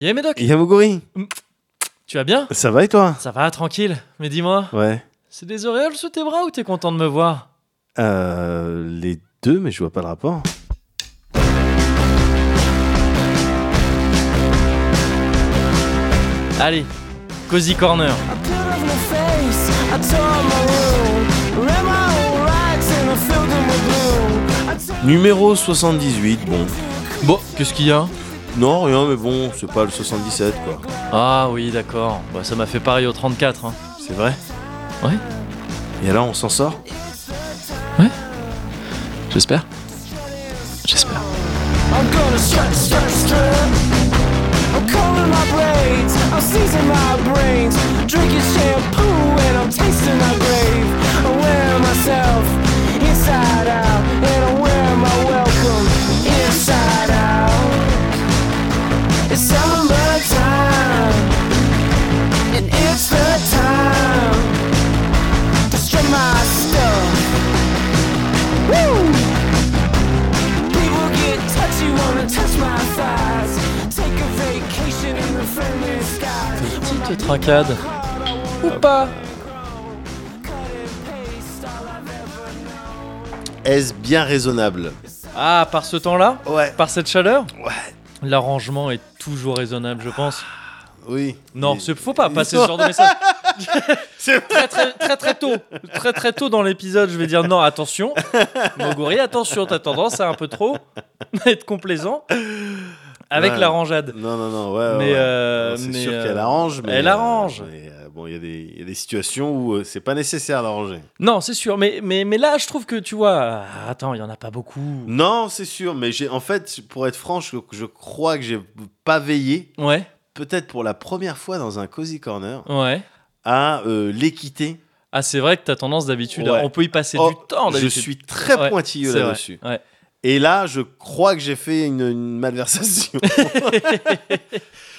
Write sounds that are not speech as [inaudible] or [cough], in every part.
Yé Médoc, Yamoguri, tu vas bien ça va et toi Ça va, tranquille. Mais dis-moi, Ouais. c'est des auréoles sous tes bras ou t'es content de me voir Euh, les deux, mais je vois pas le rapport. Allez, Cozy Corner. A beautiful face, I tore my room. Ran my own rights and I filled them with blue. I turned Numéro 78, bon. Bon, qu'est-ce qu'il y a Non, rien, mais bon, c'est pas le 77, quoi. Ah oui, d'accord. Bah, ça m'a fait pareil au 34. hein. C'est vrai Ouais. Et alors, on s'en sort J'espère. J'espère. I'm gonna strut, strut, strut. I'm combing my braids, I'm seizing my brains. Drinking shampoo and I'm tasting my grave. I'm wearing myself inside out, and I'm wearing my welcome inside out. It's summertime, and it's the time to strip my stuff. Woo! People get touchy, wanna touch my thighs. Take a vacation in the friendly skies. Petite trincade. Ou pas Est-ce bien raisonnable Ah, par ce temps-là Ouais. Par cette chaleur Ouais. L'arrangement est toujours raisonnable, je pense. Oui. Non, Il- c'est- faut pas [laughs] passer ce genre de message. très, très, très très tôt, très très tôt dans l'épisode, je vais dire non, attention, Moguri, attention, t'as tendance à un peu trop être complaisant avec Ouais. la rangeade. Non, non, non, ouais. ouais, mais ouais. euh, Non, c'est mais, sûr euh, qu'elle arrange, mais. elle euh, arrange. mais, euh, bon, il y, a des- il y a des situations où euh, c'est pas nécessaire d'arranger. non, c'est sûr, mais, mais mais là, je trouve que tu vois, ah, attends, il y en a pas beaucoup. Non, c'est sûr, mais j'ai en fait, pour être franc, je, je crois que j'ai pas veillé, Ouais, peut-être pour la première fois dans un Cozy Corner, ouais. à euh, l'équité Ah, c'est vrai que t'as tendance d'habitude, Ouais. Ah, on peut y passer Oh, du temps Je d'habitude. suis très Ouais, pointilleux c'est vrai. là-dessus. Ouais. Et là, je crois que j'ai fait une, [laughs] une malversation.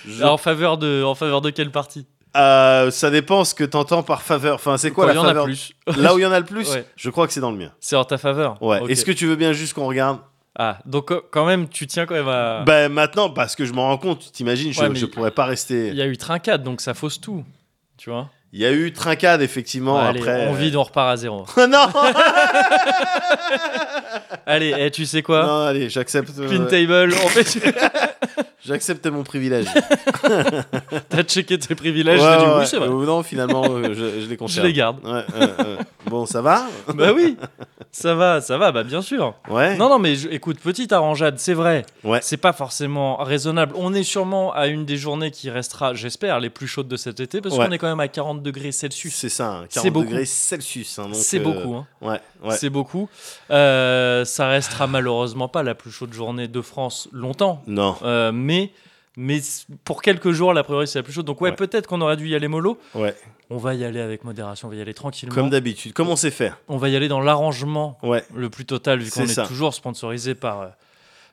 Je- En faveur de en faveur de quelle partie Euh, ça dépend ce que t'entends par faveur. Enfin, c'est quoi Quand la il y en a faveur plus. [laughs] Là où il y en a le plus, Ouais. je crois que c'est dans le mien. [laughs] C'est en ta faveur. Ouais. Ok. Est-ce que tu veux bien juste qu'on regarde ah donc euh, quand même tu tiens quand même à Ben maintenant, parce que je m'en rends compte. T'imagines, je, Ah. Ouais, mais je il- pourrais pas rester. Il Il y a eu trincade, donc ça fausse tout. Tu vois y, a eu trincade effectivement. Ouais, allez, après, euh, on vide, on repart à zéro. [laughs] [laughs] non. allez, eh, tu sais quoi [laughs] non, allez, j'accepte. euh, Clean table, on [laughs] fait. J'accepte mon privilège. [laughs] T'as checké tes privilèges, Ouais, j'ai dit ouais, oui, c'est vrai. euh, Non, finalement, euh, je, je les Je conserve. les garde. Ouais, euh, euh, Bon, [laughs] ça va bah oui, ça va, ça va, bah bien sûr. Ouais. Non, non, mais je- écoute, petite arrangeade, c'est vrai. Ouais. C'est pas forcément raisonnable. On est sûrement à une des journées qui restera, j'espère, les plus chaudes de cet été, parce Ouais. qu'on est quand même à 40 degrés Celsius. C'est ça, hein, C'est 40 beaucoup. degrés Celsius. hein, donc, C'est euh, beaucoup, hein. Ouais, ouais. c'est beaucoup. Euh, ça [sighs] restera malheureusement pas la plus chaude journée de France longtemps, Non, Euh, mais, mais c- pour quelques jours, la priori, c'est la plus chaude. Donc, ouais, Ouais. peut-être qu'on aurait dû y aller mollo. ouais. On va y aller avec modération, on va y aller tranquillement. Comme d'habitude. Comme on sait faire. on va y aller dans l'arrangement Ouais. le plus total, vu qu'on C'est est, ça. toujours sponsorisé par, euh,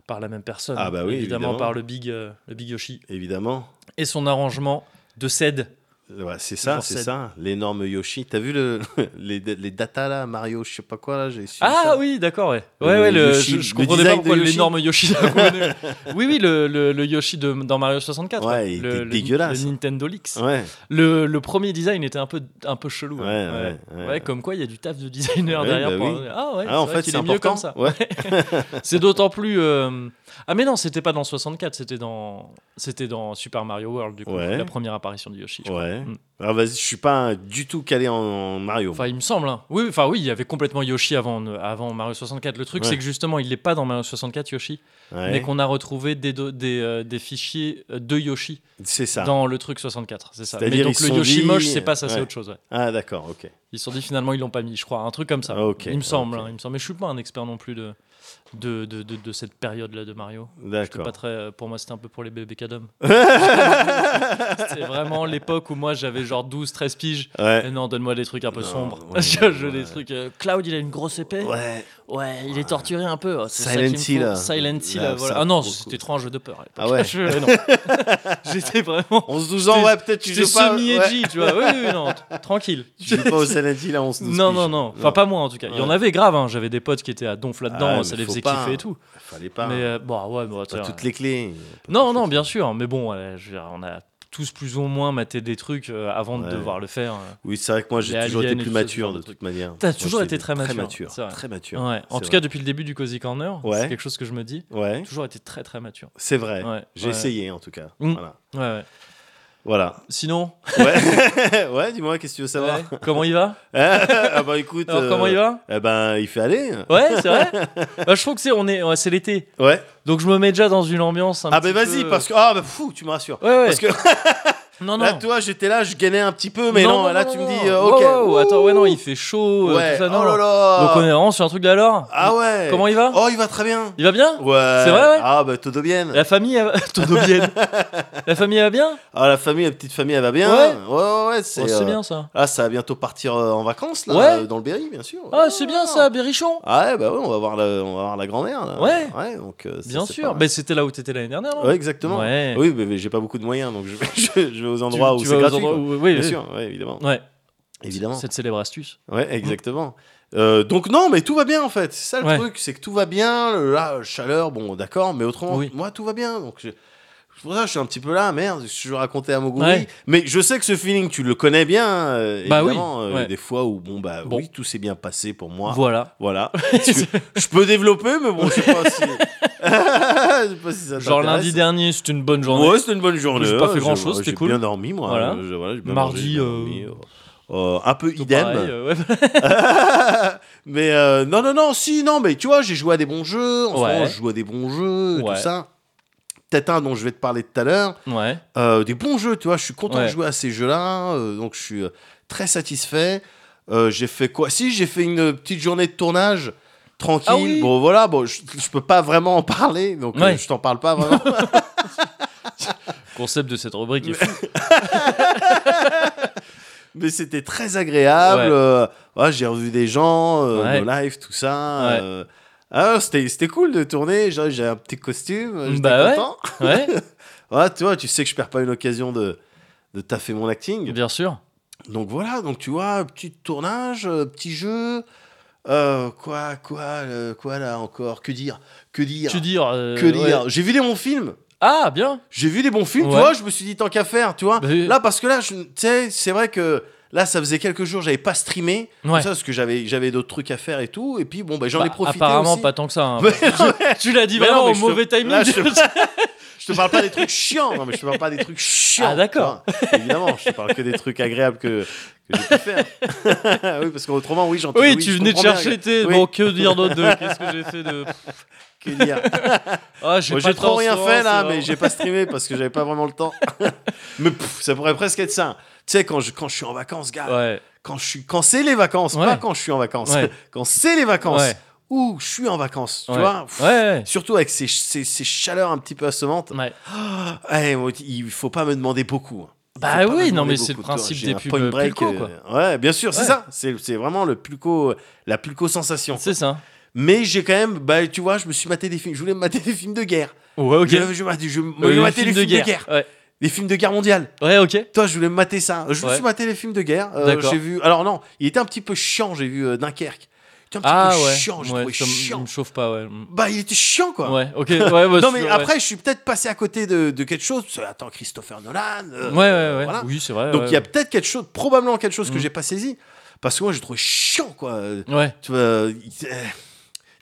par la même personne. Ah bah oui, évidemment. par le big, euh, le big Yoshi Évidemment. Euh, et son arrangement de cède. Ouais, c'est ça, Toujours c'est sept. ça. L'énorme Yoshi. T'as vu le, [laughs] les, les datas là, Mario, je sais pas quoi là j'ai su Ah ça. oui, d'accord, ouais. Le Ouais, ouais, le, Yoshi- je, je le comprenais pas design de pourquoi Yoshi. l'énorme Yoshi. l'a connu. [laughs] oui, oui, le, le- le Yoshi de, dans Mario 64. Ouais, il était le, le- dégueulasse. le Nintendo Leaks. Ouais, Le, le premier design était un peu, un peu chelou. ouais, hein. ouais. Ouais, ouais. comme quoi il y a du taf de designer Ouais, derrière. bah pour- oui. Ah ouais, Ah, en c'est vrai fait, qu'il c'est est mieux important. comme ça. [laughs] Ouais. C'est d'autant plus. euh, Ah mais non, c'était pas dans 64, c'était dans, c'était dans Super Mario World du coup, Ouais. la première apparition de Yoshi. je crois. ouais. Mm. Alors vas-y, je suis pas euh, du tout calé en, en Mario. Enfin, il me semble. hein. Oui, enfin oui, il y avait complètement Yoshi avant, euh, avant Mario 64. Le truc, Ouais. c'est que justement, il n'est pas dans Mario 64 Yoshi, Ouais, mais qu'on a retrouvé des, do- des, euh, des fichiers euh, de Yoshi C'est ça. dans le truc 64. C'est ça. Mais C'est-à-dire, donc ils le sont Yoshi dit- moche, c'est pas ça, c'est Ouais. autre chose. ouais. Ah d'accord, ok. Ils se sont dit finalement ils l'ont pas mis, je crois, un truc comme ça. Ok, il me semble, ok. hein, il me semble. Mais je suis pas un expert non plus de de, de, de- de cette période là de Mario. J'étais D'accord. Pas très, euh, pour moi c'était un peu pour les bébés [laughs] cadom. c'était vraiment l'époque où moi j'avais genre 12, 13 piges. Ouais. Et non, donne-moi des trucs un peu Non, sombres. [laughs] ouais, je je- ouais. des trucs. euh, Cloud il a une grosse épée. Ouais. Ouais, il est torturé un peu. oh, c'est ça Silent qu'il me faut. Hill. Silent Hill, Là, voilà. ça, Ah non, pour le c'était coup. trop un jeu de peur. à l'époque. Ah [laughs] ouais. Je- non. J'étais vraiment. 11-12 ans, T'es- ouais, peut-être tu J'étais joues pas. ouais. semi-edgy, tu vois. Oui, oui, oui, non, t- tranquille. Tu joues pas au Silent Hill à 11-12 Non, non, non. Enfin, pas moi en tout cas. Il y en Ouais. avait grave, hein. j'avais des potes qui étaient à donf Ah là-dedans, ouais, ça mais les faut faisait pas, kiffer hein. et tout. Fallait pas. Mais hein. euh, bon, ouais, bon, Pas attends. toutes les clés. Non, non, bien sûr, mais bon, ouais, je veux dire, on a tous plus ou moins maté des trucs euh, avant de Ouais. devoir le faire. Oui, c'est vrai que moi, j'ai Les toujours été aliens et tout plus ce genre mature, de de toute manière. T'as Moi, toujours j'étais été très mature, c'est Très vrai. mature. Très mature. euh. Ouais. En C'est tout vrai. cas, depuis le début du Cozy Corner, c'est Ouais. quelque chose que je me dis. Ouais, Toujours été très très mature. c'est vrai. Ouais, J'ai ouais. essayé, en tout cas. Mm. Voilà. Ouais, ouais. Voilà. [laughs] Sinon, Ouais, ouais dis-moi, qu'est-ce que tu veux savoir ouais, comment il va [laughs] Ah bah écoute. Alors, comment euh, il va Eh ben, il fait aller. Ouais, c'est [laughs] vrai. Bah, je trouve que c'est on est, ouais, c'est l'été, Ouais. donc je me mets déjà dans une ambiance. Un Ah ben petit vas-y, peu- parce que... Ah bah fou, tu me rassures. Ouais, ouais. Parce que Non, non. là, toi, j'étais là, je gagnais un petit peu, mais non, là, tu me dis, euh, Wow, ok. wow, attends, ouais, non, il Ouh. fait chaud, euh, Ouais. tout ça, non. oh là non. là. Donc on est vraiment sur un truc d'alors. Ah ouais. Comment il va Oh, il va très bien. Il va bien Ouais. C'est vrai, ouais. Ah bah todo bien. La famille, elle... va- [laughs] Todo bien. [laughs] La famille elle va bien Ah la famille, la petite famille, elle va bien. Ouais. ouais, ouais, ouais, Oh, c'est. C'est euh, bien ça. Ah, ça va bientôt partir euh, en vacances là, Ouais. euh, dans le Berry, bien sûr. Ah, c'est bien ça, Berrichon. Ah ouais, bah ouais, on va voir la, on va voir la grand-mère là. Ouais. Ouais, donc. euh, ça, Bien c'est sûr. pas mal. Mais c'était là où t'étais l'année dernière, non Ouais, exactement. Ouais. Oui, mais, mais j'ai pas beaucoup de moyens, donc je vais, [laughs] je- je vais aux Tu- endroits tu où vas c'est aux gratuit. endroits quoi. où- oui, Bien oui. sûr, ouais, évidemment. Ouais. Évidemment. Cette célèbre astuce. Ouais, exactement. Euh, donc non, mais tout va bien en fait. C'est ça le Ouais. truc, c'est que tout va bien. le- Là, chaleur, bon, d'accord, mais autrement, Oui. moi, tout va bien. Donc je- c'est pour ça, que je suis un petit peu là, merde, je vais raconter à Moguri. Ouais. Mais je sais que ce feeling, tu le connais bien, euh, Bah oui, évidemment. euh, ouais. Des fois où, bon, bah Bon. oui, tout s'est bien passé pour moi. Voilà. Voilà. [laughs] Parce que je peux développer, mais bon, je sais pas si. [laughs] je sais pas si ça Genre lundi t'intéresse. dernier, c'était une bonne journée. Ouais, c'était une bonne journée. J'ai pas fait Je- grand-chose, c'était cool. J'ai bien dormi, moi. Voilà. Je- voilà, j'ai bien Mardi, mangé, j'ai bien euh, dormi. Euh, un peu Tout idem. pareil, euh, ouais. mais euh, non, non, non, si, non, mais tu vois, j'ai joué à des bons jeux. En ce Ouais. moment, je joue à des bons jeux, et Ouais. tout ça. Peut-être un dont je vais te parler tout à l'heure. Ouais. Euh, des bons jeux, tu vois, je suis content Ouais. de jouer à ces jeux-là. euh, donc, je suis euh, très satisfait. Euh, j'ai fait quoi Si, j'ai fait une petite journée de tournage. Tranquille, Ah oui. bon voilà, bon, je, je peux pas vraiment en parler, donc euh, Ouais. je t'en parle pas vraiment. [laughs] Concept de cette rubrique est fou. Mais c'était très agréable. Ouais. euh, ouais, j'ai revu des gens, euh, Ouais. nos lives, tout ça. Ouais. euh, ah, c'était, c'était cool de tourner. Genre, J'avais un petit costume. J'étais Bah ouais. content. Ouais, [laughs] [laughs] Ouais, tu vois, tu sais que je perds pas une occasion de, de taffer mon acting. bien sûr. Donc voilà, donc tu vois, petit tournage, euh, petit jeu. Euh, quoi, quoi, euh, quoi là encore Que dire Que dire Tu dire. euh, Que dire ouais. J'ai vu les bons films. Ah, bien. J'ai vu les bons films, tu Ouais. vois. Je me suis dit tant qu'à faire, tu vois. Bah oui. Là, parce que là, je- tu sais, c'est vrai que là, ça faisait quelques jours, j'avais pas streamé. Ouais. Ça, parce que j'avais j'avais d'autres trucs à faire et tout. Et puis, bon, bah, j'en Bah, ai profité. Apparemment, [laughs] aussi. pas tant que ça. hein. Mais non, mais- [laughs] Tu l'as dit mais vraiment [laughs] non, mais au je te- mauvais timing. [laughs] là, je, te... je te parle pas des trucs chiants. Non, mais je te parle pas des trucs chiants. Ah, d'accord. tu vois. Évidemment, je te parle que des trucs agréables que, que j'ai pu faire. [laughs] oui, parce qu'autrement, oui, j'entends. Oui, oui, tu je venais de comprends chercher bien. tes. Oui. Bon, que dire d'autre de Qu'est-ce que j'ai fait [laughs] de. [laughs] Que dire Ah, j'ai Moi, pas de J'ai trop rien restaurant, fait c'est là, vraiment- mais j'ai pas streamé parce que j'avais pas vraiment [laughs] le temps. mais pff, ça pourrait presque être ça. Tu sais, quand je, quand je suis en vacances, gars, Ouais. quand je suis quand c'est les vacances, Ouais. pas quand je suis en vacances, Ouais. [laughs] quand c'est les vacances Ouais. ou je suis en vacances, tu ouais. vois. pff, Ouais, ouais. Surtout avec ces, ces, ces chaleurs un petit peu assommantes. Ouais. Ouais, moi, il faut pas me demander beaucoup. hein. Il Bah faut pas oui, me non, demander mais c'est le beaucoup, toi. principe J'ai des un pubs point break, Pulco, euh, quoi. Ouais, bien sûr, c'est Ouais. ça. C'est c'est vraiment le pulco, la pulco sensation. C'est ça. Mais j'ai quand même, bah, tu vois, je me suis maté des films. Je voulais me mater des films de guerre. Ouais, ok. Je, je, je, je me Euh, matais les films de guerre. Ouais. Les films de guerre mondiale. Ouais, ok. Toi, je voulais me mater ça. Je me Ouais. suis maté les films de guerre. Euh, D'accord. j'ai vu. Alors non, il était un petit peu chiant. J'ai vu euh, Dunkerque. Il était un petit Ah peu ouais. chiant. J'ai Ouais, trouvé ça me- chiant. me chauffe pas, ouais. Mm. Bah, il était chiant quoi. Ouais, ok. Ouais, ouais, non c'est- mais ouais. après, je suis peut-être passé à côté de, de quelque chose. Parce que, attends, Christopher Nolan. euh, Ouais, ouais, ouais. voilà. Oui, c'est vrai. Donc ouais, il y a ouais. peut-être quelque chose, probablement quelque chose que Mm. j'ai pas saisi. Parce que moi, j'ai trouvé chiant quoi. Euh, Ouais. Tu vois, euh, il- euh,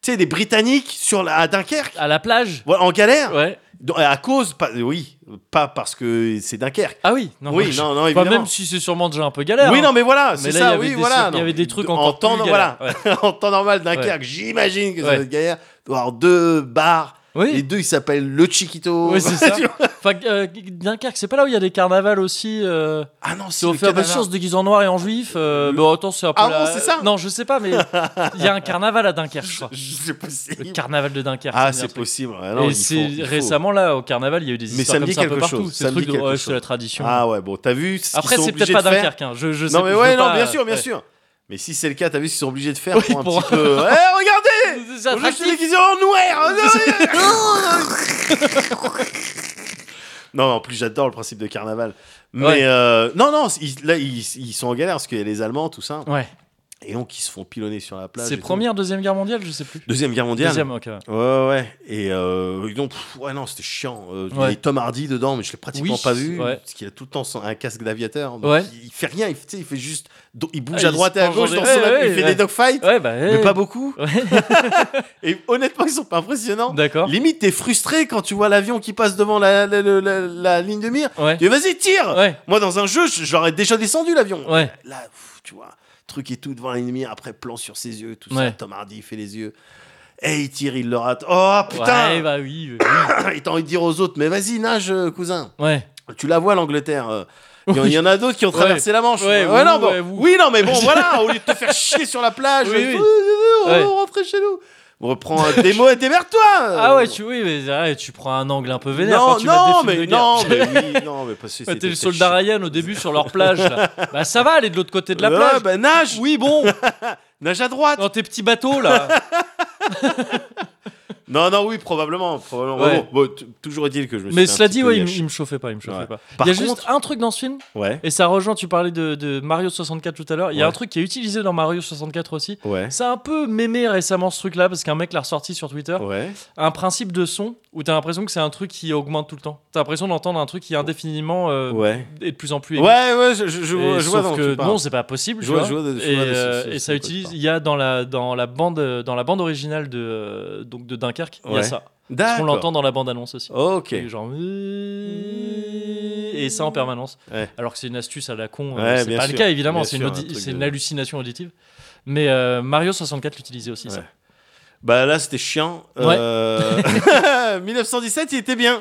tu sais, des Britanniques sur la, à Dunkerque. À la plage. Voilà, en galère. Ouais. Donc, À cause, pas, oui, pas parce que c'est Dunkerque. Ah oui. Non, Oui, moi, je- non, non, Enfin, évidemment. même si c'est sûrement déjà un peu galère. Oui, hein. non, mais voilà, Mais c'est là, il y ça, avait oui, des- voilà. il y avait non. des trucs En encore plus temps, galères, voilà. [laughs] en temps normal, Dunkerque, j'imagine que ça Ouais. doit être galère. Il doit y avoir deux bars. Oui. Les deux, ils s'appellent le Chiquito. Oui, c'est ça. [laughs] Tu vois Enfin, euh, Dunkerque, c'est pas là où il y a des carnavals aussi. euh, ah non, c'est C'est le offert de Canada. source déguisé en noir et en juif. euh, Bon, attends, c'est un peu. Ah la- bon, c'est ça Non, je sais [laughs] pas, mais il y a un carnaval à Dunkerque, je Je- crois. je- Le [laughs] C'est possible. carnaval de Dunkerque. Ah, ça me c'est dit un truc. possible. Ah non, et il faut- il c'est faut. récemment là, au carnaval, il y a eu des Mais histoires ça me comme dit ça un peu quelque partout. chose, C'est ça le me truc dit de quelque ouais, c'est chose. la tradition. Ah ouais, bon, t'as vu ce qu'ils Après, sont c'est peut-être obligés pas de faire Dunkerque. hein, Je, je sais Non, mais je ouais, veux non, pas, bien euh, sûr, bien ouais. sûr. Mais si c'est le cas, t'as vu ce qu'ils sont obligés de faire Oui, [laughs] pour un pour- petit peu. Eh, regardez c'est ça, Je suis attractif. déguisé en noir [laughs] Non, en plus, j'adore le principe de carnaval. Mais Ouais. euh, non, non, ils- là, ils, ils sont en galère parce qu'il y a les Allemands, tout ça. Ouais. Et donc, ils se font pilonner sur la plage. et C'est tout. première, deuxième guerre mondiale, je sais plus. Deuxième guerre mondiale. Deuxième, ok. ouais. Ouais, ouais, ouais. Et euh, donc, pff, ouais, non, c'était chiant. Euh, Il y Ouais. avait Tom Hardy dedans, mais je l'ai pratiquement Oui, pas vu. ouais. Parce qu'il a tout le temps son- un casque d'aviateur. Donc Ouais. Il, il fait rien, il, tu sais, il fait juste. do- Il bouge Ah, à il droite se et à penche gauche, dans dans des- son ouais, avion, ouais, il fait ouais. des dogfights, Ouais, bah. mais eh. pas beaucoup. Ouais, [laughs] Et honnêtement, ils sont pas impressionnants. D'accord. Limite, t'es frustré quand tu vois l'avion qui passe devant la, la- la- la- la ligne de mire. Ouais. Tu dis, vas-y, tire Ouais. Moi, dans un jeu, je, je l'aurais déjà descendu l'avion. Ouais. Là, pff, tu vois, truc et tout devant la ligne de mire, après plan sur ses yeux, tout ça. Ouais. Tom Hardy il fait les yeux. Et il tire, il le rate. Oh putain Ouais, bah oui. oui. [coughs] Et t'as envie de dire aux autres, mais vas-y, nage, euh, cousin. Ouais. Tu la vois, l'Angleterre. euh. Il y en- il y en a d'autres qui ont traversé la Manche. Ouais, vous, non, bon. ouais, vous. Oui, [laughs] non, mais bon, voilà, au lieu de te faire chier sur la plage, Oui, euh, oui. ouh, ouh, ouh, Ouais. on rentre chez nous. On reprend euh, des mots et démerde-toi euh. Ah ouais, tu, oui, mais, ah ouais, tu prends un angle un peu vénère Non, quand tu vas non, des films mais, de guerre. [laughs] non, mais oui, non, mais parce que Ouais, c'était- T'es le c'était soldat Ryan au début sur leur plage. [laughs] Là. Bah ça va aller de l'autre côté de la Ouais, plage. bah, nage, Oui, bon, [laughs] nage à droite. dans tes petits bateaux [laughs] là. Non, non, oui, probablement. probablement. Ouais. Bon, bon, t- toujours est-il que je me suis Mais fait un cela petit dit, peu ouais, il, yèche. il me chauffait pas, il me chauffait Ouais. pas. Par il y a juste contre- un truc dans ce film, Ouais, et ça rejoint, tu parlais de, de Mario 64 tout à l'heure, il y a Ouais. un truc qui est utilisé dans Mario 64 aussi. ouais, C'est un peu mémé récemment ce truc-là, parce qu'un mec l'a ressorti sur Twitter. ouais. Un principe de son où t'as l'impression que c'est un truc qui augmente tout le temps. T'as l'impression d'entendre un truc qui indéfiniment euh, Ouais, est de plus en plus ouais, aigu. ouais, je, je- je Et vois, je vois sauf dont que tu parles. non, c'est pas possible. Je tu vois- vois. je vois de- je et, vois de ce- euh, ce- et ce ça de quoi tu utilise. parles. Il y a dans la dans la bande euh, dans la bande originale de euh, donc de Dunkerque, il y Ouais. a ça. On D'accord. l'entend dans la bande annonce aussi. Ok. Et genre "Mmh", et ça en permanence. Ouais. Alors que c'est une astuce à la con. euh, Ouais, c'est bien pas sûr. le cas évidemment. Bien C'est une, sûr, un audi- truc c'est de- une hallucination auditive. Mais euh, Mario 64 l'utilisait aussi ça. Ouais. Bah là, c'était chiant. Ouais. Euh, [laughs] 1917, il était bien.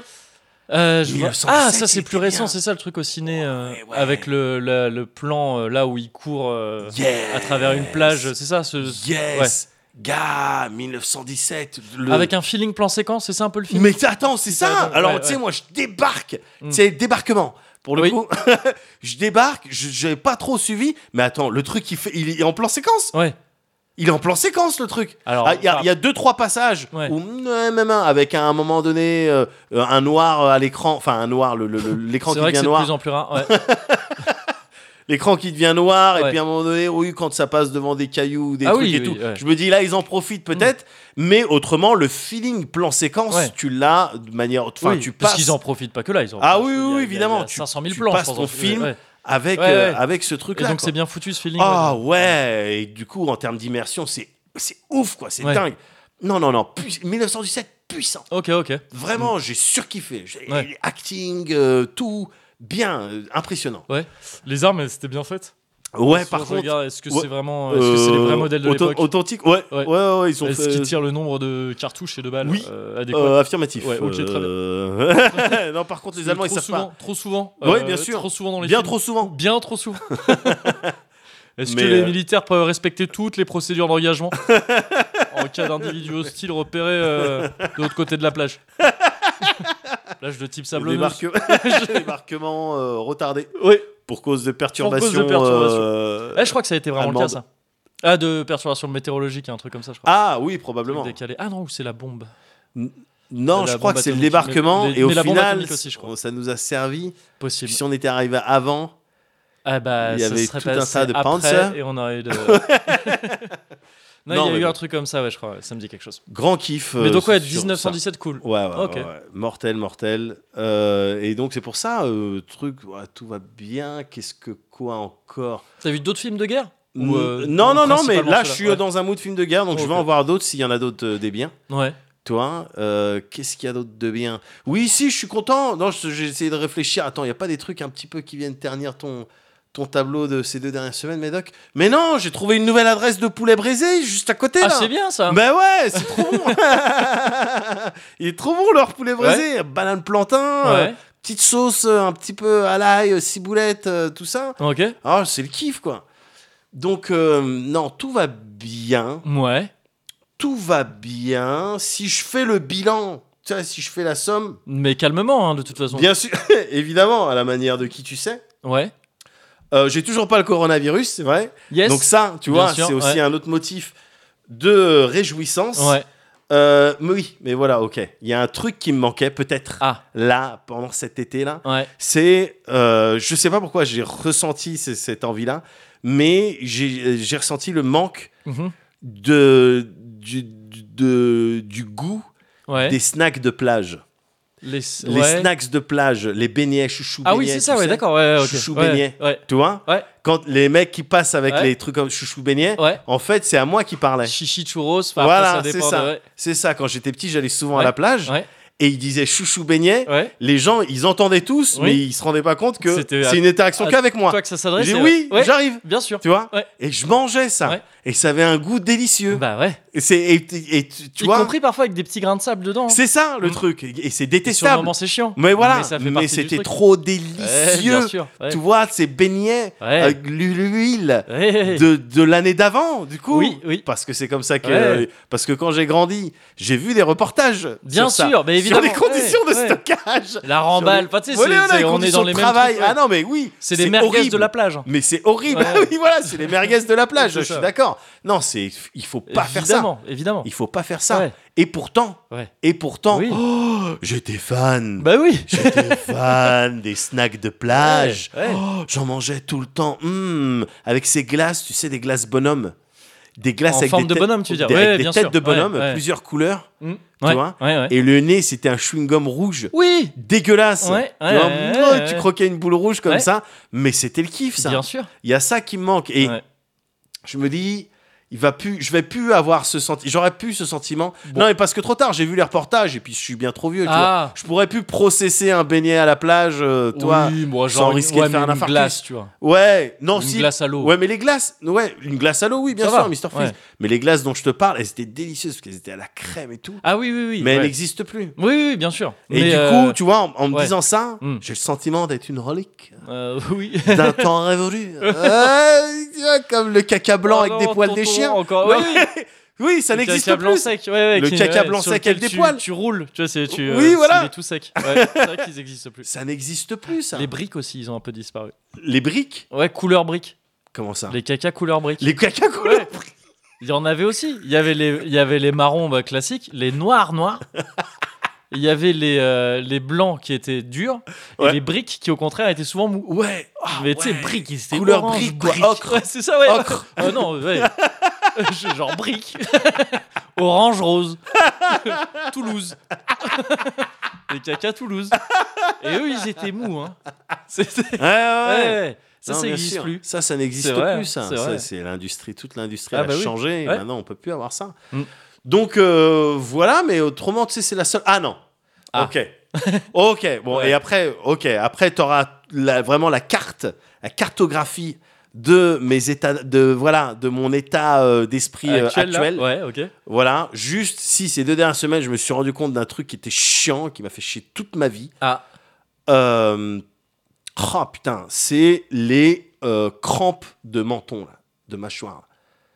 Euh, je vois- 1907, Ah, ça c'est il plus était récent, bien. c'est ça le truc au ciné euh, Ouais, ouais. avec le, la- le plan euh, là où il court euh, Yes. à travers une plage, c'est ça ce, Yes. Gars, 1917. le- Avec un feeling plan séquence, c'est ça un peu le film Mais attends, c'est ça. pardon, Alors, ouais, tu sais, ouais. moi, je débarque. Mm. Tu sais, débarquement. Pour le Oui. coup, [laughs] je débarque. Je j'avais pas trop suivi. Mais attends, le truc, il, fait, il est en plan séquence. Ouais. Il est en plan séquence, le truc. Alors, Ah, Il y, a- enfin, il y a deux, trois passages Ouais. où, mm, même un, avec à un moment donné, euh, euh, un noir euh, à l'écran. Enfin, un noir, [laughs] le- le- le- l'écran c'est qui vrai que devient c'est de noir. plus en plus rare. [laughs] Ouais. l'écran qui devient noir et Ouais. puis à un moment donné oui quand ça passe devant des cailloux des Ah trucs oui, et oui, tout ouais. Mm. je me dis là ils en profitent peut-être mais autrement le feeling plan séquence Ouais. tu l'as de manière enfin Oui, tu parce passes qu'ils en profitent pas que là. Ils en Ah profitent, oui, il y a- oui, il y a- évidemment, il y a tu- 500 000 tu plans. je passes pense, ton dans ce film. ouais. avec Ouais, euh, ouais. avec ce truc Et là donc c'est bien foutu ce feeling. ah ouais. ouais et du coup en termes d'immersion c'est c'est ouf quoi c'est Ouais. dingue non non non pu- 1917 puissant Ok, ok. vraiment j'ai surkiffé J'ai- Mm. Ouais. acting euh, tout bien euh, impressionnant Les armes, elles, c'était bien fait. ouais par contre est-ce que ouais, c'est vraiment, est-ce que c'est les euh, vrais modèles de auto- l'époque authentique ouais ouais Ouais. Euh, ouais, ils ont Est-ce qu'ils fait tirent le nombre de cartouches et de balles Oui. euh, adéquat Euh, affirmatif. Ouais, ok, très bien. Euh, [laughs] non, par contre, les Allemands, ils trop savent souvent, pas. Trop souvent. euh, Ouais, bien sûr. Trop souvent dans les Bien films. trop souvent. Bien trop [laughs] souvent. Est-ce que Mais, les euh, militaires peuvent respecter toutes les procédures [laughs] d'engagement en cas d'individu hostile repéré euh, de l'autre côté de la [laughs] plage Plage de type Les sablonneuse. [laughs] [laughs] débarquements euh, retardés Oui. pour cause de perturbations. perturbations. euh, Eh, je crois que ça a été vraiment le cas, Allemande. ça. Ah, de perturbation météorologique, un truc comme ça, je crois. Ah oui, probablement. Décalé. Ah non, ou c'est la bombe. Non, La je crois bombe que c'est atomique, le mais- débarquement mais- et au mais la bombe final, atomique aussi, je crois. ça nous a servi. Possible. Si on était arrivé avant, Ah bah, il y ça avait serait tout un passé tas de après Panzer. Et on aurait eu [laughs] de... non, il Non, y a mais eu bon. un truc comme ça, ouais, je crois. ouais, Ça me dit quelque chose. grand kiff. Mais euh, donc, ouais, sur ça. 1917, cool. Ouais, ouais, Ok. ouais, ouais. mortel, mortel. Euh, et donc c'est pour ça, euh, truc, ouais, tout va bien. Qu'est-ce que quoi encore T'as vu d'autres films de guerre Mm, Ou, euh, non, non, non, mais principalement là, je ceux-là suis Ouais. dans un mood film de guerre, donc Oh, je vais ok. en voir d'autres s'il y en a d'autres euh, des biens. Ouais. Toi, euh, qu'est-ce qu'il y a d'autre de bien Oui, si, je suis content. Non, je- j'ai essayé de réfléchir. Attends, il n'y a pas des trucs un petit peu qui viennent ternir ton, ton tableau de ces deux dernières semaines, Médoc Mais non, j'ai trouvé une nouvelle adresse de poulet braisé juste à côté. Ah, là. c'est bien ça. Ben ouais, c'est trop bon. [laughs] il est trop bon leur poulet braisé, banane plantain, euh, Ouais. petite sauce euh, un petit peu à l'ail, euh, ciboulette, euh, tout ça. Ok. Ah, c'est le kiff, quoi. Donc, euh, non, tout va bien. Ouais. Tout va bien. Si je fais le bilan, tu vois, si je fais la somme, Mais calmement, hein, de toute façon. bien sûr, [laughs] évidemment, à la manière de qui tu sais. Ouais. Euh, J'ai toujours pas le coronavirus, c'est vrai. Yes. Donc ça, tu Bien vois, sûr, c'est aussi ouais. un autre motif de réjouissance. Ouais. Euh, mais oui, mais voilà, ok. Il y a un truc qui me manquait peut-être Ah, là, pendant cet été-là. ouais. C'est, euh, je sais pas pourquoi j'ai ressenti ce- cette envie-là, mais j'ai j'ai ressenti le manque Mhm. de, du, du- de- du goût Ouais. des snacks de plage. Les, Les ouais. snacks de plage, les beignets, chouchou Ah oui, beignets, c'est ça, tu ouais, sais. d'accord. Ouais, ok. Chouchou ouais, beignet. Ouais, Tu vois Ouais. Quand les mecs qui passent avec Ouais. les trucs comme chouchou beignet, ouais. en fait, c'est à moi qui parlait. Chichi churros, enfin, Voilà, après, ça dépend. c'est ça. de- ouais. C'est ça, quand j'étais petit, j'allais souvent à Ouais. la plage Ouais. et ils disaient chouchou beignet. ouais. Les gens, ils entendaient tous, Oui. mais ils se rendaient pas compte que C'était à- c'est une interaction à- qu'avec moi. Toi que ça s'adresse. J'ai dit c'est- oui, ouais, j'arrive, bien sûr. tu vois Ouais. Et je mangeais ça. Ouais. Et ça avait un goût délicieux. Bah ouais. et c'est et, et- et tu tu y vois, compris parfois avec des petits grains de sable dedans. hein. c'est ça le Mm. truc. Et Et c'est Sur le détestable. moment, c'est chiant. mais voilà, ça fait mais, partie du c'était truc. trop Ouais, délicieux. bien sûr. Ouais. Tu vois, ces beignets Ouais. avec l'huile Ouais. de, de l'année d'avant, du coup. Oui, oui. Parce que c'est comme ça que. Ouais. euh, Parce que quand j'ai grandi, j'ai vu des reportages. Bien sur ça, sûr, mais sur évidemment. les conditions Ouais, de ouais. stockage. La remballe. Enfin, tu sais, Voilà, c'est- les c'est- on est conditions dans de les mêmes. travail. trucs, ouais. Ah non, mais oui. C'est les merguez horrible. de la plage. hein. Mais c'est horrible. Ouais. [laughs] oui, voilà, c'est les merguez de la plage. C'est je ça. suis d'accord. Non, c'est il faut pas faire ça. Évidemment, évidemment. Il faut pas faire ça. Ouais. Et pourtant, Ouais. et pourtant, Oui. oh, [gasps] j'étais fan. Bah oui. J'étais [laughs] fan des snacks de plage. Ouais, ouais. Oh, J'en mangeais tout le temps. Hum, avec ces glaces, tu sais, des glaces bonhomme. Des glaces En avec forme des de têtes- bonhomme, tu veux dire. des- Ouais, avec des bien têtes sûr. de bonhomme, Ouais, ouais. plusieurs couleurs. Mm. Tu Ouais, vois ouais, ouais. Et le nez, c'était un chewing-gum rouge. Oui. Dégueulasse. Ouais, tu, ouais, vois, ouais, mouah, ouais, tu ouais. croquais une boule rouge comme Ouais. ça. Mais c'était le kiff, ça. Bien sûr. Il y a ça qui me manque. Et Ouais. je me dis, il va plus, je vais plus avoir ce sentiment. J'aurais plus ce sentiment. Bon. Non, mais parce que trop tard, j'ai vu les reportages et puis je suis bien trop vieux. tu vois. Ah. Je pourrais plus processer un beignet à la plage, euh, toi. oui, moi, sans genre, une- risquer ouais, de faire mais un une infarctus. glace, tu vois. Ouais, non, Une si. glace à l'eau. Ouais, mais les glaces, ouais, une glace à l'eau, oui, bien Ça sûr, va, Mr. Freeze. ouais. Mais les glaces dont je te parle, elles étaient délicieuses parce qu'elles étaient à la crème et tout. Ah oui, oui, oui. mais elles ouais. n'existent plus. Oui, oui, oui, bien sûr. Et Mais, du euh, coup, tu vois, en, en me ouais. disant ça, Mm. j'ai le sentiment d'être [laughs] une relique euh, oui. d'un temps révolu. Ouais, tu vois, comme le caca blanc Oh avec des non, poils des tonton, chiens. Encore. Ouais, Oui, oui. Oui, ça Le n'existe caca blanc plus. sec, ouais, ouais, Le qui- caca ouais, blanc sur sec lequel avec des tu- poils. Tu roules, tu vois, c'est tu. Oui, euh, voilà. Il est tout sec. Ouais, c'est vrai qu'ils existent plus. Ça n'existe plus, ça. Les Les, briques aussi, ils ont un peu disparu. briques Ouais, couleur briques. Comment ça Ah. Les, Les caca couleur briques. caca couleurs Il y en avait aussi. Il y avait les, il y avait les marrons bah, classiques, les noirs [laughs] noirs. Il y avait les, euh, les blancs qui étaient durs Ouais. et les briques qui, au contraire, étaient souvent mous. Ouais. Ah, Mais tu sais, ouais. briques, ils étaient Couleur orange, brique, quoi. brique. Ocre. Ouais, c'est ça, ouais. Ocre. [laughs] Ah non, [laughs] ouais. Je- Genre brique. [laughs] Orange, rose. [laughs] Toulouse. [laughs] Les caca Toulouse. Et eux, ils étaient mous. [laughs] Hein. C'était- Ouais, ouais, Ouais, ouais. ouais. Ça, Non, ça bien n'existe sûr. plus. Ça, ça n'existe C'est vrai, plus. Ça, c'est Ça, vrai. c'est l'industrie, toute l'industrie Ah elle bah a oui. changé. et Ouais. Maintenant, on peut plus avoir ça. Mm. Donc euh, voilà, mais autrement, tu sais, c'est la seule. Ah non. Ah. Ok. ok. [laughs] Bon, Ouais. et après, ok. Après, t'auras la, vraiment la carte, la cartographie de mes états, de voilà, de mon état euh, d'esprit euh, Actuel, actuel. là. Ouais, ok. Voilà. Juste si ces deux dernières semaines, je me suis rendu compte d'un truc qui était chiant, qui m'a fait chier toute ma vie. Ah, Euh, oh putain, c'est les euh, crampes de menton, là, de mâchoire.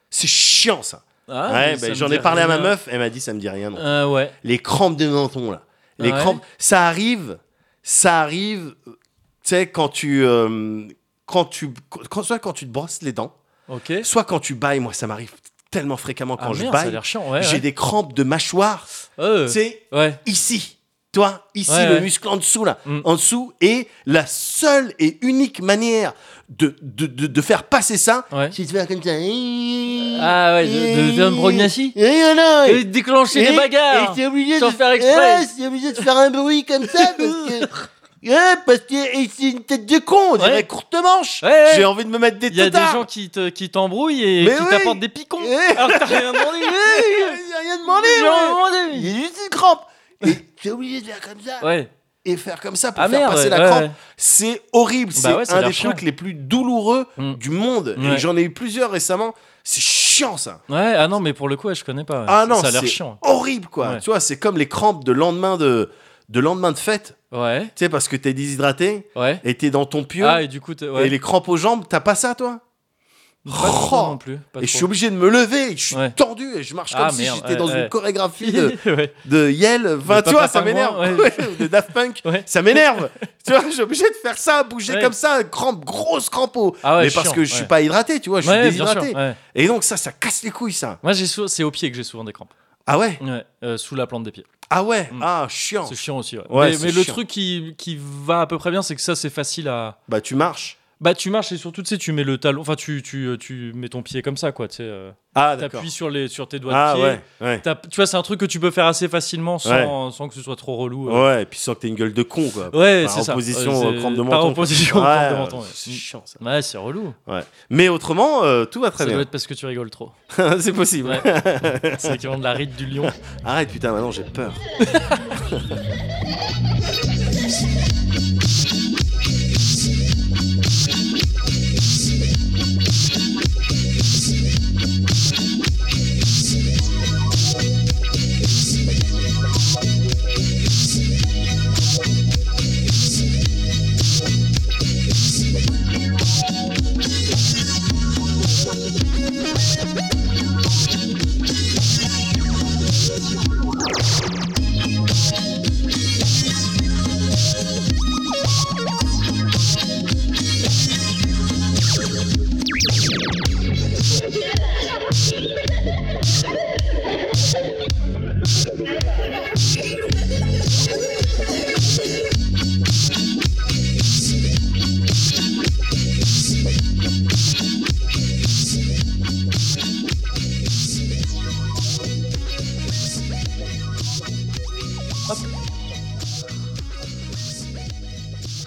C'est chiant ça. Ah, ouais, mais ça ben, me j'en dit ai parlé à ma rien. meuf, elle m'a dit ça me dit rien. non. Euh, ouais. Les crampes de menton là. Les Ah Ouais. crampes, ça arrive, ça arrive, euh, tu sais, quand tu. euh, quand tu quand, soit quand tu te brosses les dents, Ok. soit quand tu bailles. Moi, ça m'arrive tellement fréquemment quand ah, je merde, ça a baille. l'air chiant, ouais. J'ai ouais. des crampes de mâchoire. Euh, Tu sais, ouais. ici. Toi, ici, Ouais, le ouais. muscle en dessous, là, Mm. en dessous, et la seule et unique manière de, de, de, de faire passer ça, Ouais. c'est de faire comme ça. Ah ouais, de, de faire une brognassie Et voilà, Et et- déclencher et- des bagarres Et t'es obligé, sans de- faire exprès. Ouais, t'es obligé de faire un bruit comme ça, [laughs] parce que... Ouais, parce que et c'est une tête de con, on dirait Ouais. courte manche. Ouais, ouais. J'ai envie de me mettre des Il y a des têtards. gens qui te- qui t'embrouillent et Mais qui oui. t'apportent des picons Ouais. alors que t'as rien demandé. [laughs] J'ai rien demandé. J'ai rien ouais. demandé. Il y a juste une crampe. Et t'es obligé de faire comme ça. Ouais. Et faire comme ça pour Ah faire merde. passer ouais, la ouais, crampe. ouais. C'est horrible, Bah c'est ouais, ça a un l'air des chiant. trucs les plus douloureux Mm. du monde. Ouais. Et j'en ai eu plusieurs récemment. C'est chiant ça. Ouais, ah non, mais pour le coup, ouais, je connais pas. ouais. ah Ça- non, ça a l'air c'est chiant. horrible quoi. Ouais. Tu vois, c'est comme les crampes de lendemain de, de lendemain de fête. Ouais, Tu sais, parce que t'es déshydraté ouais. et t'es dans ton pieu. Ah, et du coup, t'es- ouais. Et les crampes aux jambes, t'as pas ça toi Pas trop Oh. non plus. pas Et je [laughs] suis trop. obligé de me lever, et je suis Ouais. tordu et je marche comme Ah, si merde, j'étais ouais, dans ouais. une [laughs] chorégraphie de, Ouais. de Yale. De Enfin, tu Papa vois, ça Pingouin, m'énerve. ouais. [laughs] Ouais, de Daft Punk, Ouais. [laughs] ça m'énerve. tu vois, je suis obligé de faire ça, bouger Ouais. comme ça, crampe, grosse crampe au. Ah ouais, Mais parce chiant, que je suis ouais. pas hydraté, tu vois, je suis Ouais, bien sûr, déshydraté. ouais. Et donc, ça, ça casse les couilles, ça. Moi, j'ai sou- c'est au pied que j'ai souvent des crampes. Ah ouais Ouais, euh, sous la plante des pieds. Ah ouais Mm. Ah, chiant. C'est chiant aussi. ouais. Ouais, mais c'est mais le chiant. truc qui, qui va à peu près bien, c'est que ça, c'est facile à. Bah, tu marches. Bah, tu marches et surtout, tu sais, tu mets le talon. Enfin, tu, tu, euh, tu mets ton pied comme ça, quoi. Tu sais, euh, Ah, d'accord. t'appuies sur, les, sur tes doigts Ah de pied. ouais, ouais. T'as- Tu vois, c'est un truc que tu peux faire assez facilement sans, sans que ce soit trop relou. euh. Ouais, et puis sans que t'aies une gueule de con, quoi. Ouais, Par c'est ça. opposition Euh, aux c'est- crampes de Par menton. opposition aux Ouais, crampes de menton. ouais. C'est Mm. chiant, ça. Ouais, c'est relou. Mais autrement, euh, tout va ça très doit bien. [laughs] être parce que tu rigoles trop. c'est possible. Ouais. c'est qui de la ride du lion. Arrête, putain, maintenant j'ai peur.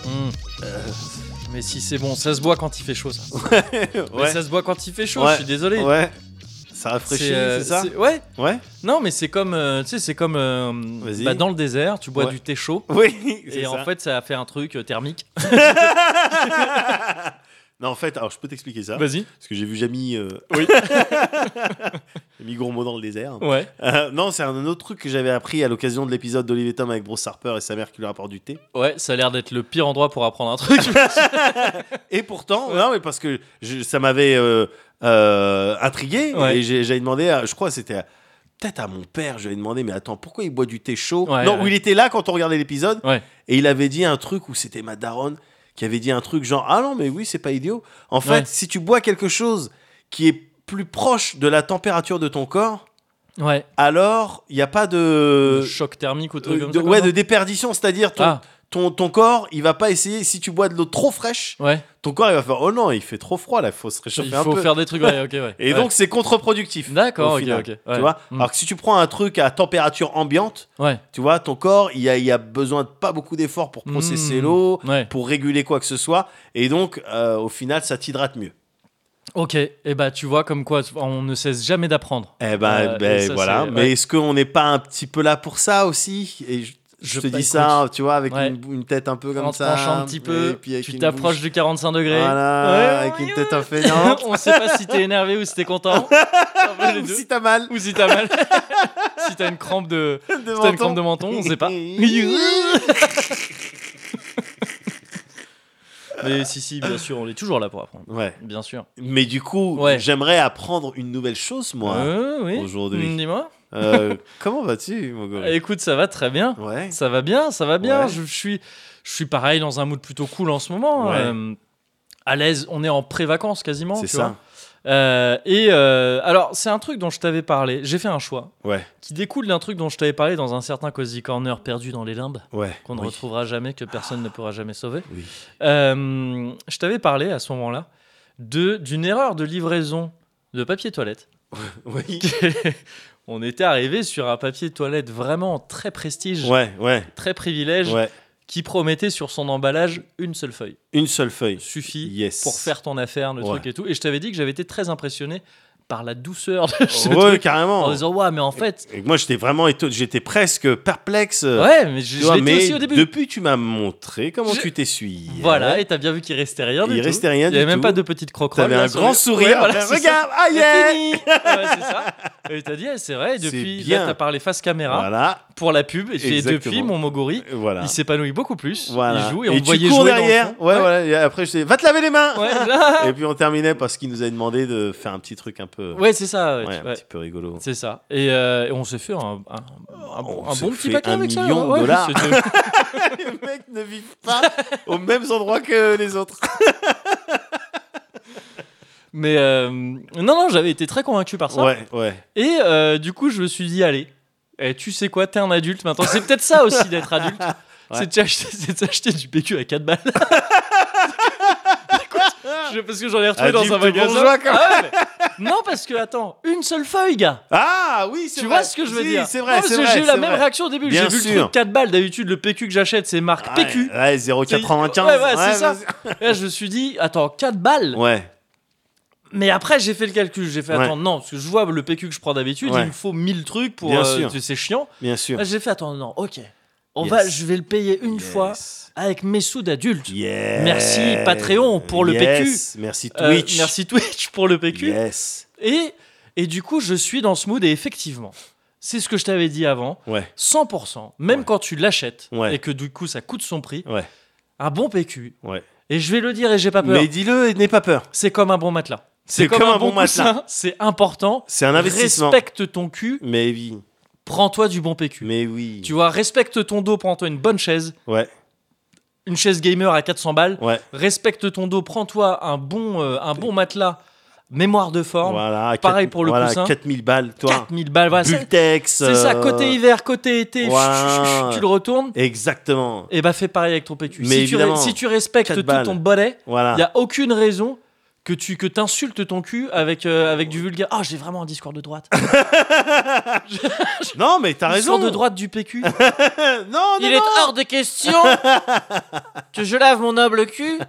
Mm. Mais si c'est bon, ça se boit quand il fait chaud, ça. Mais ouais. ça se boit quand il fait chaud, Ouais. je suis désolé. ouais. Ça rafraîchit, c'est euh, ça c'est- Ouais. Ouais. Non, mais c'est comme, euh, tu sais, c'est comme euh, Vas-y. bah, dans le désert, tu bois Ouais. du thé chaud. Oui. Et en fait, ça a fait un truc euh, thermique. non, en fait, alors je peux t'expliquer [laughs] ça. Vas-y. Parce que j'ai vu Jamy. euh, Oui. [laughs] Jamy Gourmaud dans le désert. Ouais. Euh, non, c'est un autre truc que j'avais appris à l'occasion de l'épisode d'Olivier Tom avec Bruce Harper et sa mère qui lui rapporte du thé. Ouais, ça a l'air d'être le pire endroit pour apprendre un truc. Et pourtant, non, mais parce que je- ça m'avait euh, euh, intrigué. Ouais. Et j'ai- j'avais demandé, à- je crois que c'était à- peut-être à mon père, j'avais demandé, mais attends, pourquoi il boit du thé chaud Ouais, Non, ouais. où il était là quand on regardait l'épisode. Ouais. Et il avait dit un truc où c'était ma daronne qui avait dit un truc genre, ah non, mais oui, c'est pas idiot. En fait, Ouais. si tu bois quelque chose qui est plus proche de la température de ton corps, ouais. alors il n'y a pas de. Choc thermique ou truc euh, comme de- ça. ouais, comme de déperdition, c'est-à-dire ça ton, Ah, ton, ton corps, il va pas essayer. Si tu bois de l'eau trop fraîche, ouais. ton corps il va faire oh non il fait trop froid là il faut se réchauffer Il un faut peu faire des trucs. Ouais, ok, ouais. [laughs] et Ouais. donc c'est contre-productif D'accord, au ok, final, ok. tu ouais. vois Mm. alors que si tu prends un truc à température ambiante Ouais. tu vois ton corps il a, il a besoin de pas beaucoup d'efforts pour processer Mm. l'eau Ouais. pour réguler quoi que ce soit et donc euh, au final ça t'hydrate mieux Ok. Et bah, tu vois, comme quoi, on ne cesse jamais d'apprendre. eh ben, Euh, ben, et ça, voilà c'est- mais ouais. est-ce qu'on n'est pas un petit peu là pour ça aussi et je, je Je- te bah, dis ça tu vois avec ouais. une, une tête un peu comme en te ça penchant un petit et peu, puis avec tu une t'approches bouche- du 45 degrés. voilà, Ouais, avec ouais, une tête un peu [laughs] On sait pas si t'es énervé ou si t'es [laughs] content. Un peu les deux. si t'as mal [laughs] Ou si t'as mal. [laughs] si t'as une crampe de, de si t'as une menton. crampe de menton, on sait pas. Mais si, si, bien sûr, on est toujours là pour apprendre. [laughs] Ouais. Bien sûr. Mais du coup, Ouais. j'aimerais apprendre une nouvelle chose, moi, Euh, oui. Mm, aujourd'hui. Dis-moi. [laughs] Euh, comment vas-tu, mon gars Écoute, ça va très bien. Ouais. Ça va bien, ça va bien. Ouais. Je, je suis, je suis pareil dans un mood plutôt cool en ce moment. Ouais. Euh, à l'aise, on est en pré-vacances quasiment. C'est tu ça. vois. Euh, et euh, alors, c'est un truc dont je t'avais parlé. J'ai fait un choix Ouais. qui découle d'un truc dont je t'avais parlé dans un certain Cozy Corner perdu dans les limbes. Ouais. qu'on ne Oui. retrouvera jamais, que personne ne pourra jamais sauver. Oui. Euh, je t'avais parlé à ce moment-là de d'une erreur de livraison de papier [laughs] toilette. [laughs] [laughs] Oui. On était arrivé sur un papier toilette vraiment très prestige, Ouais, ouais, très privilège, ouais. qui promettait sur son emballage une seule feuille. Une seule feuille. Suffit Yes. [laughs] pour faire ton affaire, le Ouais. truc et tout. Et je t'avais dit que j'avais été très impressionné par la douceur de ce Ouais, truc. En carrément. disant, ouais, mais en fait. Et moi, j'étais vraiment étonné. J'étais presque perplexe. Ouais, mais je, Euh, Tu je vois, l'étais mais aussi au début. depuis, tu m'as montré comment Je- tu t'essuies. Voilà, et t'as bien vu qu'il restait rien. du Il tout. restait rien Il y avait du même tout. pas de petite croquerole. T'avais là, un sur grand le- sourire. Ouais, voilà, après, c'est ça. regarde, ah C'est yeah fini Ouais, c'est ça. Et t'as dit, eh, c'est vrai, et C'est depuis, là, bien. t'as parlé face caméra Voilà, pour la pub, et j'ai- Exactement. depuis, mon Mogori, voilà. il s'épanouit beaucoup plus, Voilà. il joue, et, on le tu voyait cours jouer dans le derrière. fond. ouais, voilà. Et après, je dis, va te laver les mains. Ouais, [laughs] là. Et puis on terminait parce qu'il nous avait demandé de faire un petit truc un peu, Ouais, c'est ça, ouais, ouais, tu- un ouais. petit peu [laughs] rigolo. c'est ça. Et, euh, et on s'est fait un, un- un- un On bon s'est petit fait paquet un avec ça. hein. million de ouais, dollars. c'était- [laughs] les mecs ne vivent pas aux mêmes endroits que les autres. Mais euh, non, non, j'avais été très convaincu par ça. [laughs] Ouais, ouais. Et euh, du coup, je me suis dit, allez, eh, tu sais quoi, t'es un adulte maintenant. C'est peut-être ça aussi d'être adulte. [laughs] Ouais. C'est de s'acheter- c'est de s'acheter du PQ à 4 [laughs] balles. Écoute, je- parce que j'en ai retrouvé Adulte dans un magasin. bourgeois, quand même. Ah ouais, mais- Non, parce que attends, une seule feuille, gars. Ah oui, c'est Tu vrai. vois ce que je veux Si, dire C'est Non, vrai, parce c'est que vrai. j'ai eu la c'est même vrai. réaction au début. J'ai Bien vu le sûr. truc 4 balles. D'habitude, le PQ que j'achète, c'est marque Ouais, PQ. Ouais, C'est- 0,95. Ouais, ouais, c'est ça. vas-y. Là, je me suis dit, attends, 4 balles. Ouais, Mais après, j'ai fait le calcul. J'ai fait, Ouais. attends, non, parce que je vois le PQ que je prends d'habitude, Ouais. il me faut 1000 trucs pour. Bien euh, sûr. tu sais, c'est chiant. bien sûr. Là, Ah, j'ai fait, attends, non, ok. On Yes. va, je vais le payer une Yes. fois avec mes sous d'adulte. Yes. Merci, Patreon, pour le Yes. Merci Euh, Twitch. merci Twitch pour le PQ. Yes. Et, et du coup, je suis dans ce mood et effectivement, c'est ce que je t'avais dit avant. Ouais, 100%, même Ouais. quand tu l'achètes Ouais. et que du coup ça coûte son prix, ouais, un bon PQ, ouais. et je vais le dire et j'ai pas peur, Mais dis-le et n'aie pas peur. c'est comme un bon matelas. C'est comme, un bon matelas. coussin, C'est important. C'est un investissement. Respecte ton cul, Mais oui, prends-toi du bon PQ. mais oui. Tu vois, respecte ton dos, prends-toi une bonne chaise, Ouais, une chaise gamer à 400 balles. ouais. Respecte ton dos, prends-toi un bon, euh, un bon matelas, mémoire de forme, Voilà, Pareil quatre- pour le voilà, coussin. 4000 balles, toi. 4000 balles. voilà, c'est Bultex. c'est ça, euh, côté hiver, côté été, voilà. tu le retournes. Exactement. Et bah fais pareil avec ton PQ. Mais si, tu, évidemment. si tu respectes Quatre tout balles. Ah. ton balai, il Voilà. n'y a aucune raison que tu que insultes ton cul avec, euh, avec du vulgaire. Ah, j'ai vraiment un discours de droite. Non, mais t'as raison. discours de droite du [laughs] PQ. non, non, il non. est hors de question que je lave mon noble cul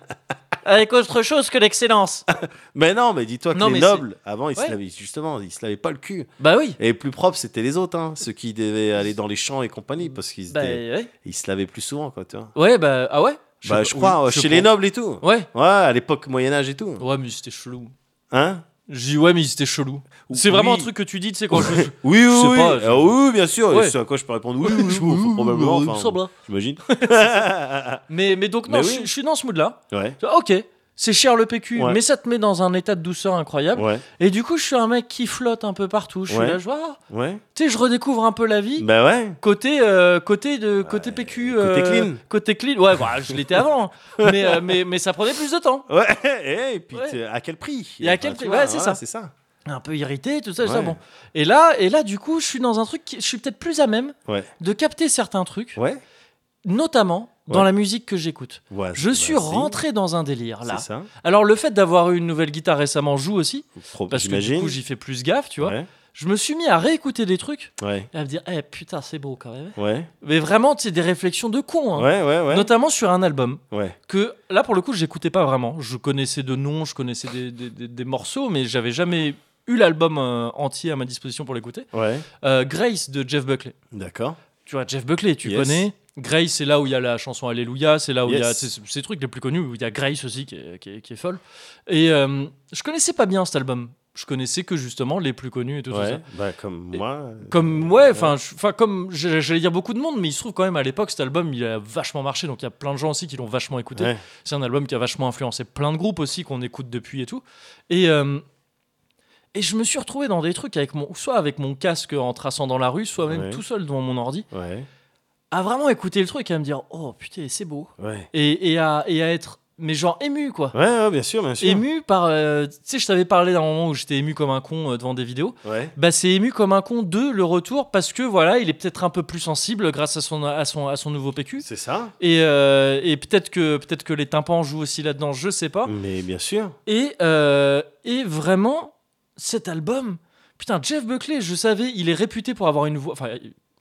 avec autre chose que l'excellence. Ah. Mais non, mais dis-toi que Non, mais les c'est- nobles, avant, ils Ouais. se lavaient, justement, ils se lavaient pas le cul. Bah oui. Et les plus propres, c'était les autres, hein, ceux qui devaient aller dans les champs et compagnie, parce qu'ils Bah, étaient- ouais. ils se lavaient plus souvent, quoi, tu vois. Ouais, bah, ah ouais bah, sais je pas, crois, oui, euh, je chez les crois. nobles et tout. Ouais. Ouais, à l'époque Moyen-Âge et tout. Ouais, mais c'était chelou. Hein Je dis ouais, mais c'était chelou. C'est Oui. vraiment un truc que tu dis, tu sais, quand je. Oui, oui, sais oui. pas, je- Ah oui, bien sûr. Ouais. Et ce à quoi je peux répondre oui, oui, oui, oui, faut probablement. Il me enfin, semble, hein. J'imagine. Mais, mais donc, non, Mais je oui. suis- je suis dans ce mood-là. ouais, Tu vois, Ok, c'est cher le PQ, Ouais. mais ça te met dans un état de douceur incroyable. ouais, Et du coup, je suis un mec qui flotte un peu partout. Je suis Ouais. là, je vois, ah, ouais. tu sais, je redécouvre un peu la vie. Bah ouais. Côté, euh, côté, de, côté PQ. côté euh, clean. Côté clean. Ouais, bah, je l'étais avant. mais, euh, mais, mais ça prenait plus de temps. Ouais, [laughs] Eh, et puis Ouais. t'es- à quel prix Et à Enfin, quel tu prix vois, Ouais, c'est voilà, ça. C'est ça. Un peu irrité, tout ça, tout ça. Ouais. Bon. Et, là, et là, du coup, je suis dans un truc. Qui, je suis peut-être plus à même Ouais. de capter certains trucs, Ouais. notamment dans Ouais. la musique que j'écoute. Ouais, Je bah, suis si. rentré dans un délire, là. C'est ça. Alors, le fait d'avoir eu une nouvelle guitare récemment joue aussi. Pro- Parce que du J'imagine. coup, j'y fais plus gaffe, tu vois. Ouais, Je me suis mis à réécouter des trucs ouais, et à me dire, eh putain, c'est beau quand même. ouais, Mais vraiment, c'est des réflexions de con. hein. ouais, ouais, ouais. Notamment sur un album Ouais, que, là, pour le coup, j'écoutais pas vraiment. Je connaissais de noms, je connaissais des, des- des- des morceaux, mais j'avais jamais eu l'album euh, entier à ma disposition pour l'écouter. ouais. Euh, Grace de Jeff Buckley. D'accord. Tu vois, Jeff Buckley, tu Yes. connais Grace, c'est là où il y a la chanson Alléluia, c'est là où il y a Yes. ces, ces trucs les plus connus, où il y a Grace aussi qui est, qui est- qui est folle. Et euh, je connaissais pas bien cet album. Je connaissais que justement les plus connus et tout, tout ça. Ouais. Bah comme Et- moi. Comme ouais, enfin, je- enfin comme j'ai- j'allais dire beaucoup de monde, mais il se trouve quand même à l'époque cet album il a vachement marché, donc il y a plein de gens aussi qui l'ont vachement écouté. Ouais. C'est un album qui a vachement influencé plein de groupes aussi qu'on écoute depuis et tout. Et euh, et je me suis retrouvé dans des trucs avec mon soit avec mon casque en traçant dans la rue, soit même Ouais. tout seul devant mon ordi, Ouais. à vraiment écouter le truc et à me dire oh putain c'est beau Ouais. et, et à et à être mais genre ému quoi. Ouais, ouais, bien sûr, bien sûr. Ému par, euh, tu sais, je t'avais parlé d'un moment où j'étais ému comme un con euh, devant des vidéos Ouais. bah, c'est ému comme un con de le retour parce que voilà, il est peut-être un peu plus sensible grâce à son, à son, à son nouveau PQ. C'est ça. Et, euh, et peut-être que, peut que les tympans jouent aussi là-dedans, je sais pas. Mais bien sûr. Et, euh, et vraiment, cet album, putain, Jeff Buckley, je savais, il est réputé pour avoir une voix. Enfin,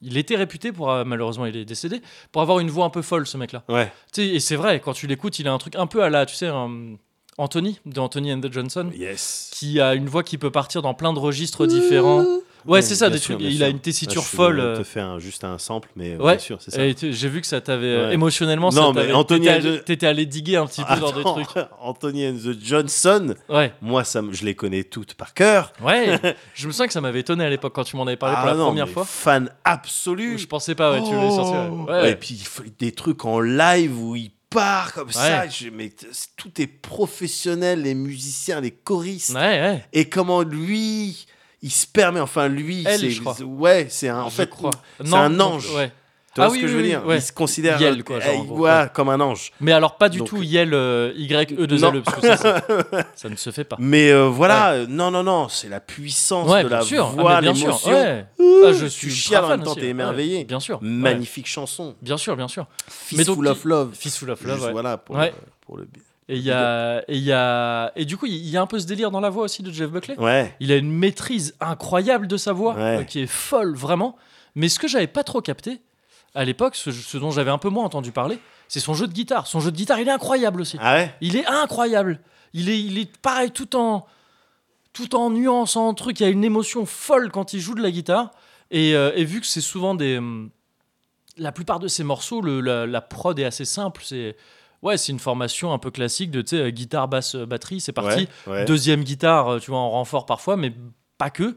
il était réputé pour. euh, Malheureusement, il est décédé, pour avoir une voix un peu folle, ce mec-là. Ouais. Tu sais, et c'est vrai, quand tu l'écoutes, il a un truc un peu à la, tu sais, un, Anthony, de Anthony and the Johnson, Yes. qui a une voix qui peut partir dans plein de registres différents. Ouais, Bien- c'est ça, bien des sûr, trucs. bien Il sûr. a une Là, tessiture Ah, je suis folle. obligé euh, de te faire un- juste un sample, mais euh, Ouais. bien sûr, c'est ça. et tu- J'ai vu que ça t'avait euh, Ouais. émotionnellement. ça Non, mais t'avait- Anthony t'étais and allé, the- t'étais allé diguer un petit peu dans des Attends, trucs. [laughs] Anthony and the Johnson, Ouais, moi, ça, me- je les connais toutes par cœur. [laughs] ouais. je me sens que ça m'avait étonné à l'époque quand tu m'en avais parlé Ah pour la non, première mais fois. Fan absolu. Je pensais pas, ouais, tu voulais sortir. ouais. Oh. Ouais, Et puis, il fait des trucs en live où il part comme ça. Ouais. je- mais t- c'est- tout est professionnel, les musiciens, les choristes. ouais, ouais. Et comment lui, il se permet. Enfin, lui, Elle, c'est- je crois. ouais, c'est un, en Je fait, crois. c'est Non, un ange. ouais. Tu vois Ah ce oui, que je oui, veux oui, dire ouais. Il se considère Yel, quoi, genre, eh, en gros, ouais, comme un ange. Mais alors pas du Donc- tout Yel euh, Y-E-2-L-E, Non. parce que ça, ça- [laughs] ça ne se fait pas. Mais euh, voilà, euh, non, non, non, c'est la puissance Ouais, de bien la sûr. Ah, voix, mais bien sûr. l'émotion. ouais. Ouh, Ah, je tu suis ultra chiales en fan même temps, aussi, t'es ouais. émerveillé. Bien sûr. ouais. Magnifique chanson. Bien sûr, bien sûr. Mais donc, Fistful of Love. Fistful of Love, Juste, ouais. Voilà, pour, Ouais. le- pour le... bi- Et il y a et il y a et du coup il y a un peu ce délire dans la voix aussi de Jeff Buckley. Ouais. Il a une maîtrise incroyable de sa voix Ouais. euh, qui est folle vraiment. Mais ce que j'avais pas trop capté à l'époque, ce, ce dont j'avais un peu moins entendu parler, c'est son jeu de guitare. Son jeu de guitare, il est incroyable aussi. Ah ouais Il est incroyable. Il est, il est pareil, tout en, tout en nuance, en truc. Il y a une émotion folle quand il joue de la guitare. Et, euh, et vu que c'est souvent des. hum, La plupart de ses morceaux, le- la, la prod est assez simple. C'est ouais, c'est une formation un peu classique de tu sais, euh, guitare, basse, euh, batterie, c'est parti. Ouais, ouais. Deuxième guitare, euh, tu vois, en renfort parfois, mais pas que.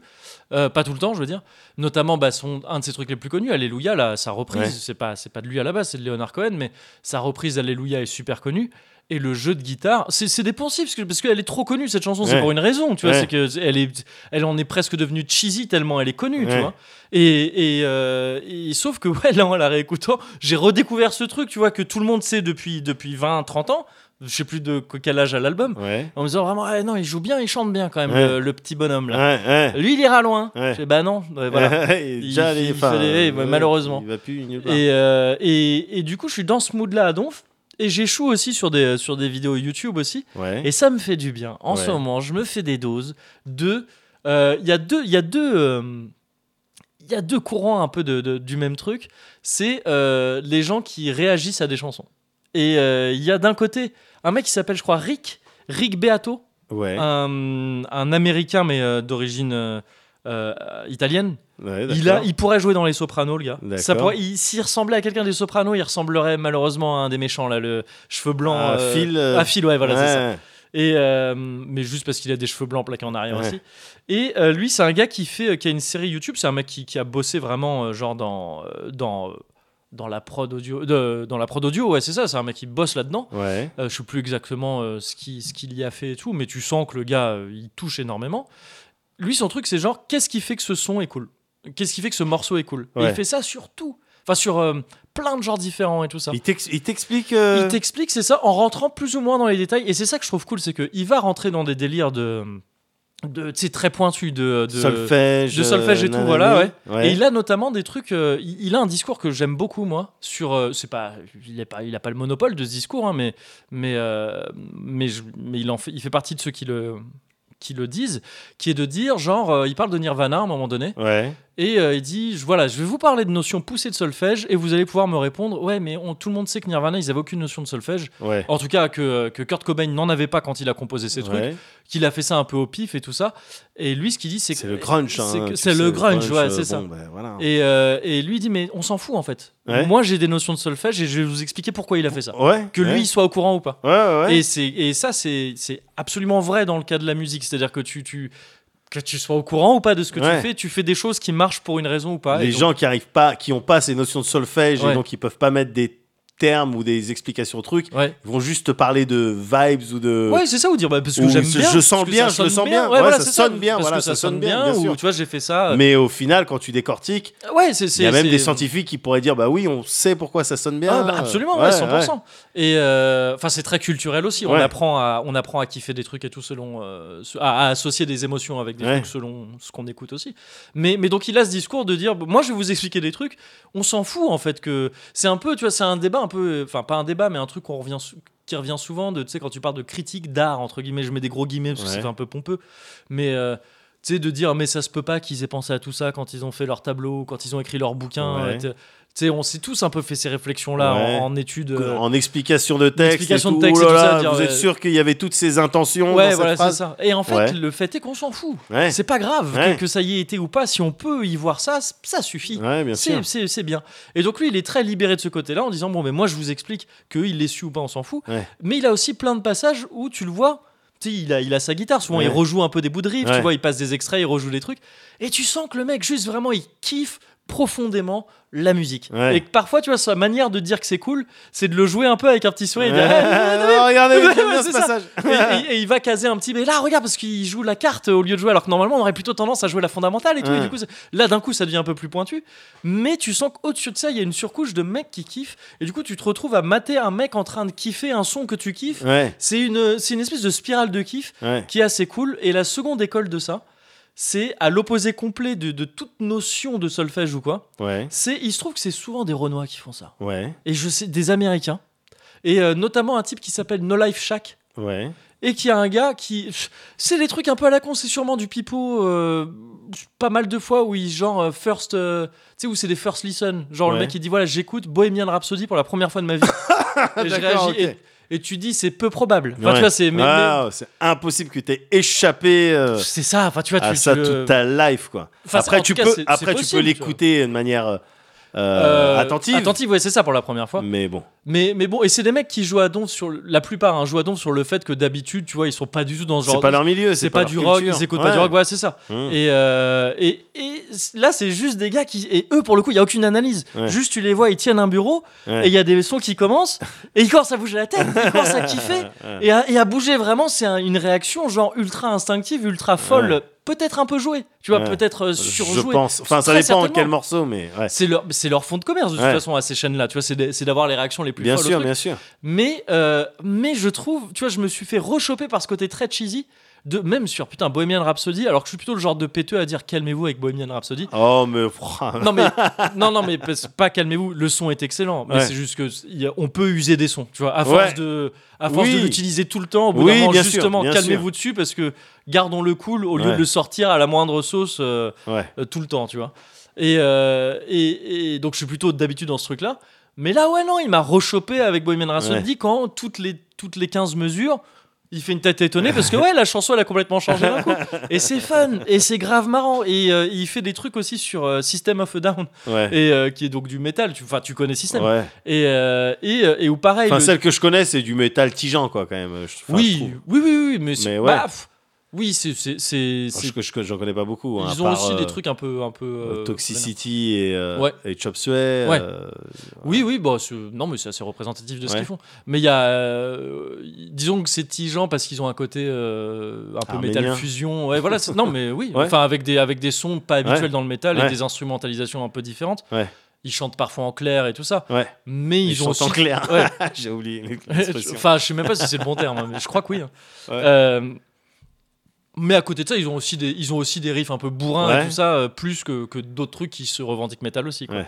Euh, pas tout le temps, je veux dire. Notamment, bah, son, un de ses trucs les plus connus, Alléluia, là, sa reprise, Ouais. c'est pas, c'est pas de lui à la base, c'est de Leonard Cohen, mais sa reprise Alléluia est super connue. Et le jeu de guitare, c'est, c'est des poncifs, parce, que, parce qu'elle est trop connue, cette chanson, c'est Ouais. pour une raison, tu vois, Ouais. c'est que c'est- elle, est, elle en est presque devenue cheesy tellement elle est connue, tu Ouais. vois. Et, et, euh, et sauf que, [laughs] ouais, là, en la réécoutant, j'ai redécouvert ce truc, tu vois, que tout le monde sait depuis, depuis 20, 30 ans, je sais plus de quel âge à l'album, Ouais. en me disant vraiment, Ah non, il joue bien, il chante bien quand même, Ouais. le, le petit bonhomme Ouais, là. ouais. Lui, il ira loin. Ouais. Je fais, bah non, Ouais, voilà. [laughs] Et Il- déjà, il- les- il enfin, fait les- ouais, ouais, malheureusement. Il va plus nulle part. et, euh, et, et du coup, je suis dans ce mood là à Donf. Et j'échoue aussi sur des, sur des vidéos YouTube aussi. Ouais. Et ça me fait du bien. En Ouais. ce moment, je me fais des doses de. euh, Il y a deux. Il y a deux. euh, il y a deux courants un peu de, de- du même truc. C'est euh, les gens qui réagissent à des chansons. Et euh, il y a d'un côté un mec qui s'appelle, je crois, Rick. Rick Beato. Ouais. un, un américain mais euh, d'origine euh, euh, italienne. Ouais, Il, a, Eh, d'accord. il pourrait jouer dans les Sopranos, le gars. D'accord. Ça pourrait, il- s'il ressemblait à quelqu'un des Sopranos, il ressemblerait malheureusement à un des méchants, là, le cheveux blanc. Ah, Phil, euh, à Phil, ouais, voilà, c'est ça. Ouais. Et, euh, mais juste parce qu'il a des cheveux blancs plaqués en arrière Ouais. aussi. Et euh, lui, c'est un gars qui fait, qui a une série YouTube. C'est un mec qui, qui a bossé vraiment euh, genre dans euh, dans euh, dans la prod audio, de- dans la prod audio. Ouais, c'est ça. C'est un mec qui bosse là-dedans. Ouais. Euh, je sais plus exactement euh, ce qu'il ce qu'il y a fait et tout, mais tu sens que le gars, euh, il touche énormément. Lui, son truc, c'est genre, qu'est-ce qui fait que ce son est cool Qu'est-ce qui fait que ce morceau est cool Et Ouais. il fait ça sur tout. Enfin, sur euh, plein de genres différents et tout ça. Il t'ex- il t'explique. euh, Il t'explique, c'est ça, en rentrant plus ou moins dans les détails. Et c'est ça que je trouve cool, c'est qu'il va rentrer dans des délires de. de tu sais, très pointus, de. de solfège. euh, de solfège et tout, nanani. voilà, ouais. ouais. et il a notamment des trucs. euh, il il a un discours que j'aime beaucoup, moi. Sur, euh, c'est pas, il n'a pas, il a pas le monopole de ce discours, hein, mais mais euh, mais, je- mais il en fait, il fait partie de ceux qui le qui le disent, qui est de dire genre, euh, il parle de Nirvana à un moment donné, Ouais. et euh, il dit, je, voilà, je vais vous parler de notions poussées de solfège, et vous allez pouvoir me répondre, ouais, mais on- tout le monde sait que Nirvana, ils avaient aucune notion de solfège. Ouais. En tout cas, que, que Kurt Cobain n'en avait pas quand il a composé ses trucs, Ouais. qu'il a fait ça un peu au pif et tout ça. Et lui, ce qu'il dit, c'est que C'est le grunge. c'est hein, que- tu c'est sais, le grunge, ouais, euh, c'est ça. bon, bah, voilà. Et, euh, et lui dit mais on s'en fout en fait. Ouais. Moi j'ai des notions de solfège et je vais vous expliquer pourquoi il a fait ça. Ouais. Que ouais. lui il soit au courant ou pas. Ouais, ouais. ouais. Et, c'est, et ça c'est, c'est absolument vrai dans le cas de la musique. C'est-à-dire que tu, tu, que tu sois au courant ou pas de ce que tu Ouais. fais, tu fais des choses qui marchent pour une raison ou pas. les Et donc- gens qui arrivent pas, qui ont pas ces notions de solfège Ouais. et donc ils peuvent pas mettre des termes ou des explications au truc, Ouais. ils vont juste te parler de vibes ou de. Ouais, c'est ça, ou dire bah, parce que euh, ou j'aime je- bien. je sens parce que bien, ça je le sonne sens bien, ouais, voilà, ça c'est sonne bien, parce voilà, que ça, sonne bien, bien sûr. ou tu vois, j'ai fait ça. euh, Mais au final, quand tu décortiques, ouais, c'est, c'est, il y a même c'est- des scientifiques qui pourraient dire bah oui, on sait pourquoi ça sonne bien. Ah, bah, absolument, ouais, Ouais, 100%. ouais. Et euh, enfin, c'est très culturel aussi. On Ouais. apprend à on apprend à kiffer des trucs et tout selon euh, ce- à, à associer des émotions avec des Ouais. trucs selon ce qu'on écoute aussi. Mais mais donc il a ce discours de dire moi je vais vous expliquer des trucs. On s'en fout en fait que c'est un peu tu vois c'est un débat un peu enfin pas un débat mais un truc qu'on revient sou- qui revient souvent de tu sais quand tu parles de critique d'art entre guillemets je mets des gros guillemets parce que ça Ouais. fait un peu pompeux mais euh, tu sais, de dire, mais ça se peut pas qu'ils aient pensé à tout ça quand ils ont fait leur tableau, quand ils ont écrit leur bouquin. Ouais. euh, t'es- tu sais, on s'est tous un peu fait ces réflexions-là Ouais. en, en études. euh, En explication de texte. explication et de tout. texte et Oh tout là ça, là, dire, vous ouais. êtes sûr qu'il y avait toutes ces intentions dans euh, Ouais, cette voilà, c'est phrase ça. Et en fait, Ouais. le fait est qu'on s'en fout. Ouais. C'est pas grave que- Ouais. que, ça y ait été ou pas. Si on peut y voir ça, c- ça suffit. Ouais, bien sûr. C'est- C'est c'est bien. Et donc lui, il est très libéré de ce côté-là en disant bon, mais moi, je vous explique que il les su ou pas, on s'en fout. Ouais. Mais il a aussi plein de passages où tu le vois. tu sais, Il a, il a sa guitare, souvent Ouais. il rejoue un peu des bouts de riff, Ouais. tu vois, il passe des extraits, il rejoue des trucs. Et tu sens que le mec, juste vraiment, il kiffe profondément la musique. Ouais. Et que parfois, tu vois, sa manière de dire que c'est cool, c'est de le jouer un peu avec un petit sourire. et de dire, Ah, [laughs] Ouais, Oh, regardez, Ouais, j'aime bien ce c'est ça. passage. et, et- et il va caser un petit mais là regarde parce qu'il joue la carte au lieu de jouer alors que normalement on aurait plutôt tendance à jouer la fondamentale et tout Ouais. et du coup c'est- là d'un coup ça devient un peu plus pointu mais tu sens qu'au-dessus de ça il y a une surcouche de mecs qui kiffent et du coup tu te retrouves à mater un mec en train de kiffer un son que tu kiffes Ouais, c'est une, c'est une espèce de spirale de kiff ouais. qui est assez cool et la seconde école de ça c'est à l'opposé complet de, de toute notion de solfège ou quoi Ouais, c'est il se trouve que c'est souvent des renois qui font ça ouais, et je sais des américains et euh, notamment un type qui s'appelle No Life Shack ouais. et qu'il y a un gars qui. pff, C'est des trucs un peu à la con, c'est sûrement du pipeau. euh, pas mal de fois où il, genre, euh, first. euh, tu sais, où c'est des first listen. Genre, Ouais. le mec, il dit voilà, j'écoute Bohemian Rhapsody pour la première fois de ma [laughs] vie. et je réagis. D'accord, ok. Et, et tu dis, c'est peu probable. Enfin, tu Ouais. vois, c'est. mais- Ah, c'est impossible que t'aies échappé euh, mais- C'est ça, enfin, tu vois, tu, à tu ça le- toute ta life, quoi. Enfin, c'est- en après, tout tu cas, peux, c'est- c'est après, tu peux possible, tu vois. l'écouter de manière euh, euh, Euh, attentive. Mm. Attentive, ouais, c'est ça pour la première fois. Mais bon. Mais, mais bon, et c'est des mecs qui jouent à donf sur. le- La plupart hein, jouent à donf sur le fait que d'habitude, tu vois, ils sont pas du tout dans ce genre. C'est pas leur milieu, C'est pas, leur du rock, culture. ils écoutent pas du Ouais. rock, ouais, c'est ça. Hum. Et, euh, et, et c- là, c'est juste des gars qui. Et eux, pour le coup, il n'y a aucune analyse. Ouais. Juste, tu les vois, ils tiennent un bureau, Ouais. et il y a des sons qui commencent, et ils commencent à bouger la tête, ils commencent à [laughs] kiffer. Ouais. Et à, et à bouger vraiment, c'est un- une réaction genre ultra instinctive, ultra folle, peut-être un peu jouée, tu vois, Ouais. peut-être euh, Je surjouée. pense. Enfin, ça Très dépend de certainement. quel morceau, mais ouais. C'est leur, c'est leur fond de commerce de toute Ouais. façon à ces chaînes-là, tu vois, c'est de- c'est d'avoir les réactions les plus Bien folles. au sûr, truc. bien sûr. Mais, euh, mais je trouve, tu vois, je me suis fait rechoper par ce côté très cheesy, de, même sur putain Bohemian Rhapsody, alors que je suis plutôt le genre de péteux à dire calmez-vous avec Bohemian Rhapsody. Oh, mais. Non mais non non mais parce- pas calmez-vous, le son est excellent, mais Ouais. c'est juste que il y a- on peut user des sons, tu vois, à force Ouais. de à force Oui. de l'utiliser tout le temps, au bout Oui, d'un moment bien sûr, justement bien calmez-vous dessus parce que gardons le cool au lieu Ouais. de le sortir à la moindre sauce euh, Ouais. euh, tout le temps, tu vois. Et, euh, et, et donc je suis plutôt d'habitude dans ce truc-là, mais là ouais non, il m'a rechopé avec Bohemian Rhapsody quand toutes les toutes les 15 mesures il fait une tête étonnée parce que ouais la chanson elle a complètement changé d'un coup et c'est fun et c'est grave marrant et euh, il fait des trucs aussi sur euh, System of a Down Ouais. et euh, qui est donc du métal. Tu, enfin, tu connais System. Ouais. Et, euh, et, euh, et où pareil. Enfin, le- celle que je connais, c'est du métal tigeant, quoi, quand même. Je- enfin, je oui, trouve. oui, oui, oui, mais, c'est- Mais ouais. bah, pff, oui, c'est c'est c'est. Enfin, c'est- je- je- J'en connais pas beaucoup. hein, Ils à ont part, aussi euh, des trucs un peu un peu. euh, Toxicity et, euh, Ouais. et Chop Suey. Ouais. euh, Oui, oui, bah, c'est- non, mais c'est assez représentatif de ce Ouais. qu'ils font. Mais il y a, euh, disons que c'est tigeant parce qu'ils ont un côté euh, un peu Arménien. métal fusion. Ouais, voilà. c'est- Non, mais oui. [laughs] Ouais. Enfin, avec des avec des sons pas habituels Ouais. dans le métal Ouais. et des instrumentalisations un peu différentes. Ouais. Ils chantent parfois en clair et tout ça. Ouais. Mais ils, Ils ont chantent en aussi- clair. Ouais. [laughs] J'ai oublié l'expression. enfin, [laughs] je sais même pas si c'est le bon terme, mais je crois que oui. hein. Ouais. Euh, mais à côté de ça, ils ont aussi des, ils ont aussi des riffs un peu bourrins Ouais. et tout ça, euh, plus que, que d'autres trucs qui se revendiquent métal aussi. quoi. Ouais.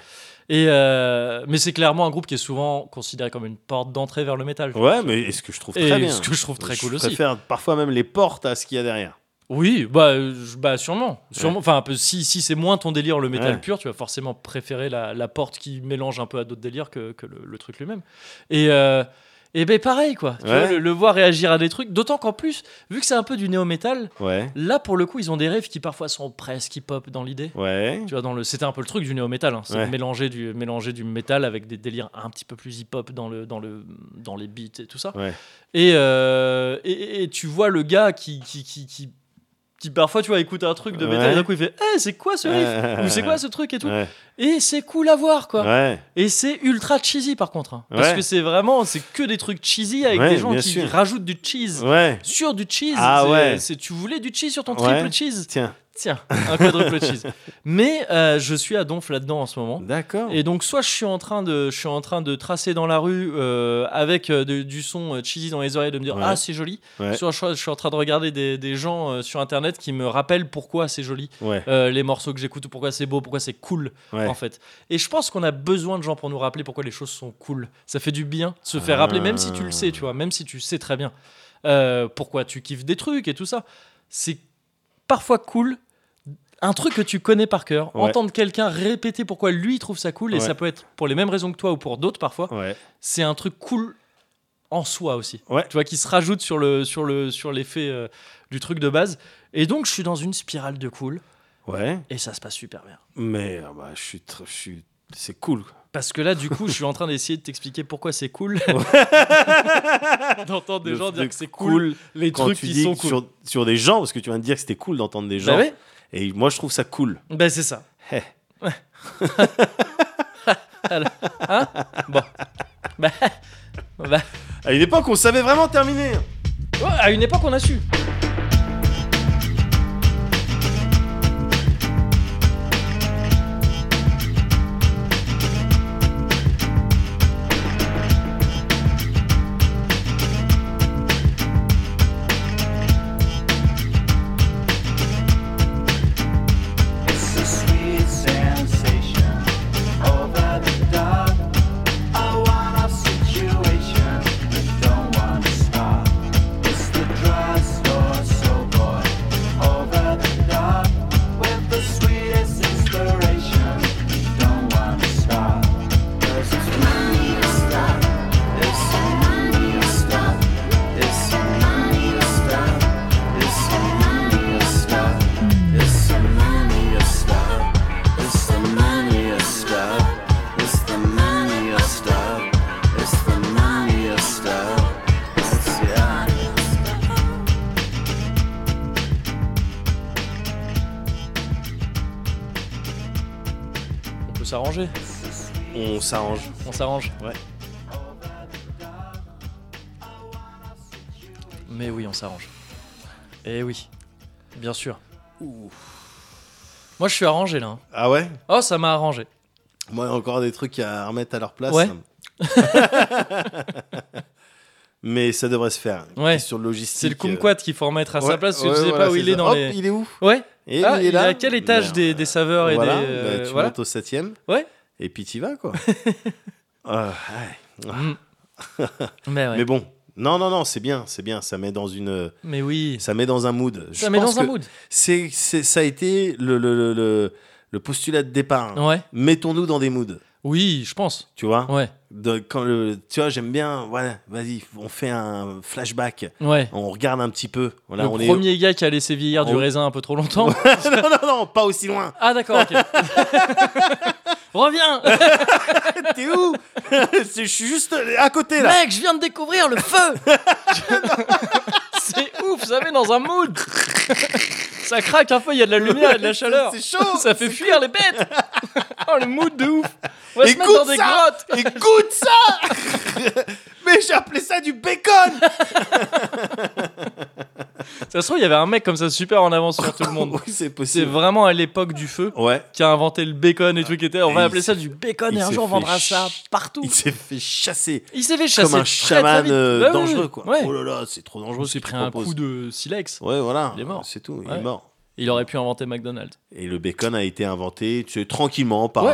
Et euh, mais c'est clairement un groupe qui est souvent considéré comme une porte d'entrée vers le métal. Ouais, mais est-ce que je trouve Et très bien ce que je trouve très Je cool aussi. préfère parfois même les portes à ce qu'il y a derrière. Oui, bah, euh, je- bah sûrement, sûrement. Enfin, un peu, si, si c'est moins ton délire le métal Ouais. pur, tu vas forcément préférer la, la porte qui mélange un peu à d'autres délires que, que le, le truc lui-même. Et euh, et ben pareil quoi. Tu Ouais. vois, le, le voir réagir à des trucs, d'autant qu'en plus, vu que c'est un peu du néo métal, Ouais, là pour le coup, ils ont des rêves qui parfois sont presque hip hop dans l'idée. ouais, [laughs] Tu vois, dans le, c'était un peu le truc du néo métal, hein. c'est Ouais. mélanger du mélanger du métal avec des délires un petit peu plus hip hop dans le dans le dans les beats et tout ça. Ouais. Et, euh, et, et tu vois le gars qui qui, qui, qui qui parfois tu vois écoute un truc de métal Ouais. et d'un coup il fait Eh, c'est quoi ce riff Ouais. ou c'est quoi ce truc et tout ouais, et c'est cool à voir quoi ouais, et c'est ultra cheesy par contre hein. parce Ouais. que c'est vraiment c'est que des trucs cheesy avec Ouais, des gens bien qui sûr. rajoutent du cheese ouais. sur du cheese Ah C'est- ouais. c'est tu voulais du cheese sur ton Ouais. triple cheese Tiens, Tiens, un quadruple cheese. Mais euh, je suis à donf là-dedans en ce moment. d'accord. Et donc soit je suis en train de, je suis en train de tracer dans la rue euh, avec euh, de- du son euh, cheesy dans les oreilles de me dire Ouais. ah c'est joli. Ouais. Soit je, je suis en train de regarder des, des gens euh, sur internet qui me rappellent pourquoi c'est joli, Ouais, euh, les morceaux que j'écoute, pourquoi c'est beau, pourquoi c'est cool ouais. en fait. Et je pense qu'on a besoin de gens pour nous rappeler pourquoi les choses sont cool. Ça fait du bien de se faire rappeler, même si tu le sais, tu vois, même si tu sais très bien euh, pourquoi tu kiffes des trucs et tout ça. C'est parfois cool un truc que tu connais par cœur, Ouais. entendre quelqu'un répéter pourquoi lui il trouve ça cool, et Ouais. ça peut être pour les mêmes raisons que toi ou pour d'autres parfois, Ouais. c'est un truc cool en soi aussi. Ouais. Tu vois, qui se rajoute sur le sur le sur l'effet euh, du truc de base. Et donc je suis dans une spirale de cool Ouais. et ça se passe super bien. Mais euh, bah, je suis. tr- je suis... C'est cool. Parce que là, du coup, je suis en train d'essayer de t'expliquer pourquoi c'est [laughs] cool [laughs] d'entendre des Le- gens de dire que c'est cool, les quand trucs tu qui dis sont que cool. sur, sur des gens, parce que tu viens de dire que c'était cool d'entendre des gens. Bah ouais, Et moi, je trouve ça cool. bah c'est ça. Heh. [laughs] Ouais. Alors, hein Bon. Bah, [laughs] bah. À une époque, on savait vraiment terminer. Ouais, à une époque, on a su. It's a sweet sensation over the dark. A one-off situation that don't want to stop. It's the drugstore soul boy over the dark with the sweetest inspiration that don't want to stop. 'Cause it's money to stop. It's money to stop. It's money to stop. It's money to stop. It's the money of stuff. It's the money of stuff. It's the money of stuff. It's the money of stuff. It's the money of stuff. On peut s'arranger. On s'arrange. On s'arrange. Ouais. Mais oui, on s'arrange. Eh oui, bien sûr. Moi, je suis arrangé là. hein. Ah ouais Oh, ça m'a arrangé. Moi, il y a encore des trucs à remettre à leur place. Ouais. [laughs] Mais ça devrait se faire. Ouais. Sur le logistique. C'est le euh, kumquat qu'il faut remettre à sa ouais, place. parce que ouais, je sais voilà, pas où c'est il est ça. dans Hop, les. Il est où Ouais. Et Ah, il est là. à quel étage Merde. des, des saveurs et Voilà, des. euh, bah, tu voilà. montes au septième. Ouais. Et puis t'y [laughs] vas, quoi. Ah, Mm. ouais. Mais, ouais. Mais mais, bon. Non, non, non, c'est bien, c'est bien. Ça met dans une, oui. ça met dans un mood. Je Ça met pense dans un que mood. C'est, c'est- ça a été le, le, le, le- le postulat de départ. Ouais. Mettons-nous dans des moods. Oui, je pense. Tu vois. Ouais. De- quand le, tu vois, j'aime bien. Voilà, vas-y, on fait un flashback. Ouais. On regarde un petit peu. Voilà, le on premier gars qui a laissé vieillir du On- raisin un peu trop longtemps. est. [laughs] non, non, non, pas [laughs] aussi loin. Ah [laughs] d'accord, ok. Reviens T'es où [laughs] C'est- Je suis juste à côté là. Mec, je viens de découvrir le feu [laughs] C'est ouf, ça met dans un mood Ça craque un peu, il y a de la lumière et de la chaleur. [laughs] C'est [laughs] chaud. Ça fait fuir les bêtes [laughs] Oh, le mood de ouf On va se mettre Écoute dans des ça grottes [laughs] Écoute ça [laughs] Mais j'ai appelé ça du bacon Ça se trouve, il y avait un mec comme ça super en avance sur tout le monde. [laughs] Oui, c'est C'est possible. vraiment à l'époque du feu Ouais. qui a inventé le bacon et tout qui était. On Et va il appeler ça s'est- du bacon et il un s'est jour on fait vendra ch- ça partout. Il s'est fait chasser Il s'est fait chasser. comme un très, très chaman vite. euh, Ouais, ouais, dangereux quoi. ouais. Oh là là, c'est trop dangereux. On ce s'est qu'il pris un propose. coup de silex. Ouais, voilà. Il est mort. C'est tout, il Ouais. est mort. Il aurait pu inventer McDonald's. Et le bacon a été inventé tu sais, tranquillement par Ouais.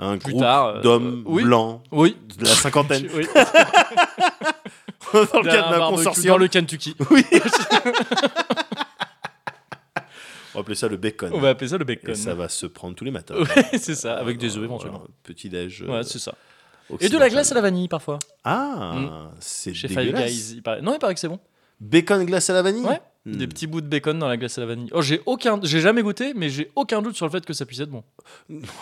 un, un Plus groupe tard, euh, d'hommes oui. blancs Oui. de la [laughs] cinquantaine [laughs] Oui. dans le cadre D'un d'un barbecue consortium. Dans le [laughs] Kentucky. Oui. On va appeler ça le bacon. On va appeler ça le Et bacon. ça va se prendre tous les matins. Ouais, c'est ça, avec des œufs Voilà, éventuellement. Petit déj. euh, Ouais, c'est ça. Et de la glace à la vanille parfois. Ah, Mm. c'est Chez Five dégueulasse. Guys, il paraît- Non, il paraît que c'est bon. Bacon glace à la vanille Ouais. Mm. Des petits bouts de bacon dans la glace à la vanille. Oh, j'ai aucun, j'ai jamais goûté, mais j'ai aucun doute sur le fait que ça puisse être bon.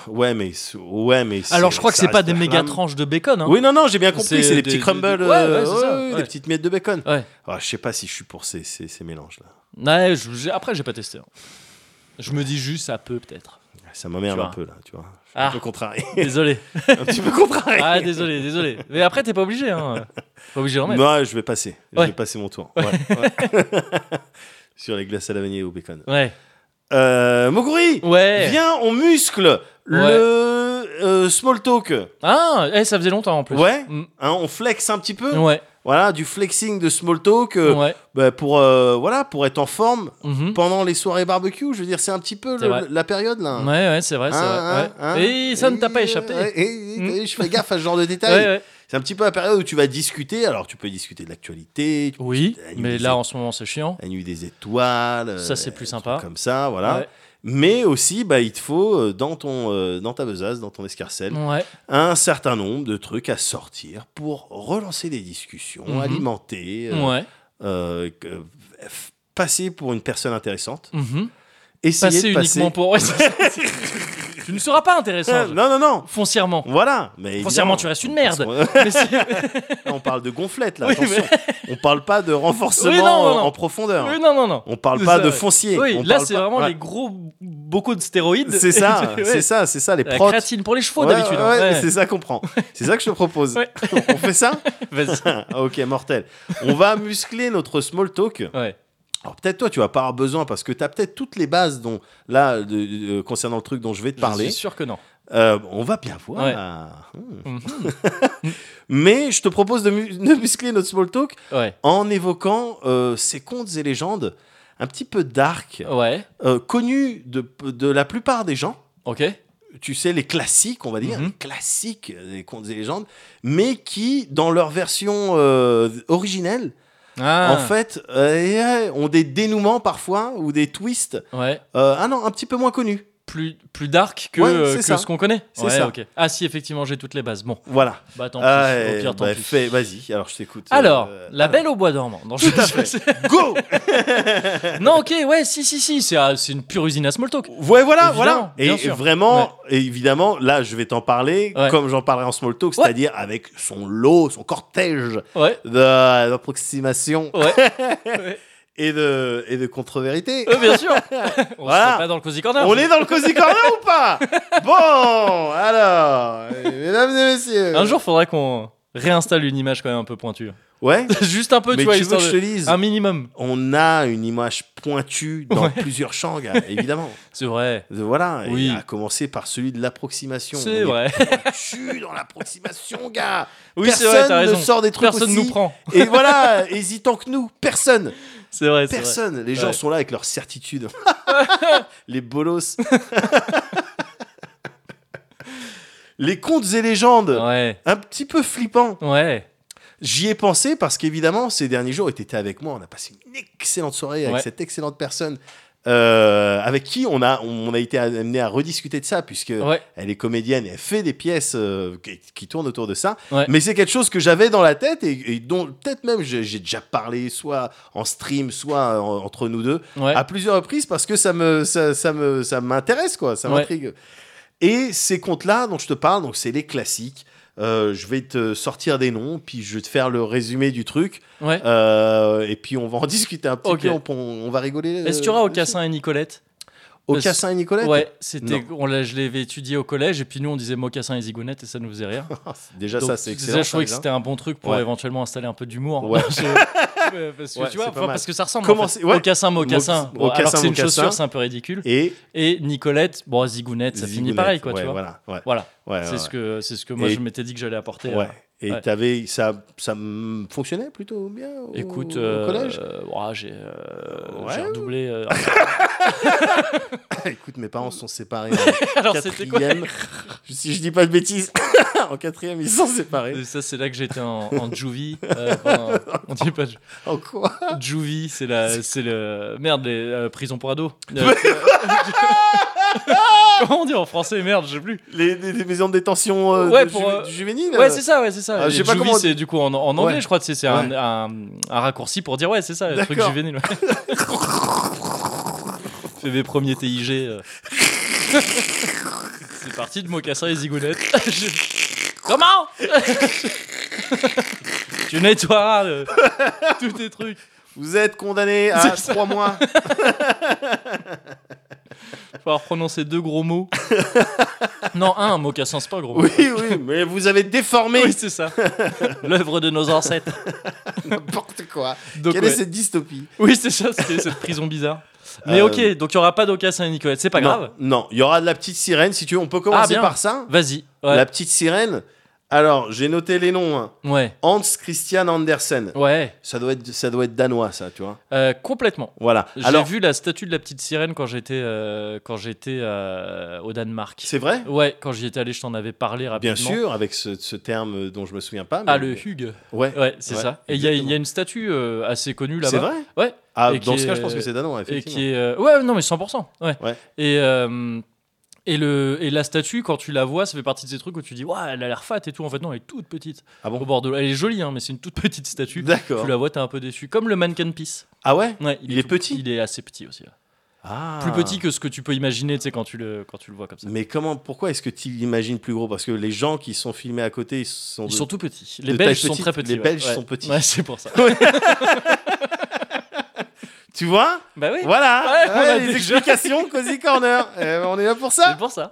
Ouais, mais. c'est- Ouais, mais c'est- Alors, je crois que ça c'est pas reste des un méga flamme. tranches de bacon. Hein. Oui, non, non, j'ai bien compris. C'est C'est des des- petits des- crumbles. des- euh, Ouais, ouais, c'est ça, ouais. Des petites miettes de bacon. Ouais. Ah, je sais pas si je suis pour ces, ces, ces mélanges-là. Ouais, je- j'ai- après, j'ai pas testé. hein. Je me dis juste, ça peut [laughs] peut-être. Ça m'emmerde Tu vois. un peu, là, tu vois. Je suis Ah. un [laughs] peu contrarié. Désolé. un petit peu contrarié. Ah, désolé, désolé. Mais après, t'es pas obligé. Hein. Pas obligé d'en mettre. Non, je vais passer. Ouais. Je vais passer mon tour. Ouais, [laughs] ouais. Sur les glaces à la vanille et au bacon. Ouais. Euh, Moguri Ouais. Viens, on muscle le euh, small talk. Ah, eh, ça faisait longtemps en plus. Ouais. Mm. Hein, on flex un petit peu. Ouais. Voilà, du flexing de small talk euh, Ouais. bah, pour, euh, voilà, pour être en forme Mhm. pendant les soirées barbecue. Je veux dire, c'est un petit peu C'est le- vrai. la période là. Ouais, ouais, c'est vrai, c'est Hein, vrai. hein, hein. ouais. Et ça ne t'a pas échappé. ouais, et- et- Mm. et je fais gaffe à ce [laughs] genre de détails. Ouais, ouais. C'est un petit peu la période où tu vas discuter. Alors, tu peux discuter de l'actualité, tu peux Oui, discuter de la nuit mais des là en ce moment c'est chiant. la nuit des étoiles. Ça, c'est plus des sympa. trucs Comme ça, voilà. Ouais. Mais aussi, bah, il te faut euh, dans, ton, euh, dans ta besace, dans ton escarcelle, Ouais. un certain nombre de trucs à sortir pour relancer des discussions, Mhm. alimenter, euh, Ouais. euh, que- f- passer pour une personne intéressante. Mhm. Essayer Passer de passer... uniquement pour. [laughs] Ouais, c'est ça. tu ne seras pas intéressant. je- [laughs] non, non, non. [laughs] Foncièrement. Voilà. Mais Foncièrement, évidemment. tu restes une merde. Parce Mais c'est- qu'on- on parle de gonflette, [laughs] là. Oui, attention. On parle pas de renforcement Oui, non, non, non. en profondeur. Oui, non, non, non. On parle C'est pas ça, de ouais. foncier. Oui, On là, parle c'est pas- vraiment Ouais. les gros beaucoup de stéroïdes. C'est ça, [laughs] Ouais. c'est ça, c'est ça, les La protes. créatine pour les chevaux Ouais, d'habitude. ouais, hein. ouais, Ouais. C'est ça qu'on prend. C'est ça que je te propose. Ouais. [laughs] On fait ça [laughs] Ah, Vas-y. Ok, mortel. On va muscler notre small talk. Ouais. Alors peut-être toi, tu vas pas avoir besoin parce que tu as peut-être toutes les bases dont, là, de- de- euh, concernant le truc dont je vais te Je parler. suis sûr que non. Euh, on va bien voir. Hmm. Mhm. [laughs] Mais je te propose de, mu- de muscler notre small talk Ouais. en évoquant euh, ces contes et légendes un petit peu dark, Ouais. euh, connus de, de la plupart des gens. Ok. tu sais, les classiques, on va dire, Mhm. les classiques euh, des contes et légendes, mais qui, dans leur version euh, originelle, Ah. en fait, euh, ont des dénouements parfois ou des twists, Ouais. euh, ah non, un petit peu moins connus. Plus, plus dark que, Ouais, euh, c'est que ça. ce qu'on connaît. C'est ouais, ça. ok. Ah, si, effectivement, j'ai toutes les bases. Bon. Voilà. Bah, tant Ah, pis. eh, Au pire, tant bah, pis. fais- Vas-y, alors je t'écoute. Alors, Euh, la belle au bois dormant. Non, je- Tout à fait. [laughs] Go [laughs] non, ok, ouais, si, si, si, c'est ah, c'est une pure usine à small talk. Ouais, voilà, Évidemment, voilà. Et bien sûr. vraiment, et évidemment, là, je vais t'en parler Ouais. comme j'en parlerai en small talk, Ouais. c'est-à-dire avec son lot, son cortège Ouais, de- d'approximation [laughs] ouais, et de, et de [laughs] contre-vérité. ouais, bien sûr. On Voilà. sera pas dans le cozy corner. On est dans le Cozy Corner ou pas Bon, alors, euh, mesdames et messieurs. Un jour, faudrait qu'on réinstalle une image quand même un peu pointue. Ouais, Juste un peu, [laughs] mais tu vois, tu veux histoire que je te de- lise un minimum. On a une image pointue dans Ouais. plusieurs champs, gars, évidemment. C'est vrai. Euh, Voilà, Oui. et à commencer par celui de l'approximation. C'est On est vrai. pointu dans l'approximation, gars. [laughs] Oui, c'est Personne vrai, t'as ne raison. sort des trucs Personne aussi. nous prend. Et voilà, hésitant que nous, personne, C'est vrai, c'est vrai. personne. Les gens Ouais. sont là avec [laughs] leur certitude. les bolos. les contes et légendes. Ouais, Un petit peu flippant. ouais, J'y ai pensé parce qu'évidemment, ces derniers jours, tu étais avec moi. On a passé une excellente soirée avec Ouais. cette excellente personne euh, avec qui on a, on a été amené à rediscuter de ça, puisque ouais. elle est comédienne et elle fait des pièces euh, qui, qui tournent autour de ça. Ouais. Mais c'est quelque chose que j'avais dans la tête et, et dont peut-être même j'ai j'ai déjà parlé, soit en stream, soit en- entre nous deux, ouais. à plusieurs reprises parce que ça me ça, ça me ça m'intéresse quoi ça Ouais. m'intrigue et ces contes là dont je te parle donc c'est les classiques Euh, je vais te sortir des noms puis je vais te faire le résumé du truc ouais. Euh, et puis on va en [laughs] discuter un petit Ok. peu on, peut- on va rigoler euh, Est-ce qu'il y aura dessus. Aucassin et Nicolette Aucassin et Nicolette Ouais, c'était, Non. on l'a, je l'avais étudié au collège et puis nous on disait Mocassin et Zigounette et ça nous faisait rire. déjà Donc, ça ah, c'est déjà, excellent Je trouvais que ça, c'était un bon truc pour Ouais. éventuellement installer un peu d'humour. [laughs] Ouais. Ouais, parce que Ouais, tu vois, c'est pas enfin, mal. parce que ça ressemble. Comment en fait. c'est- ouais. Mocassin, Mocassin. Moc- Bon, alors que Mocassin, c'est une Mocassin. chaussure, c'est un peu ridicule. et Et Nicolette, bon, Zigounette, ça finit Zigounette. pareil quoi, Ouais, tu vois. voilà ouais, Voilà, ouais, c'est ouais, ce que c'est ce que moi Et- je m'étais dit que j'allais apporter. ouais. euh, et Ouais. t'avais ça ça mm, fonctionnait plutôt bien au, Écoute, au euh, collège [laughs] euh, ouah, j'ai euh, Ouais. j'ai redoublé. [laughs] euh, [laughs] écoute mes parents se sont séparés hein. en alors c'était quoi [laughs] quatrième. si je dis pas de bêtises, [laughs] en quatrième, ils sont séparés. Et Ça c'est là que j'étais en, en juvie. euh, pendant- on dit pas ju- En quoi juvie, c'est la, c'est le merde, les euh, prisons pour ados. Euh, [laughs] Comment on dit en français Merde, je sais plus. les, les- les maisons de détention euh, Ouais, de pour, juvé- euh, du juvénile Ouais, c'est ça, ouais, c'est ça. Ah, Et je sais pas Euh, juvie, comment on dit. c'est du coup en, en anglais, Ouais. je crois que c'est, c'est un, un, un raccourci pour dire ouais, c'est ça, le truc D'accord. juvénile. ouais. [laughs] Fais mes premiers TIG. euh. c'est parti de Mocassin et Zigounette. [laughs] Je- Comment [laughs] Tu nettoieras le- tous tes trucs. Vous êtes condamné à C'est ça. trois [laughs] mois. Faut avoir prononcé deux gros mots. [laughs] non, un, Mocassin, c'est pas un gros. mot. oui, oui, mais vous avez déformé Oui, c'est ça. L'œuvre de nos ancêtres. [laughs] n'importe quoi. Donc, Quelle ouais. est cette dystopie Oui, c'est ça, c'était cette prison bizarre. Mais Euh, ok, donc il n'y aura pas d'Ocassin et Nicolette, c'est pas Non, grave. Ah, Non, il y aura de la petite sirène, si tu veux. On peut commencer bien. par ça. Vas-y. ouais. La petite sirène. Alors, j'ai noté les noms. hein. Ouais. Hans Christian Andersen. Ouais. Ça doit, être, ça doit être danois, ça, tu vois. Euh, complètement. Voilà. J'ai Alors, vu la statue de la petite sirène quand j'étais euh, quand j'étais euh, au Danemark. c'est vrai Ouais, quand j'y étais allé, je t'en avais parlé rapidement. Bien sûr, avec ce, ce terme dont je me souviens pas. mais- Ah, le Hug. Ouais. Ouais, c'est Ouais, ça. Et il y, a- il y a exactement. une statue euh, assez connue là-bas. C'est vrai Ouais. Ah, Et dans qui ce cas, est- je pense que c'est danois, Et effectivement. qui est. euh, Ouais, non, mais 100%. Ouais. Ouais. Et. euh, et, le, et la statue, quand tu la vois, ça fait partie de ces trucs où tu dis, Waouh, elle a l'air fat et tout. En fait, non, elle est toute petite. Ah bon Au bord de l'eau. Elle est jolie, hein, mais c'est une toute petite statue. D'accord. Tu la vois, t'es un peu déçu. Comme le Mannequin Peace. Ah ouais Ouais, Il est tout petit Il est assez petit aussi. ouais. Ah. Plus petit que ce que tu peux imaginer, tu sais, quand tu le, quand tu le vois comme ça. Mais comment, pourquoi est-ce que tu l'imagines plus gros Parce que les gens qui sont filmés à côté, ils sont. Ils de- sont tout petits. Les de Belges taille sont petite. très petits. Les ouais. Belges Ouais. sont petits. Ouais, c'est [laughs] pour ça. Tu vois bah oui, Voilà Ouais, Ouais, on a Les déjà- explications, [laughs] Cozy Corner Eh ben, On est là pour c'est ça pour ça.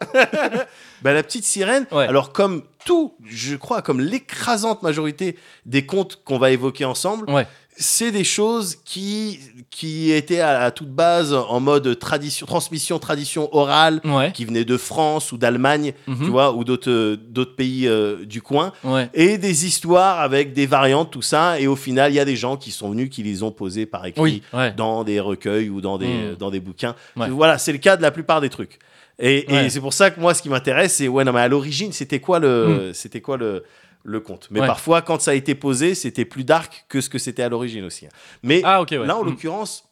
bah, La petite sirène, Ouais. alors comme tout, je crois, comme l'écrasante majorité des contes qu'on va évoquer ensemble, Ouais. c'est des choses qui, qui étaient à, à toute base en mode tradition, transmission, tradition orale, Ouais. qui venaient de France ou d'Allemagne, Mhm. tu vois, ou d'autres d'autres pays euh, du coin. Ouais. et des histoires avec des variantes, tout ça. Et au final, il y a des gens qui sont venus, qui les ont posés par écrit Oui. Ouais. dans des recueils ou dans des, Mm. dans des bouquins. Ouais. Voilà, c'est le cas de la plupart des trucs. Et, et Ouais. c'est pour ça que moi, ce qui m'intéresse, c'est ouais, non, mais à l'origine, c'était quoi le, c'était quoi le, le conte. Mais Mhm. Ouais. parfois, quand ça a été posé, c'était plus dark que ce que c'était à l'origine aussi. hein. Mais Ah ok. Ouais. là, en Mm. l'occurrence,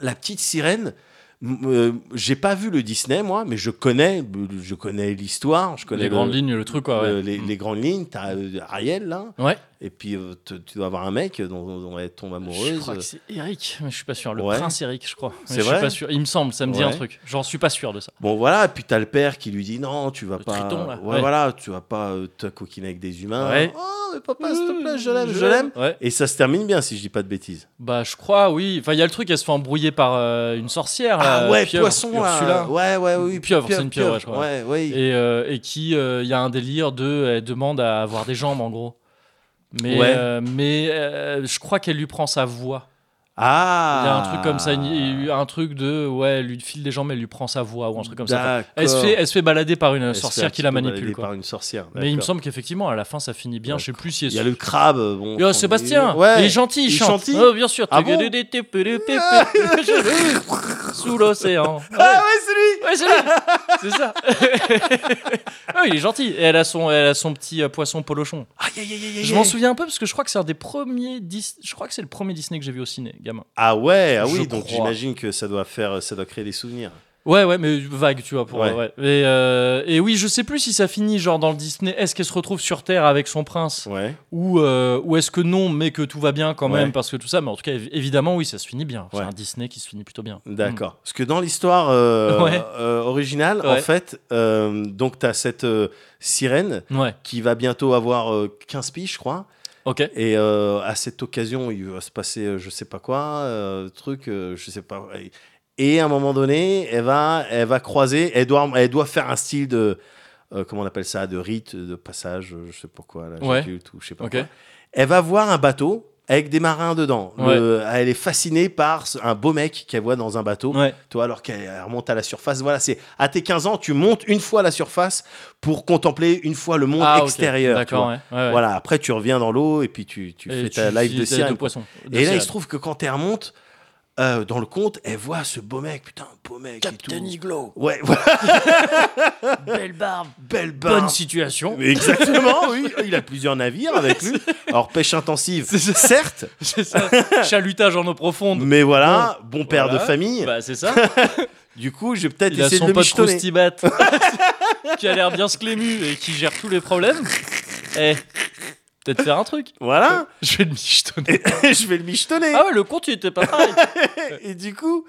la petite sirène. m- euh, j'ai pas vu le Disney moi, mais je connais, je connais l'histoire, je connais les le- grandes lignes, le truc quoi. Ouais. le- les, Mm. les grandes lignes, t'as euh, Ariel là, Ouais. et puis euh, te- tu dois avoir un mec dont, dont elle tombe Je crois que amoureuse. c'est Eric, mais je suis pas sûr. Le Ouais. prince Eric, je crois. Mais C'est je suis vrai pas sûr. Il me semble, ça me dit un Ouais. truc. J'en suis pas sûr de ça. Bon voilà, et puis t'as le père qui lui dit non, tu vas Le pas, triton, là. Ouais, Ouais. voilà, tu vas pas euh, te coquiner avec des humains. Ouais. Euh, Oh mais papa, s'il te plaît, je l'aime, je l'aime. l'aime. Ouais. Et ça se termine bien si je dis pas de bêtises. Bah je crois, oui. Enfin il y a le truc, elle se fait embrouiller par euh, une sorcière. Ah là, ouais, pieuvre, poisson là. Ursula. Ouais ouais oui. Pieuvre, c'est une pieuvre, ouais, je crois. Ouais ouais. Et, euh, et qui, euh, il y a un délire de, elle demande à avoir des jambes en gros. Mais, Ouais. euh, mais euh, je crois qu'elle lui prend sa voix. Il Ah. y a un truc comme ça, une- un truc de, ouais, elle lui file des jambes, elle lui prend sa voix ou un truc comme ça. Enfin, D'accord. Elle se, fait, elle se fait balader par une Elle se fait un sorcière petit qui la peu manipule. balader Quoi. Par une sorcière. Mais il me d'accord. semble qu'effectivement, à la fin, ça finit bien. Je sais plus si Il y a le crabe. Bon. Oh, Sébastien, Ouais. il est gentil, il, Il chante. chantit Oh, bien sûr. Ah bon Sous l'océan. Ah ouais c'est lui. Ouais, c'est lui. C'est ça. [laughs] Ah, il est gentil. Et elle a son, elle a son petit euh, poisson polochon. Aïe, aïe, aïe, aïe, Je aïe. m'en souviens un peu parce que je crois que c'est un des premiers Dis- Je crois que c'est le premier Disney que j'ai vu au ciné, gamin. Ah ouais, ah Je oui, donc crois. j'imagine que ça doit faire, ça doit créer des souvenirs. Ouais, ouais, mais vague, tu vois. Pour, Ouais. ouais. Et, euh, et oui, je sais plus si ça finit genre dans le Disney. Est-ce qu'elle se retrouve sur Terre avec son prince Ouais. ou, euh, ou est-ce que non, mais que tout va bien quand Ouais. même parce que tout ça. Mais en tout cas, évi- évidemment, oui, ça se finit bien. Ouais. C'est un Disney qui se finit plutôt bien. D'accord. Parce que dans l'histoire [laughs] euh, Ouais. euh, originale, en Ouais. fait, euh, donc t'as cette euh, sirène Mm. Ouais. qui va bientôt avoir euh, 15 piges, je crois. Ok. Et euh, à cette occasion, il va se passer euh, je sais pas quoi, euh, truc, euh, je sais pas. Et à un moment donné, elle va, elle va croiser, elle doit, elle doit faire un style de, euh, comment on appelle ça, de rite, de passage, euh, je sais pas quoi, là, Ouais. j'occulte ou je sais pas Ok. quoi. Elle va voir un bateau avec des marins dedans. Le- elle est fascinée par ce- un beau mec qu'elle voit dans un bateau Ouais. toi, alors qu'elle remonte à la surface. Voilà, c'est à tes 15 ans, tu montes une fois à la surface pour contempler une fois le monde Ah, ok. extérieur. tu D'accord. vois. Ouais. ouais, ouais. Voilà, après tu reviens dans l'eau et puis tu, tu Et fais tu ta live vis de ta- sirène. poisson. De Et là, il sirène. se trouve que quand elle remonte euh, dans le compte, elle voit ce beau mec, putain, beau mec. Captain Iglo. Ouais, voilà, belle barbe, belle barbe. bonne situation. bah, Mais Exactement, oui. Oh, Il a plusieurs navires avec lui. Alors, pêche intensive, certes, [laughs] C'est ça. Chalutage en eau profonde. mais voilà, bon, père de Voilà. famille. Bah c'est [laughs] ça. du coup, je vais peut-être Il a essayer de son le pote michetonner. Roustibat [laughs] [laughs] qui a l'air bien sclému et qui gère tous les problèmes. Eh, peut-être faire un truc. Voilà, [laughs] Je vais le michetonner. et, je vais le michetonner. Ah ouais, le compte il était pas pareil. et du coup,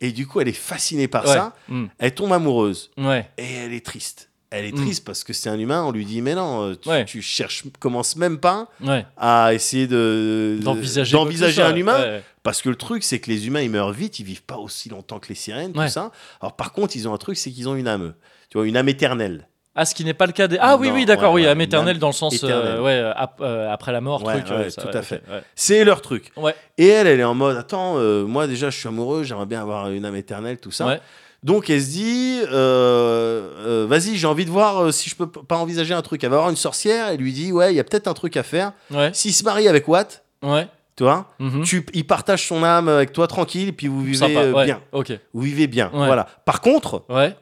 et du coup, elle est fascinée par Ouais. ça. Mm. Elle tombe amoureuse Ouais. et elle est triste. Elle est Mm. triste parce que c'est un humain. On lui dit mais non, euh, tu, Ouais. tu cherches, commence même pas Ouais. à essayer de D'envisager, quoi que d'envisager ce soit. un humain Ouais. parce que le truc c'est que les humains ils meurent vite, ils vivent pas aussi longtemps que les sirènes Ouais. tout ça. Alors par contre ils ont un truc c'est qu'ils ont une âme, tu vois une âme éternelle. Ah, ce qui n'est pas le cas des. Ah oui, Non, oui, d'accord, oui, ouais, ouais, âme éternelle une dans le sens. euh, éternelle. ouais, euh, ap- euh, après la mort, Ouais, truc. ouais, ça, tout ouais, à ok, fait. ouais. C'est leur truc. Ouais. Et elle elle est en mode attends euh, moi déjà je suis amoureux, j'aimerais bien avoir une âme éternelle tout ça. Ouais. Donc elle se dit, euh, euh, vas-y, j'ai envie de voir euh, si je peux p- pas envisager un truc. Elle va voir une sorcière, elle lui dit, ouais, il y a peut-être un truc à faire. Ouais. S'il se marie avec Watt, Ouais. tu vois, Mhm. tu, il partage son âme avec toi tranquille, puis vous vivez Sympa. euh, ouais. bien. Ok. Vous vivez bien. Ouais. Voilà. Par contre, Ouais.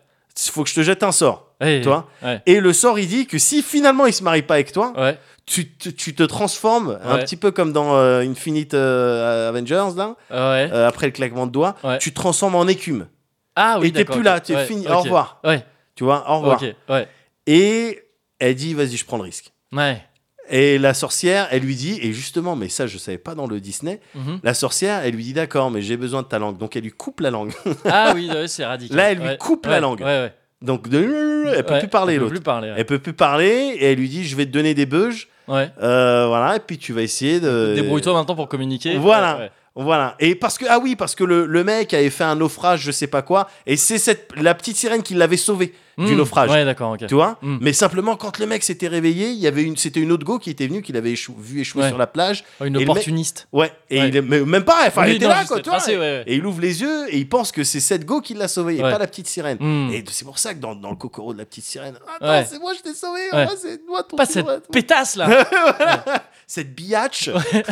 il faut que je te jette un sort. Hey. Toi Ouais. Et le sort, il dit que si finalement il se marie pas avec toi, Ouais. tu, tu- tu te transformes un Ouais. petit peu comme dans euh, Infinite euh, Avengers, là, Ouais. euh, après le claquement de doigts, Ouais. tu te transformes en écume. ah oui. et t'es d'accord, plus ok. là, t'es Ouais, fini. ok. Au revoir. Ouais. Tu vois, au revoir. Ok. Ouais. Et elle dit, vas-y, je prends le risque. Ouais. Et la sorcière, elle lui dit, et justement, mais ça, je savais pas dans le Disney, Mhm. la sorcière, elle lui dit, d'accord, mais j'ai besoin de ta langue. Donc, elle lui coupe la langue. [laughs] Ah oui, ouais, c'est radical. Là, elle lui Ouais. coupe la Ouais, langue. Ouais, ouais. Donc, de... elle peut Ouais, plus parler, Elle peut l'autre. plus parler. ouais. Elle peut plus parler, et elle lui dit, je vais te donner des beuges, Ouais. euh, voilà, et puis tu vas essayer de... Débrouille-toi maintenant pour communiquer. euh, Voilà. Ouais, ouais. Voilà. Et parce que, ah oui, parce que le, le mec avait fait un naufrage, je sais pas quoi, et c'est cette, la petite sirène qui l'avait sauvé du Hmm. naufrage. Ouais, d'accord. Ok. Tu vois Mm. Mais simplement, quand le mec s'était réveillé, il y avait une, c'était une autre go qui était venue, qu'il avait échou- vu échouer Ouais. sur la plage. Une Et le mec- opportuniste. Ouais. Et Ouais. il est- mais même pas, enfin, Oui, elle était non, là, je quoi, sais tu vois. pas, c'est- ouais, ouais. Et il ouvre les yeux et il pense que c'est cette go qui l'a sauvé et Ouais. pas la petite sirène. Hmm. Et c'est pour ça que dans, dans le Kokoro de la petite sirène, attends, Ouais. c'est moi, je t'ai sauvé, Ouais. ah, c'est moi, ton Pas petit bras, cette ton- pétasse là. [laughs] cette biatch. [laughs]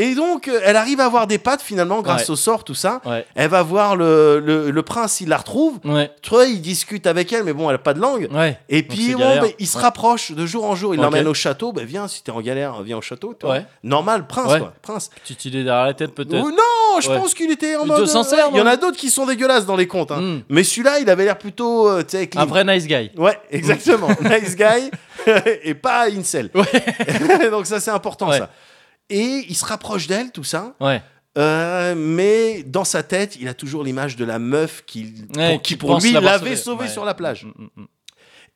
et donc, euh, elle arrive à avoir des pattes finalement grâce Ouais. au sort, tout ça. Ouais. Elle va voir le, le, le prince, il la retrouve. Ouais. Tu vois, il discute avec elle, mais bon, elle a pas de langue. Ouais. Et Donc puis, c'est bon, galère. ben, il se Ouais. rapproche de jour en jour. Il Ok. l'emmène au château. Ben, viens, si t'es en galère, viens au château. toi. Ouais. Normal, prince, Ouais. quoi. Prince. Petite idée derrière la tête Ou- peut-être. non, je Ouais. pense qu'il était en Plutôt mode. euh, sincère, Il y en non a d'autres qui sont dégueulasses dans les contes. hein. Mm. Mais celui-là, il avait l'air plutôt. euh, tu sais, clean. Un vrai nice guy. Ouais, [laughs] exactement. nice guy [laughs] et pas incel. [laughs] Donc, ça, c'est important, Ouais. ça. Et il se rapproche d'elle, tout ça. Ouais. Euh, mais dans sa tête, il a toujours l'image de la meuf qui, Ouais, pour, qui, qui pour pense lui, l'avoir l'avait sauvée. sauvée Ouais. sur la plage. Mm, mm, mm.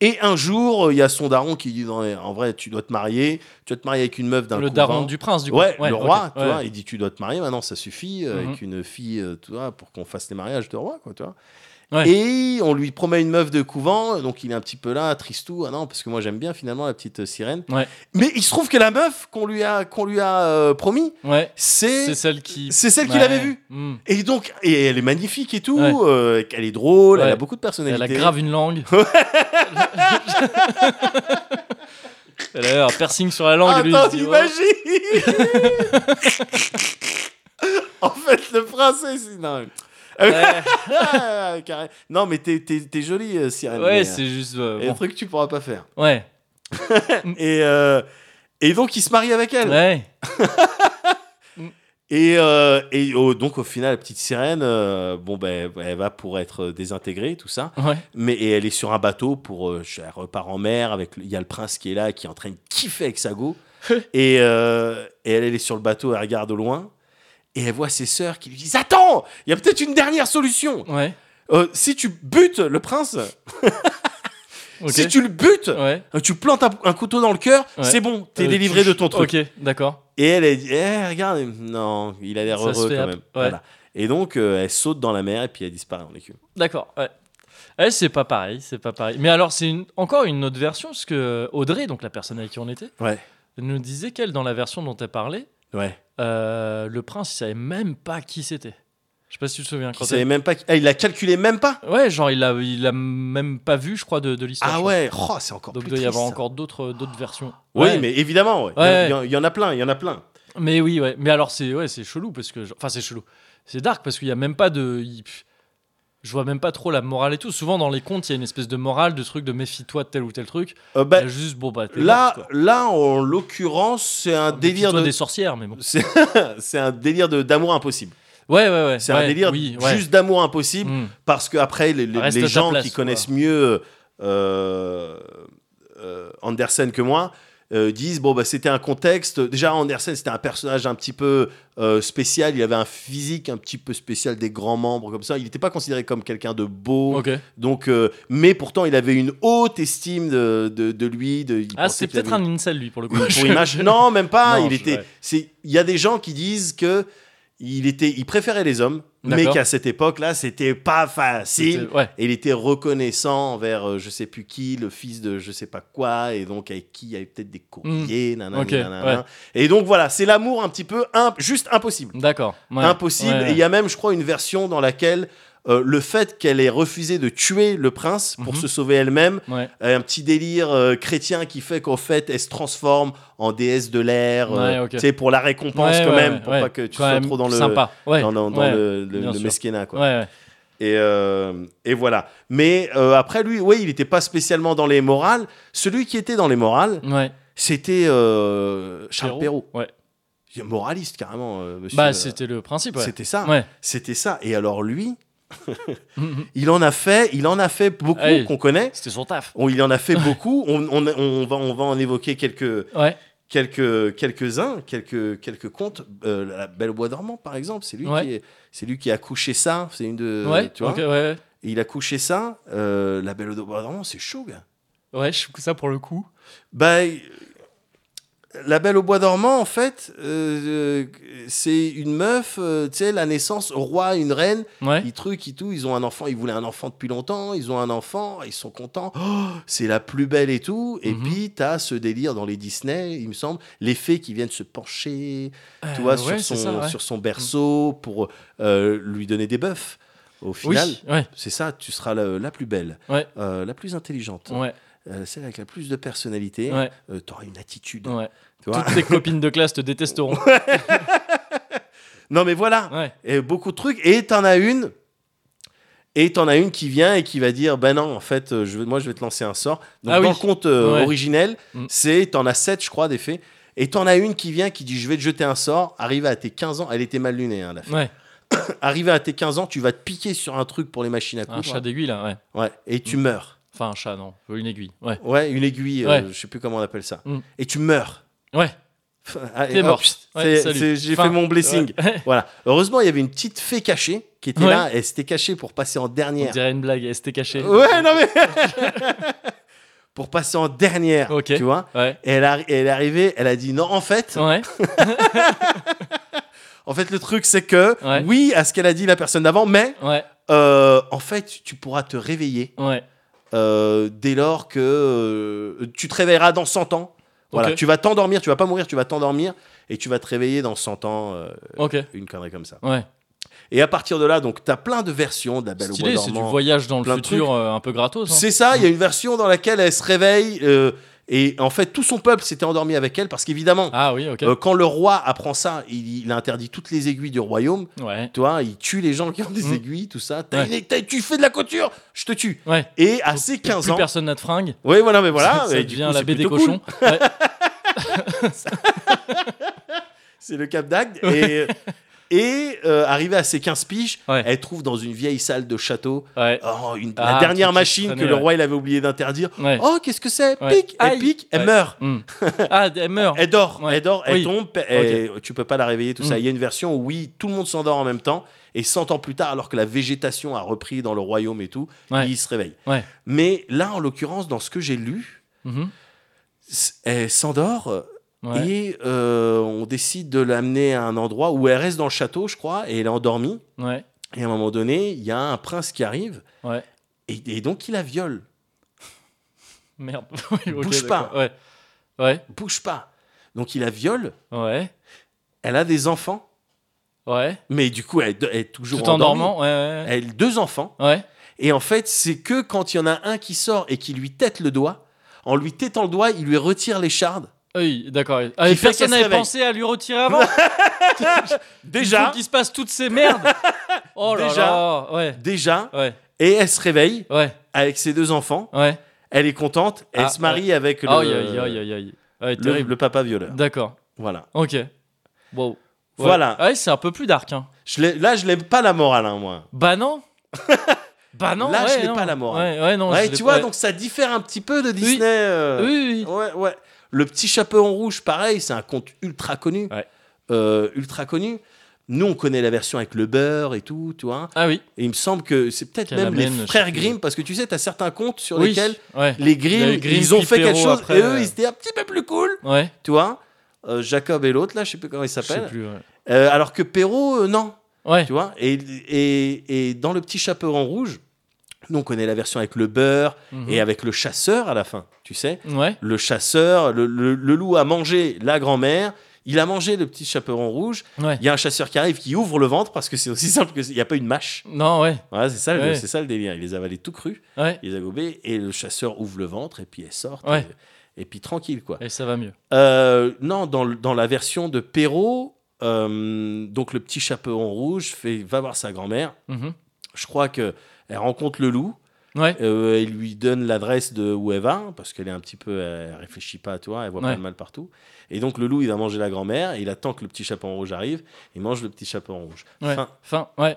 Et un jour, il y a son daron qui dit non, mais en vrai, tu dois te marier, tu dois te marier avec une meuf d'un Le couvent. daron du prince du coup. Ouais, le ok, roi, tu ouais. vois, il dit tu dois te marier, maintenant ça suffit euh, Mhm. avec une fille, euh, tu vois, pour qu'on fasse les mariages de roi, quoi, tu vois. Ouais. Et on lui promet une meuf de couvent, donc il est un petit peu là, tristou, ah non, parce que moi j'aime bien finalement la petite euh, sirène. Ouais. Mais il se trouve que la meuf qu'on lui a, qu'on lui a euh, promis, Ouais. c'est C'est celle qui. c'est celle qu'il Ouais. avait vue. Mm. Et donc, et elle est magnifique et tout, Ouais. euh, elle est drôle, elle Ouais. a beaucoup Elle de personnalité. a grave une [laughs] langue. Elle a un piercing sur la langue. et lui, Attends, il se dit, [laughs] t'imagines [laughs] En fait, le français, c'est... Non, ouais, [laughs] ouais, Ah, carré- non mais t'es, t'es, t'es jolie, euh, Sirène. ouais, mais, c'est juste. euh, euh, et un bon. truc que tu pourras pas faire. Ouais, Et, euh, et donc, il se marie avec elle. ouais, Et, euh, et oh, donc, au final, la petite Sirène, euh, bon, ben, elle va pour être euh, désintégrée, tout ça. ouais. Mais et elle est sur un bateau pour euh, elle repart en mer avec le- il y a le prince qui est là qui est en train de kiffer avec sa [laughs] go et, euh, et elle, elle est sur le bateau elle regarde au loin et elle voit ses sœurs qui lui disent attends il y a peut-être une dernière solution Ouais. Euh, si tu butes le prince Ok. si tu le butes Ouais. euh, tu plantes un, un couteau dans le cœur Ouais. c'est bon t'es Euh, délivré tu- de ton truc Ok, d'accord. et elle, elle dit, Eh, regarde, non, il a l'air Ça se heureux fait quand ap- même. ouais. Voilà. Et donc, euh, elle saute dans la mer et puis elle disparaît en écume. D'accord, ouais. Eh, c'est pas pareil, c'est pas pareil. Mais alors, c'est une- encore une autre version, parce que Audrey, donc la personne avec qui on était, Ouais. nous disait qu'elle, dans la version dont elle parlait, Ouais. euh, le prince, il savait même pas qui c'était. Je sais pas si tu te souviens. Il Quand savait même pas. qu'il- Ah, il la calculé même pas. elle- Ouais, genre, il l'a il l'a même pas vu, je crois, de, de l'histoire. je Ah crois. ouais, oh, c'est encore Donc, il plus doit y triste, avoir ça. encore d'autres d'autres versions. Oui, Ouais. mais évidemment, ouais. Ouais. Il, y en, il y en a plein, il y en a plein. Mais oui, ouais. Mais alors, c'est ouais, c'est chelou parce que. genre- Enfin, c'est chelou. C'est dark parce qu'il n'y a même pas de. il- pff, Je vois même pas trop la morale et tout. Souvent, dans les contes, il y a une espèce de morale, de truc de méfie-toi de tel ou tel truc. Euh, bah, Il y a juste, bon, bah, t'es là, morte, quoi. là, en l'occurrence, c'est un délire Méfie-toi de, des sorcières, mais bon. [laughs] c'est c'est un délire de d'amour impossible. Ouais, ouais, ouais. C'est un ouais, délire oui, ouais. juste d'amour impossible Mm. parce que après, les, les- Reste les à ta gens place, qui connaissent mieux euh, euh, Andersen que moi. euh, disent bon bah c'était un contexte déjà Andersen c'était un personnage un petit peu euh, spécial il avait un physique un petit peu spécial des grands membres comme ça il n'était pas considéré comme quelqu'un de beau Ok. Donc, euh, mais pourtant, il avait une haute estime de, de, de lui. De, il Ah, pensait c'est qu'il peut-être avait un incel, lui, [laughs] pour le coup. une- pour image. Non, même pas. Non, il je- était. ouais. C'est. Il y a des gens qui disent que il était. Il préférait les hommes, mais D'accord. qu'à cette époque-là, c'était pas facile. C'était- Ouais. Et il était reconnaissant envers euh, je sais plus qui, le fils de je sais pas quoi, et donc avec qui il y avait peut-être des courriers, nanana, Hmm. Ok, nanana. Et donc voilà, c'est l'amour un petit peu imp- juste impossible D'accord. ouais. impossible. Ouais, Et il y a même, je crois, une version dans laquelle euh, le fait qu'elle ait refusé de tuer le prince pour Mhm. se sauver elle-même, Ouais. euh, un petit délire euh, chrétien qui fait qu'en fait elle se transforme en déesse de l'air, euh, Ouais, ok. tu sais, pour la récompense Ouais, quand ouais, même, ouais, pour ouais. pas que tu Quand sois même trop dans le Sympa. Ouais. dans, dans- dans ouais. le, le- bien le sûr. mesquinat, quoi. Ouais, ouais. Et, euh, et voilà. Mais euh, après lui, oui, il n'était pas spécialement dans les morales. Celui qui était dans les morales, Ouais. c'était euh, Charles Perrault. Ouais. Il est Moraliste, carrément, euh, monsieur. Bah, Euh, c'était le principe. Ouais. c'était ça. Ouais. C'était ça. Et alors lui, Mhm. il en a fait, il en a fait beaucoup Ouais. qu'on connaît. [laughs] C'était son taf. On, il en a fait beaucoup. On, on, on va, on va en évoquer quelques, Ouais. quelques, quelques-uns, quelques, quelques contes. Euh, la Belle au Bois dormant, par exemple, c'est lui, Ouais. qui est- c'est lui qui a couché ça. C'est une de. ouais. tu vois ok, ouais, ouais. et il a couché ça, euh, la belle au bois dormant, c'est chaud, gars. Ouais, je trouve ça pour le coup. Bah, euh, la belle au bois dormant, en fait, euh, euh, c'est une meuf, euh, tu sais, la naissance, roi, une reine, Ouais. ils truc, ils tout, ils ont un enfant, ils voulaient un enfant depuis longtemps, ils ont un enfant, ils sont contents, Oh, c'est la plus belle et tout. Et Mhm. puis, t'as ce délire dans les Disney, il me semble, les fées qui viennent se pencher, tu Euh, vois, ouais, sur, c'est son, ça, ouais. sur son berceau pour euh, lui donner des bœufs. Au final, Oui. Ouais. c'est ça, tu seras la, la plus belle, Ouais. euh, la plus intelligente, Ouais. euh, celle avec la plus de personnalité. Ouais. euh, T'auras une attitude. Ouais. Tu vois Toutes tes copines de classe te [laughs] détesteront. non, mais voilà. Ouais. Et beaucoup de trucs. Et t'en as une. Et t'en as une qui vient et qui va dire Ben non, en fait, euh, je vais- moi, je vais te lancer un sort. Donc, Ah dans oui. le conte euh, Ouais. originel, Mm. c'est t'en as 7, je crois, des faits. Et t'en as une qui vient qui dit Je vais te jeter un sort. Arrivé à tes 15 ans, elle était mal lunée, hein, la fille. Ouais. Arrivé à tes 15 ans, tu vas te piquer sur un truc pour les machines à Un Mm. coudre. chat d'aiguille là. Ouais. Ouais. Et tu meurs. Enfin, un chat, non. Une aiguille. Ouais. Ouais, une aiguille, euh, Ouais. je sais plus comment on appelle ça. Mm. Et tu meurs. [laughs] Ouais. Ah, et T'es hop, mort. pssst, Ouais, c'est- salut. c'est- J'ai Fin. fait mon blessing. Ouais. Voilà. Heureusement, il y avait une petite fée cachée qui était Ouais. là. Elle s'était cachée pour passer en On dernière. dirait une blague. eh, Elle s'était cachée. Ouais, non mais. [laughs] pour passer en dernière. Ok. Tu vois Ouais. et elle, arri- elle est arrivée, elle a dit non, en fait, Ouais. en fait, le truc, c'est que Ouais. oui, à ce qu'elle a dit la personne d'avant, mais Ouais. euh, en fait, tu pourras te réveiller Ouais. euh, dès lors que euh, tu te réveilleras dans 100 ans. Voilà, Ok. tu vas t'endormir, tu vas pas mourir, tu vas t'endormir et tu vas te réveiller dans 100 ans, euh, Ok. une connerie comme ça. Ouais. Et à partir de là, donc, t'as plein de versions de la Belle au Stylé, bois c'est du dormant. voyage dans plein le de futur euh, un peu gratos. hein. C'est ça, il y a une version dans laquelle elle se réveille euh, et en fait, tout son peuple s'était endormi avec elle parce qu'évidemment, Ah oui, ok. euh, quand le roi apprend ça, il, il interdit toutes les aiguilles du royaume. Ouais. Tu vois, il tue les gens qui ont des Mm. aiguilles, tout ça. T'as Ouais. une aiguille- t'as- tu fais de la couture, je te tue. Ouais. Et à Donc, ses Plus 15 ans. personne n'a de fringues. Oui, voilà, mais voilà. [laughs] ça, mais ça du devient coup, la c'est baie des plutôt cool. cochons. Ouais. C'est le Cap [laughs] d'Agde. Et, euh, et euh, arrivée à ses 15 piges, Ouais. elle trouve dans une vieille salle de château Ouais. oh, une- Ah, la dernière un truc qui machine traînait, que le ouais. roi il avait oublié d'interdire. Ouais. Oh, qu'est-ce que c'est Ouais. Pique Elle Aïe. pique, elle Ouais. meurt. [laughs] Hmm. Ah, elle meurt. Elle dort, Ouais. elle dort, elle Oui. tombe, elle- tu peux pas la réveiller, tout ça. Mm. Il y a une version où oui, tout le monde s'endort en même temps, et 100 ans plus tard, alors que la végétation a repris dans le royaume et tout, Ouais. il se réveille. Ouais. Mais là, en l'occurrence, dans ce que j'ai lu, Mhm. s- elle s'endort Ouais. et euh, on décide de l'amener à un endroit où elle reste dans le château, je crois, et elle est endormie. Ouais. Et à un moment donné, il y a un prince qui arrive, Ouais. et, et donc il la viole. Merde. [laughs] Oui, ok, Bouge d'accord. Ouais. Ouais. Bouge pas. Donc il la viole, Ouais. elle a des enfants, Ouais. mais du coup, elle, elle est toujours Tout en dormant. Ouais. ouais, ouais. Elle a deux enfants. Ouais. Et en fait, c'est que quand il y en a un qui sort et qui lui tète le doigt, en lui tétant le doigt, il lui retire l'écharde. Ah Oui, d'accord. Ah, et fait qu'elle personne se n'avait réveille. pensé à lui retirer avant. Il faut [laughs] Déjà, qu'il se passe toutes ces [laughs] merdes. Oh là Déjà. là. Ouais. déjà, Ouais. et elle se réveille Ouais. avec ses deux enfants. Ouais. Elle est contente, elle Ah, se marie avec le, Aïe, aïe, aïe, aïe, aïe. Ouais, le, terrible. le papa violeur. D'accord. Voilà. Ok. Wow. Ouais. Ah Voilà. Ouais, c'est un peu plus dark. Hein. Je l'ai- là, je n'aime pas la morale, hein, moi. Bah [laughs] non. bah non. Là, je ouais, n'ai non. pas la morale. Ouais, ouais, non. ouais, je l'ai tu pas- vois, ouais. donc ça diffère un petit peu de Disney. euh, Oui, oui, oui. Ouais, ouais. Le petit chaperon rouge, pareil, c'est un conte ultra connu. Ouais. Euh, ultra connu. Nous, on connaît la version avec le beurre et tout, tu vois. Ah oui. Et il me semble que c'est peut-être Qu'elle même les amène, je sais frères plus. Grimm, parce que tu sais, tu as certains contes sur oui. lesquels Ouais. les Grimm, Les Grimm, ils ont fait Pipero quelque chose après, et eux, euh. ils étaient un petit peu plus cool, Ouais. tu vois. Euh, Jacob et l'autre, là, je sais plus comment il Je sais s'appelle. plus. Ouais. Euh, alors que Perrault, euh, non, Ouais. tu vois. Et, et, et dans Le Petit Chaperon Rouge, nous, on connaît la version avec le beurre Mhm. et avec le chasseur à la fin, tu sais. Ouais. Le chasseur, le, le- le loup a mangé la grand-mère, Il a mangé le petit chaperon rouge. Ouais. Il y a un chasseur qui arrive qui ouvre le ventre parce que c'est aussi [laughs] simple que ça. Il n'y a pas une mâche. Non, ouais. Voilà, c'est ça, le- Ouais. c'est ça le délire. Il les a avalés tout crus, Ouais. il les a gobés, et le chasseur ouvre le ventre, et puis elles sortent. Ouais. Et, et puis tranquille, quoi. Et ça va mieux. Euh, non, dans, le- dans la version de Perrault, euh, donc le petit chaperon rouge fait, va voir sa grand-mère. Mhm. Je crois que elle rencontre le loup. Ouais. Euh, elle lui donne l'adresse de où elle va, parce qu'elle est un petit peu, elle réfléchit pas à toi, elle voit Ouais. pas le mal partout. Et donc le loup, il va manger la grand-mère, et il attend que le petit chaperon rouge arrive, il mange le petit chaperon rouge. Ouais. Fin. Fin, [laughs] ouais.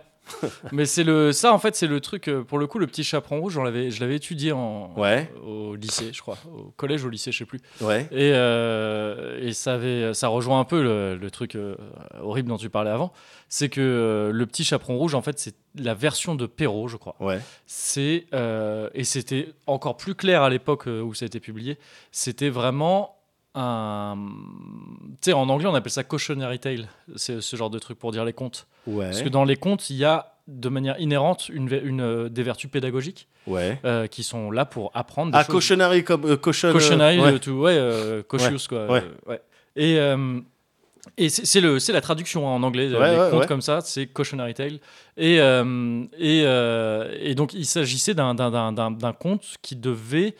Mais c'est le ça en fait c'est le truc euh, pour le coup le petit chaperon rouge on l'avait je l'avais étudié en Ouais, au lycée je crois au collège au lycée je sais plus ouais, et, euh, et ça avait ça rejoint un peu le, le truc euh, horrible dont tu parlais avant c'est que euh, le petit chaperon rouge en fait c'est la version de Perrault je crois ouais. c'est euh, et c'était encore plus clair à l'époque euh, où ça a été publié c'était vraiment un tu sais en anglais on appelle ça cautionary tale c'est ce genre de truc pour dire les contes Ouais. parce que dans les contes, il y a de manière inhérente une, ve- une, euh, des vertus pédagogiques ouais. euh, qui sont là pour apprendre des Ah, choses. cochonnerie comme euh, cochonne- Cochonnerie, ouais. euh, tout, ouais, euh, cautious, quoi. ouais. euh, ouais. Et, euh, et c'est- c'est le- c'est la traduction hein, en anglais, euh, Ouais, les ouais, contes ouais. comme ça, c'est cautionary tale. Et, euh, et, euh, et donc, il s'agissait d'un- d'un- d'un d'un- d'un conte qui devait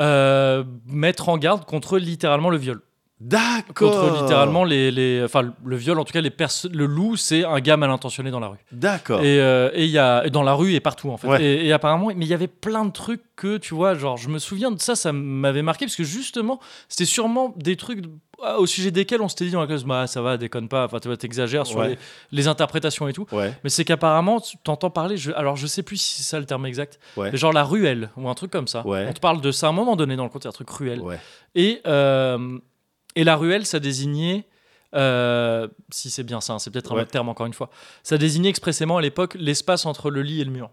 euh, mettre en garde contre littéralement le viol D'accord. contre littéralement les, les enfin le- le viol en tout cas les perso- le loup c'est un gars mal intentionné dans la rue D'accord. et, euh, et il y a et dans la rue et partout en fait. Ouais. Et, et apparemment, mais il y avait plein de trucs que tu vois, genre je me souviens de ça, ça m'avait marqué parce que justement, c'était sûrement des trucs euh, au sujet desquels on s'était dit dans la classe, bah ça va, déconne pas, enfin tu vois, t'exagères sur Ouais. les, les interprétations et tout. Ouais, Mais c'est qu'apparemment, tu t'entends parler, je, alors je sais plus si c'est ça le terme exact, Ouais. mais genre la ruelle ou un truc comme ça. Ouais. On te parle de ça à un moment donné dans le contexte, un truc cruel. ouais. Et, euh, et la ruelle, ça désignait, euh, si c'est bien ça, hein, c'est peut-être un Ouais. autre terme encore une fois, ça désignait expressément à l'époque l'espace entre le lit et le mur.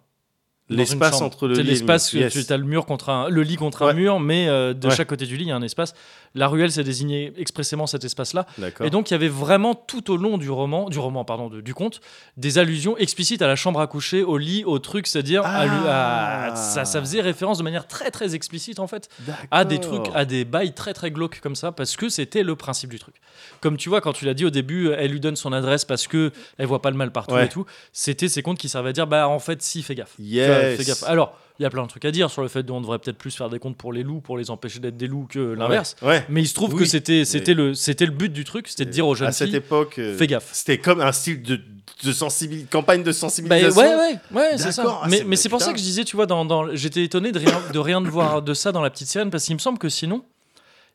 Dans une L'espace chambre. entre le C'est lit et le l'espace mur. que Yes. tu as le mur contre un, le lit contre un Ouais. mur, mais euh, de Ouais. chaque côté du lit, il y a un espace. La ruelle, ça désignait expressément cet espace-là. D'accord. Et donc, il y avait vraiment tout au long du roman, du roman, pardon, de- du conte, des allusions explicites à la chambre à coucher, au lit, au truc, c'est-à-dire à lui- à- Ah. ça, ça faisait référence de manière très très explicite en fait D'accord. à ah, des trucs, Oh. à des bails très très glauques comme ça, parce que c'était le principe du truc. Comme tu vois, quand tu l'as dit au début, elle lui donne son adresse parce que elle voit pas le mal partout Ouais. et tout. C'était ces comptes qui servaient à dire, bah en fait, si, fais gaffe. Tu vois, Yes. fais gaffe. Alors, il y a plein de trucs à dire sur le fait qu'on devrait peut-être plus faire des comptes pour les loups, pour les empêcher d'être des loups que l'inverse. Ouais. ouais. Mais il se trouve Oui. que c'était c'était le c'était le but du truc, c'était de dire aux jeunes à cette filles, époque, euh, fais gaffe. c'était comme un style de, de sensibil- campagne de Bah, ouais, sensibilisation. ouais, ouais, c'est ça. D'accord, ah, mais c'est- mais c'est pour putain. ça que je disais, tu vois, dans, dans- j'étais étonné de rien, de rien de voir de ça dans La Petite Sirène, parce qu'il me semble que sinon,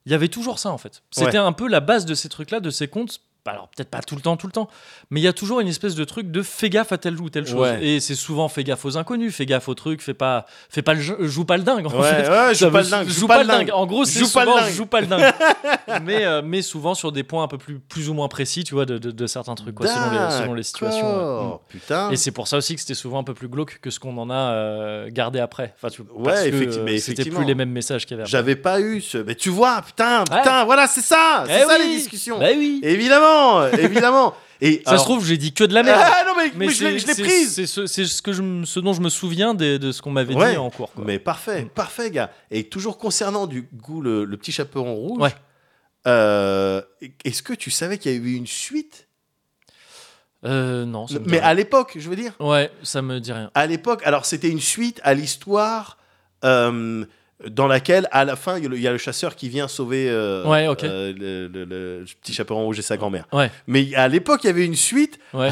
il y avait toujours ça, en fait. C'était Ouais. un peu la base de ces trucs-là, de ces contes. Bah, Alors, peut-être pas tout le temps, tout le temps, mais il y a toujours une espèce de truc de fais gaffe à telle ou telle chose. Ouais. Et c'est souvent fais gaffe aux inconnus, fais gaffe aux trucs, fais pas, fais pas le jeu- joue pas le dingue. en Ouais, fait. ouais, [laughs] joue Ça pas veut- le dingue, Joue pas le dingue. En gros, c'est Joue pas le souvent dingue. joue pas le dingue. [laughs] mais, euh, mais souvent sur des points un peu plus, plus ou moins précis, tu vois, de, de- de certains trucs, Oh, quoi, selon, les, selon les situations. ouais. Mm. D'accord. Putain. Et c'est pour ça aussi que c'était souvent un peu plus glauque que ce qu'on en a euh, gardé après. Enfin, tu, Ouais, parce que, effecti- euh, mais C'était effectivement. plus les mêmes messages qu'il y avait. après. J'avais pas eu ce. Mais tu vois, putain, Ouais. putain, voilà, c'est ça, c'est Eh ça oui les discussions. Bah oui. Évidemment, évidemment. Et ça alors- se trouve, j'ai dit que de la merde. [laughs] Ah non mais, mais je c'est- l'ai- je l'ai c'est- prise. C'est ce, c'est ce que je me- ce dont je me souviens des- de ce qu'on m'avait Ouais. dit en cours. quoi. Mais parfait, Mm. parfait gars. Et toujours concernant du coup le, le petit chaperon rouge. Ouais. euh, Est-ce que tu savais qu'il y a eu une suite Euh, non, ça me dit Mais rien. à l'époque, je veux dire. Ouais, ça me dit rien. à l'époque, alors c'était une suite à l'histoire euh, dans laquelle, à la fin, il y a le- il y, a le chasseur qui vient sauver euh, Ouais, ok. euh, le, le- le petit chaperon rouge et sa grand-mère. Ouais. Mais à l'époque, il y avait une suite. Ouais.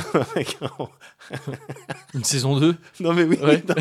Une saison 2 [laughs] non, mais oui. Ouais. non,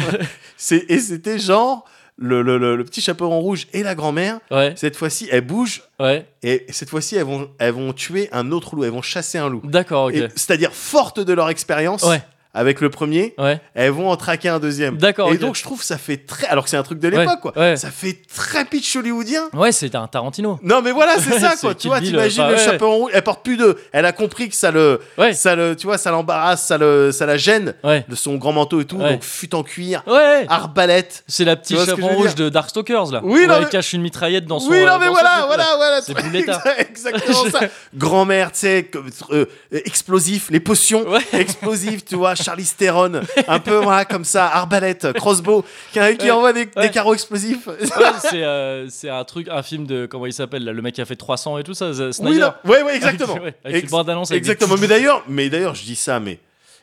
c'est- et c'était genre le, le- le- le petit chaperon rouge et la grand-mère. Ouais, Cette fois-ci, elles bougent ouais. et cette fois-ci, elles vont, elles vont tuer un autre loup. Elles vont chasser un loup. D'accord, ok. Et- C'est-à-dire, fortes de leur expérience Ouais, avec le premier, ouais. elles vont en traquer un deuxième. D'accord, Et ok. donc je trouve ça fait très, alors que c'est un truc de Ouais, l'époque quoi, ouais. ça fait très pitch hollywoodien. Ouais, c'est un Tarantino. Non mais voilà Ouais, [laughs] c'est ça c'est quoi, tu Kill vois, Bill, t'imagines enfin, le ouais, ouais. chaperon rouge, elle porte plus d'eux, elle a compris que ça le, Ouais, ça le, tu vois, ça l'embarrasse, ça le, ça la gêne ouais. de son grand manteau et tout, Ouais. donc fut en cuir, Ouais. arbalète. C'est la petite Ah, vois ce que chaperon je veux rouge de Darkstalkers là. Oui, Où non, elle mais- cache une mitraillette dans son. oui euh, non mais dans son voilà, truc, voilà, là. voilà, C'est Bouletta. [laughs] [laughs] exactement ça. Grand-mère, tu sais, comme, euh, explosif, les potions, Ouais. [laughs] explosif, tu vois, Charlie Theron, un peu voilà, comme ça, arbalète, crossbow, qui, qui envoie des, des Ouais. carreaux explosifs. Ouais, c'est euh, c'est un truc, un film de. Comment il s'appelle là, Le mec qui a fait 300 et tout ça, Z- Snyder. Oui, là. ouais, ouais, exactement. Avec, [laughs] ouais, avec Ex- une bande-annonce. avec des exactement. Mais d'ailleurs, mais d'ailleurs, je dis ça, mais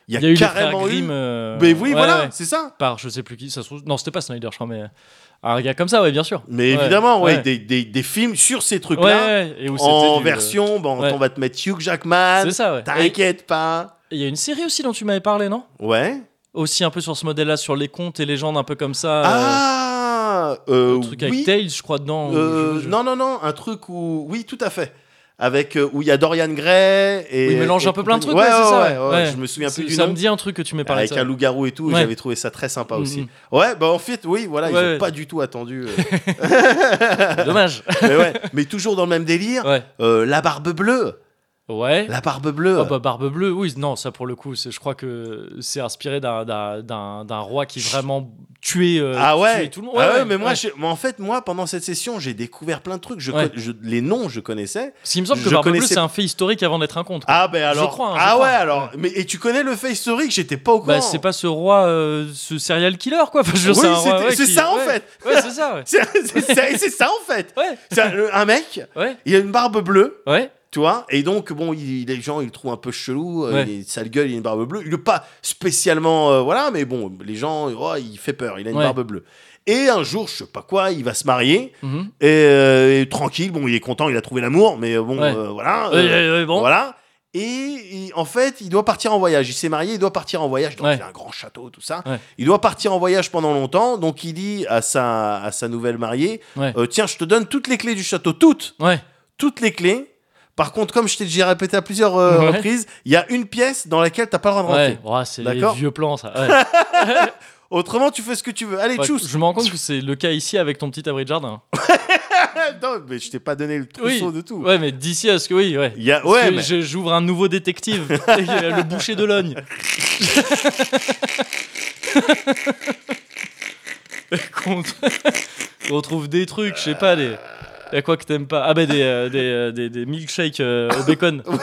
il y a, Il y a eu carrément les frères eu. Grimm, euh, Mais oui, ouais, voilà, ouais, c'est ça. par je sais plus qui. Ça se trouve... Non, c'était pas Snyder, je crois, mais euh, un gars comme ça, ouais, bien sûr. Mais Ouais, évidemment, ouais, ouais. Des, des, des films sur ces Ouais, trucs-là, ouais, et où c'était en du- euh, version, bon, ouais. on va te mettre Hugh Jackman. C'est ça, ouais. Et- T'inquiète pas. Il y a une série aussi dont tu m'avais parlé, non Ouais. Aussi un peu sur ce modèle-là, sur les contes et légendes, un peu comme ça. euh, ah, euh, le truc avec oui. Tales, je crois, dedans. ou Euh, je- je- Non, non, non, un truc où. Oui, tout à fait. Avec euh, où il y a Dorian Gray et. Oui, il mélange et un peu plein de trucs, compagnie. ouais, Ouais, c'est ça. ouais, ouais, Je me souviens C'est- plus du Ça nom. me dit un truc que tu m'es parlé. Avec de un ça. loup-garou et tout, Ouais. j'avais trouvé ça très sympa aussi. Mm, Ouais, bah en fait, oui, voilà, ils Ouais, ont ouais. pas du tout attendu. euh, [laughs] [laughs] Dommage. mais, ouais, mais toujours dans le même délire, ouais. euh, la barbe bleue. Ouais. La barbe bleue. Oh, bah, Barbe Bleue, oui, non, ça pour le coup, c'est- je crois que c'est inspiré d'un- d'un d'un- d'un roi qui vraiment tuait, euh, Ah ouais, tuait tout le monde. Ah ouais, ouais, mais moi, ouais. je- mais en fait, moi, pendant cette session, j'ai découvert plein de trucs. Je Ouais. con- je- les noms, je connaissais. Parce qu'il me semble que je Barbe Bleue, connaissais- c'est un fait historique avant d'être un conte. Ah ben alors. crois, hein, je ah crois. ouais, alors. Mais et tu connais le fait historique J'étais pas au courant. Bah, c'est pas ce roi, euh, ce serial killer, quoi. Enfin, je Oui, veux dire, un roi, c'était- ouais, c'est qui- ça, en ouais. fait. [laughs] Ouais, c'est ça, ouais. C'est c'est- c'est- c'est ça en fait. Ouais, C'est un, un mec, ouais, il a une barbe bleue, ouais. tu vois, et donc bon, il, les gens ils le trouvent un peu chelou, euh, Ouais. il a une sale gueule, il a une barbe bleue, il est pas spécialement euh, voilà, mais bon, les gens, oh, il fait peur, il a une Ouais. barbe bleue. Et un jour, je sais pas quoi, il va se marier Mhm. et, euh, et tranquille, bon, il est content, il a trouvé l'amour, mais euh, bon, Ouais. euh, voilà, Ouais, euh, ouais, ouais, bon. voilà. Et il- en fait, il doit partir en voyage. Il s'est marié, il doit partir en voyage. Donc, Ouais. il a un grand château, tout ça. Ouais. Il doit partir en voyage pendant longtemps. Donc, il dit à sa, à sa nouvelle mariée Ouais. euh, Tiens, je te donne toutes les clés du château, toutes, Ouais, toutes les clés. Par contre, comme je t'ai déjà répété à plusieurs euh, Ouais. reprises, il y a une pièce dans laquelle t'as pas le droit de rentrer. ouais. Ouah, c'est les D'accord. vieux plans, ça. [laughs] Ouais. Autrement, tu fais ce que tu veux. Allez, Ouais, tchuss je me rends compte que c'est le cas ici avec ton petit abri de jardin. [laughs] Non, mais je t'ai pas donné le Oui. trousseau de tout. Ouais, mais d'ici à ce que oui, ouais. Il y a... Parce ouais que mais- je- J'ouvre un nouveau détective, Et, euh, le boucher de Logne. Qu'on on trouve des trucs, je sais pas, des. y a quoi que t'aimes pas Ah, bah des, euh, des, euh, des, des milkshakes euh, au bacon. [laughs]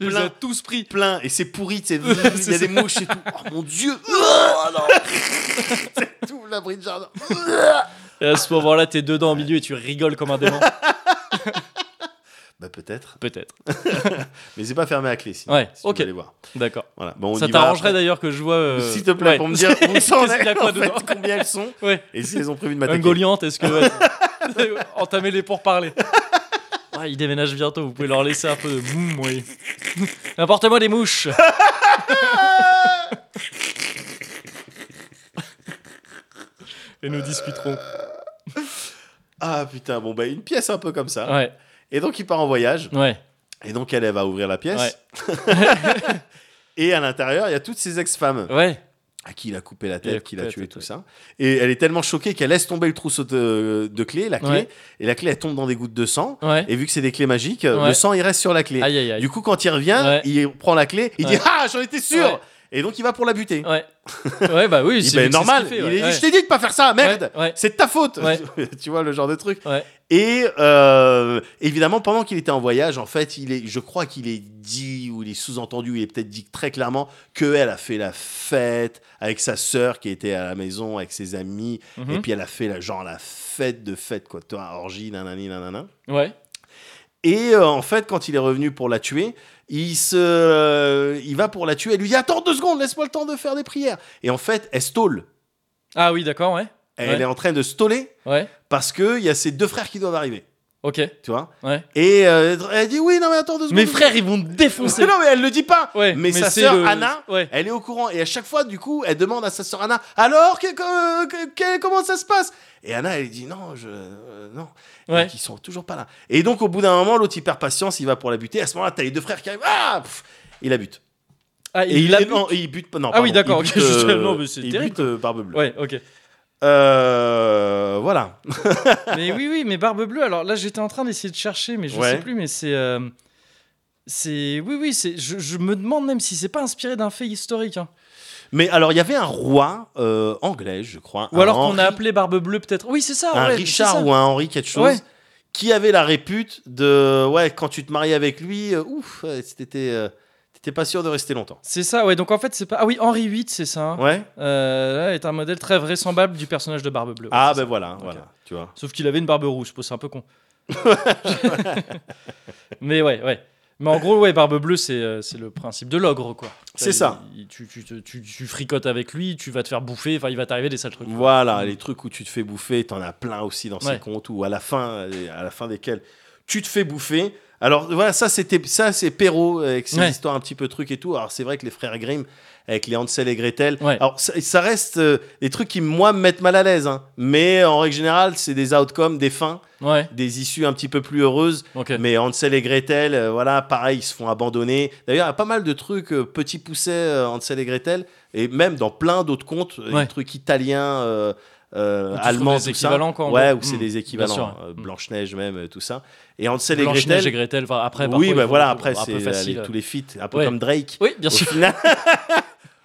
Tu les as Plein. tous pris. plein et c'est [laughs] pourri, tu sais, il y a C'est des ça. mouches et tout. Oh mon [laughs] dieu Oh, non. [laughs] C'est tout l'abri de jardin. Et à ce moment-là, t'es dedans au milieu et tu rigoles comme un démon. Bah peut-être, Peut-être. mais c'est pas fermé à clé sinon. Ouais, si tu veux ok. aller voir. D'accord. Voilà. Bon, on Ça y va. t'arrangerait d'ailleurs que je vois. euh, S'il te plaît, ouais. pour [laughs] me dire où s'en Qu'est-ce qu'il y est, a quoi en fait, dedans combien elles sont Ouais. et si elles ont prévu de Un m'attaquer. Goliath, est-ce que. ouais. [laughs] Entamez-les pour parler. [laughs] Ouais, ils déménagent bientôt, vous pouvez leur laisser un peu de. boum, oui. [laughs] N'importe-moi des mouches Et nous discuterons. Ah putain, bon bah une pièce un peu comme ça. Euh, Ouais, Et donc il part en voyage ouais, et donc elle, elle va ouvrir la pièce. ouais, [laughs] [laughs] Et à l'intérieur, il y a toutes ses ex-femmes ouais. à qui il a coupé Il la a tête, qui l'a coupé la tué tête, tout ouais. ça. Et elle est tellement choquée qu'elle laisse tomber le trousseau de, de clés, la clé, Ouais. et la clé elle tombe dans des gouttes de sang. ouais. Et vu que c'est des clés magiques, euh, le Ouais. sang il reste sur la clé. Aïe, aïe, aïe. Du coup, quand il revient, Ouais. il prend la clé, il dit Ouais. Ah, j'en étais sûr Ouais. Et donc il va pour la buter. Ouais. Ouais, bah oui, [laughs] Il dit c'est Bah, vu que c'est normal, ce qu'il il fait, est ouais. dit, Je t'ai dit de pas faire ça, merde Ouais, ouais. C'est de ta faute Ouais. [laughs] Tu vois le genre de truc. Ouais. Et euh, évidemment, pendant qu'il était en voyage, en fait, il est, je crois qu'il est dit, ou il est sous-entendu, il est peut-être dit très clairement qu'elle a fait la fête avec sa sœur qui était à la maison, avec ses amis, Mhm. et puis elle a fait la, genre la fête de fête, quoi, toi, orgie, nanani, nanana. Ouais. Et euh, en fait, quand il est revenu pour la tuer, il, se, euh, il va pour la tuer. Elle lui dit Attends deux secondes, laisse-moi le temps de faire des prières. Et en fait, elle stole. Ah oui, d'accord, ouais. Elle Ouais. est en train de stoler Ouais. parce qu'il y a ses deux frères qui doivent arriver. Ok. Tu vois Ouais. Et euh, elle dit Oui, non, mais attends deux secondes. Mes frères, ils vont te Mais défoncer. [laughs] non, mais elle le dit pas. [laughs] Ouais, mais, sa c'est sœur le- Anna, Ouais. elle est au courant. Et à chaque fois, du coup, elle demande à sa sœur Anna Alors, que- que- que- que- comment ça se passe Et Anna, elle dit Non, je. euh, non. Ouais. qui sont toujours pas là. Et donc, au bout d'un moment, l'autre, il perd patience, il va pour la buter. À ce moment-là, t'as les deux frères qui arrivent. Ah Pff, Il la bute. Ah, Et il, la la bute. Non, et il bute pas. Non, Ah oui, pardon, d'accord, il ok, bute, je- euh, non, mais c'est Il terrible. bute euh, Barbe Bleue. Ouais, ok. Euh, voilà. mais oui, oui, mais Barbe Bleue. Alors là, j'étais en train d'essayer de chercher, mais je Ouais. sais plus. Mais c'est. euh, c'est. Oui, oui, c'est. Je, je me demande même si c'est pas inspiré d'un fait historique. hein. Mais alors, il y avait un roi euh, anglais, je crois. Ou un alors qu'on Henri- a appelé Barbe Bleue, peut-être. Oui, c'est ça. Ah Un ouais, c'est Richard ça. ou un Henri, quelque chose. Ouais. Qui avait la répute de. Ouais, quand tu te mariais avec lui, euh, ouf, euh, c'était. euh, t'étais pas sûr de rester longtemps. C'est ça, ouais. Donc en fait, c'est pas. Ah oui, Henri VIII, c'est ça. hein. Ouais Euh, là, est un modèle très vraisemblable du personnage de Barbe Bleue. Ah, C'est ben ça. voilà, Ok. voilà, tu vois. Sauf qu'il avait une barbe rouge, bon, c'est un peu [laughs] con. Mais ouais, ouais. Mais en gros, ouais, Barbe Bleue, c'est euh, c'est le principe de l'ogre, quoi. C'est ça. il- il- tu, tu, tu, tu- tu fricotes avec lui, tu vas te faire bouffer, enfin, il va t'arriver des sales trucs. Mm. Voilà, les trucs où tu te fais bouffer, t'en as plein aussi dans ces Ouais. comptes, ou à la fin, euh, à la fin desquels tu te fais bouffer. Alors voilà, ça c'était ça c'est Perrault avec ses Ouais. histoires un petit peu truc et tout. Alors c'est vrai que les frères Grimm avec les Hansel et Gretel. Ouais. Alors ça, ça reste euh, des trucs qui moi me mettent mal à l'aise, hein. mais en règle générale c'est des outcomes, des fins, Ouais, des issues un petit peu plus heureuses. ok. [laughs] Mais Hansel et Gretel, euh, voilà, pareil, ils se font abandonner. D'ailleurs, il y a pas mal de trucs euh, petits poussets euh, Hansel et Gretel, et même dans plein d'autres contes, euh, Ouais. des trucs italiens, euh, Où euh, tu allemands, trouves des tout ça. équivalents, quoi, en Ouais, gros. où c'est Mm, des bien équivalents, sûr, ouais. euh, Mm. Blanche-Neige même, euh, tout ça. Et Hansel et Blanche-Neige Gretel, et Gretel, enfin, après, parfois, oui, ils bah font voilà, un peu- après un c'est peu euh, facile. les- tous les feats, un peu Ouais. comme Drake. Oui, bien Au sûr. [laughs] final. [laughs]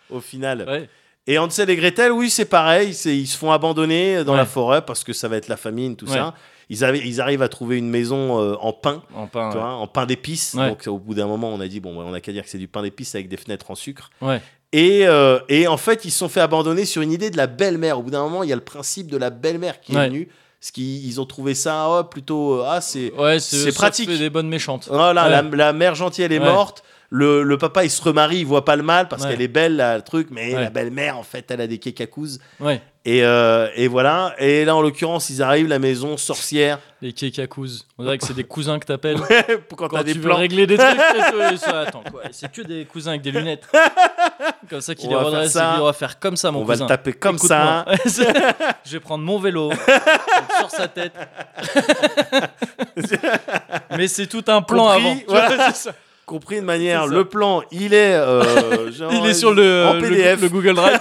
Au final. Ouais. Et Hansel et Gretel, oui, c'est pareil. c'est- Ils se font abandonner euh, dans Ouais. la forêt parce que ça va être la famine, tout Ouais. ça. Ils, avaient- ils arrivent à trouver une maison euh, en pain En pain, tu vois, en pain d'épices. Ouais. Donc au bout d'un moment, on a dit bon, bah, on a qu'à dire que c'est du pain d'épices avec des fenêtres en sucre. Ouais. Et, euh, et en fait, ils se sont fait abandonner sur une idée de la belle-mère. Au bout d'un moment, il y a le principe de la belle-mère qui Ouais. est venue. Ce qu'ils ils ont trouvé ça oh, plutôt euh, ah c'est ouais. Ouais, c'est ça pratique. fait des bonnes méchantes. voilà Ouais. la, la mère gentille elle est Ouais. morte. Le, le papa il se remarie, il voit pas le mal parce Ouais. qu'elle est belle là, le truc, mais Ouais. la belle-mère en fait elle a des kékakous. Ouais, Et, euh, et voilà. Et là en l'occurrence ils arrivent la maison sorcière. [laughs] les kékakous. On dirait que c'est des cousins que t'appelles. Quand Quand, t'as tu des veux plans, régler des trucs, c'est tout, et ça, attends, quoi, c'est que des cousins avec des [laughs] lunettes. Comme ça qu'il On les va faire redresse, ça. il dit, on va faire comme ça, mon on va cousin. le taper comme ça. Écoute-moi. C'est- [laughs] je vais prendre mon vélo donc, sur sa [laughs] tête. Mais c'est tout un plan Compris, avant. tu voilà. vois, [laughs] c'est ça. compris de manière. C'est ça. Le plan, il [laughs] est. euh, genre, Il est sur le, En le- PDF. le Google [laughs] Drive.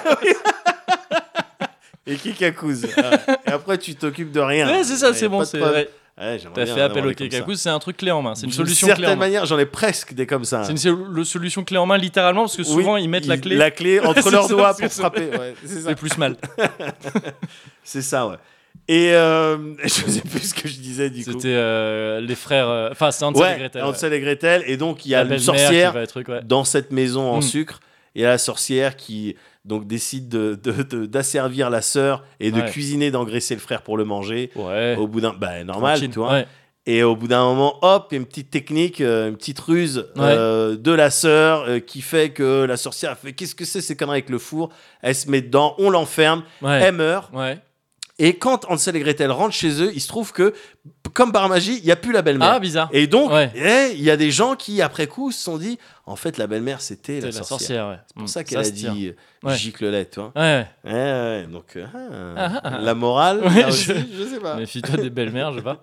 Et Kikakuz. Ouais. et après, tu t'occupes de rien. Ouais, c'est ça, c'est Y a bon. pas de c'est- preuve. ouais. Ouais, j'aimerais T'as bien fait en appel avoir au des comme ça. Kekakus, c'est un truc clé en main. C'est une D'une solution clé en certaine main. manière, j'en ai presque des comme ça. C'est une sol- le solution clé en main littéralement parce que Oui, souvent ils mettent la clé, La clé entre [laughs] C'est leurs ça, doigts c'est pour ça. frapper. Ouais, c'est ça. c'est plus [laughs] mal. C'est ça, ouais. Et euh, [laughs] je sais plus ce que je disais du coup. C'était euh, les frères. euh, Enfin, c'est Hansel et Ouais, Gretel. ouais. Hansel et Gretel. Et donc, il y La a une belle-mère sorcière qui va être truc, ouais. dans cette maison en Mm. sucre. Et la sorcière qui donc décide de- de- de- d'asservir la sœur et de Ouais. cuisiner, d'engraisser le frère pour le manger. Ouais. Au bout d'un, bah normal, Tranquille, tu vois. ouais. Et au bout d'un moment, hop, il y a une petite technique, euh, une petite ruse Ouais. euh, de la sœur euh, qui fait que la sorcière elle fait qu'est-ce que c'est ces conneries avec le four Elle se met dedans, on l'enferme, Ouais. elle meurt. Ouais. Et quand Hansel et Gretel rentrent chez eux, il se trouve que, comme par magie, il n'y a plus la belle-mère. Ah, bizarre. et donc, Ouais. eh, il y a des gens qui, après coup, se sont dit en fait, la belle-mère, c'était C'était la, la sorcière. sorcière, ouais. Hmm. C'est pour ça qu'elle a dit euh, Ouais. gicle-lait, tu vois. Ouais, Ouais, ouais, donc, euh, ah, Ah, ah, ah. la morale, Ouais, là aussi, je- je sais pas. méfie-toi des belles-mères, je sais pas.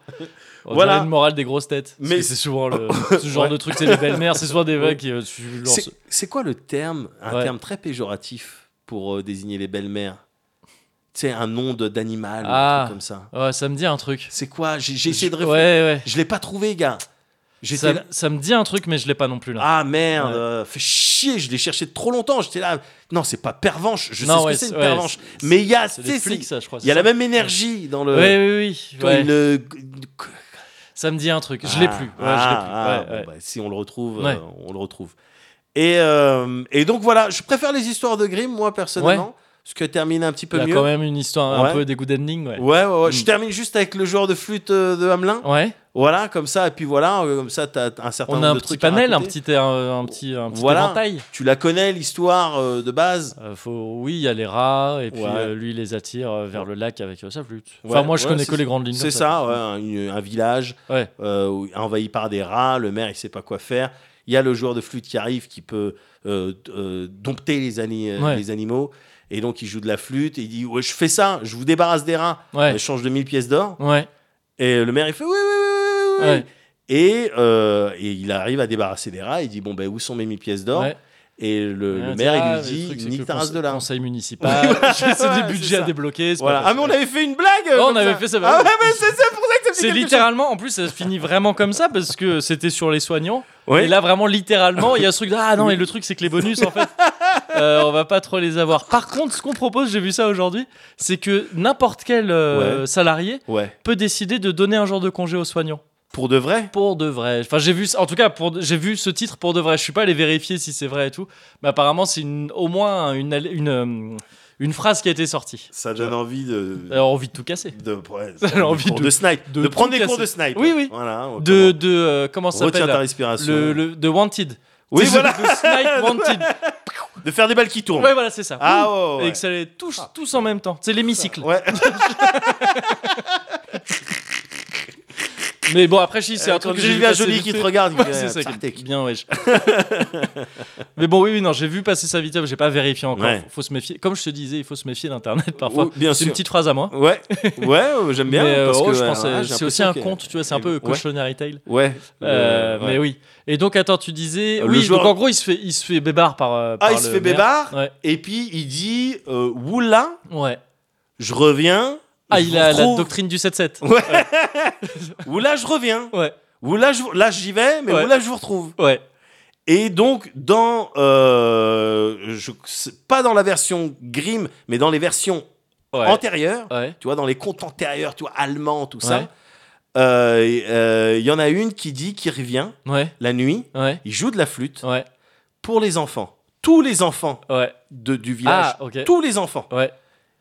On Voilà. dirait une morale des grosses têtes. Parce Mais- que c'est souvent [coughs] le, ce genre Ouais. de truc, c'est les belles-mères, c'est souvent des Ouais. vagues qui euh, tu lances- C'est- C'est quoi le terme Un Ouais. terme très péjoratif pour euh, désigner les belles-mères. Tu sais, un nom de- d'animal ou un Ah. truc comme ça. Ouais, ça me dit un truc. C'est quoi J'ai j'ai essayé de Ouais, réfléchir. ouais. Je l'ai pas trouvé, gars. J'étais Ça, là- ça me dit un truc, mais je l'ai pas non plus là. Ah merde, Ouais. euh, fais chier, je l'ai cherché trop longtemps. J'étais là. Non, c'est pas pervenche. Je sais Non, ce ouais, que c'est une ouais, pervenche. c'est- c'est- Mais il y a, c'est tu sais, des flics, c'est- ça, je crois. il y a c'est la ça même énergie dans euh, le. Ouais, oui, oui. quand ouais. il le- Ça me dit un truc. Je l'ai Ah, plus. Ouais, ah, je l'ai ah, plus. Ouais, ouais. bon, bah, si on le retrouve, euh, Ouais. on le retrouve. Et, euh, et donc voilà, je préfère les histoires de Grimm, moi personnellement, ce que termine un petit peu Il y mieux. a quand même une histoire Ouais. un peu des good ending, ouais. Ouais, ouais, ouais. Mm. Je termine juste avec le joueur de flûte euh, de Hamelin. Ouais. Voilà, comme ça, et puis voilà, euh, comme ça, t'as un certain On nombre a un de petit trucs à panel, un raconter. petit, euh, un petit, un petit Voilà. éventail. Tu la connais, l'histoire euh, de base Euh, faut... Oui, il y a les rats, et puis Ouais. euh, lui, il les attire euh, vers le lac avec euh, sa flûte. Ouais, Enfin, moi, je ouais, connais c'est- que les grandes lignes. C'est comme ça, ouais, un, une- un village Ouais. euh, où- envahi par des rats, le maire, il sait pas quoi faire. Il y a le joueur de flûte qui arrive, qui peut euh, d- euh, dompter les, ani- euh, Ouais. les animaux. Et donc, il joue de la flûte, et il dit ouais, Je fais ça, je vous débarrasse des rats. Ouais. Je change de 1000 pièces d'or. Ouais. Et le maire, il fait Oui, oui, oui, oui, oui. Ouais. Et, euh, et il arrive à débarrasser des rats. Il dit Bon, ben, où sont mes 1000 pièces d'or ouais. Et le, Ouais, le on dit, maire, ah, mais il le lui truc, c'est dit que Nique le ta race conse- de là. Conseil municipal. [laughs] c'est Ouais, des budgets c'est ça. à débloquer. c'est pas Voilà. Ah, mais facile. on avait fait une blague Oh, on comme avait fait ça, bah Ah, oui. ouais, mais [laughs] c'est ça pour ça que ça me dit C'est quelque littéralement, en plus, ça se finit vraiment comme ça parce que c'était sur les soignants. chose. Ouais. Et là, vraiment, littéralement, il y a ce truc. de, Ah non, et le truc, c'est que les bonus, [laughs] en fait, euh, on va pas trop les avoir. Par contre, ce qu'on propose, j'ai vu ça aujourd'hui, c'est que n'importe quel euh, salarié Ouais. peut décider de donner un jour de congé aux soignants. Pour de vrai pour de vrai. Enfin, j'ai vu, en tout cas, pour, j'ai vu ce titre pour de vrai. Je suis pas allé vérifier si c'est vrai et tout, mais apparemment, c'est une- au moins une, allé- une, euh, une phrase qui a été sortie. Ça donne Ouais. envie de. Alors, envie de tout casser. de ouais, Euh, [laughs] ça donne envie cours de- de, snipe. de De, prendre tout des cours de casser. snipe. Oui, oui. Voilà. on De, commence. de euh, comment ça s'appelle Oh, Retiens ta là respiration. le, le- de Wanted. Oui, C'est voilà. de Snipe [laughs] Wanted. De faire des balles qui tournent. Ouais, voilà, c'est ça. Ah, ouais, ouais, Ah, Et que ça les tous, tous en même temps. C'est l'hémicycle. Ouais. [laughs] Mais bon, après, si, c'est un Euh, Quand truc. que j'ai vu la passer jolie vite qui fait. te regarde. Ouais, il fait, ah, c'est ça qui est Sartek. bien, wesh. [laughs] mais bon, oui, oui, non, j'ai vu passer ça vite, mais j'ai pas vérifié encore. Ouais. Faut se méfier. Comme je te disais, il faut se méfier d'Internet parfois. Ou- bien c'est une sûr. petite phrase à moi. Ouais, ouais, euh, j'aime bien. mais euh, parce oh, que, je euh, pense, ouais, euh, j'ai c'est aussi un l'impression que- conte, tu vois, c'est un peu Ouais. cautionary tale. Ouais. Euh, Euh, ouais. Mais oui. Et donc, attends, tu disais. Le oui, joueur- donc en gros, il se fait, il se fait bébar par. euh, Ah, par il se le fait maire. bébard. Ouais. Et puis il dit euh, Oula, Ouais. je reviens. Ah, je il vous a la retrouve. doctrine du 7-7. Oula, je reviens. Ouais. Oula, je... là, j'y vais, mais Ouais. oula, je vous retrouve. Ouais. Et donc, dans. euh, je... c'est Pas dans la version Grimm, mais dans les versions Ouais. antérieures, Ouais. tu vois, dans les contes antérieurs, tu vois, allemands, tout ça, Ouais. euh, et, euh, il y en a une qui dit qu'il revient Ouais. la nuit, Ouais. il joue de la flûte Ouais. pour les enfants. Tous les enfants Ouais. de, du village. Ah, ok. Tous les enfants. Ouais.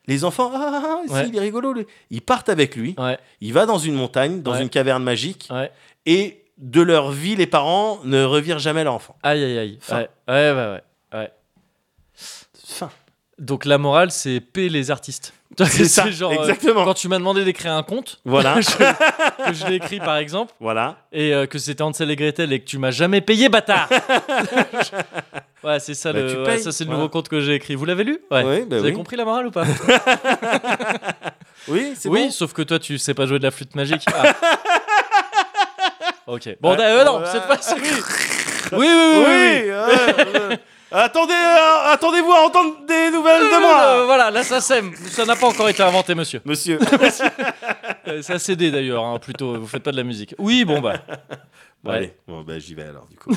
Les enfants, ah, ah, ah, si, Ouais. il est rigolo. lui. Ils partent avec lui. Ouais. Il va dans une montagne, dans Ouais. une caverne magique. Ouais. Et de leur vie, les parents ne revirent jamais leur enfant. Aïe, aïe, aïe. Fin. Ouais. Ouais, ouais, ouais. Fin. Donc la morale, c'est paie les artistes. [laughs] C'est ça, euh, exactement. quand tu m'as demandé d'écrire un conte, Voilà. que [laughs] je l'ai écrit par exemple, voilà. et euh, que c'était Hansel et Gretel et que tu m'as jamais payé, [laughs] bâtard Ouais, c'est ça, Bah, tu le, ouais, payes, ça c'est le voilà. nouveau conte que j'ai écrit. Vous l'avez lu Ouais. Oui, bah Vous avez oui. compris la morale ou pas Oui, c'est Oui, bon. sauf que toi, tu sais pas jouer de la flûte [laughs] magique. Ah. ok. Bon, Ouais. euh, non, Voilà. cette fois-ci. Oui, oui, oui, oui, oui. Oui, euh, euh, [laughs] attendez, euh, attendez-vous à entendre des nouvelles de Euh, moi, Voilà, là ça sème. Ça n'a pas encore été inventé, monsieur. monsieur. Euh, C'est un CD d'ailleurs, hein, plutôt. Vous faites pas de la musique. Oui, bon bah. Bon, Ouais. allez, bon, ben, j'y vais alors du coup.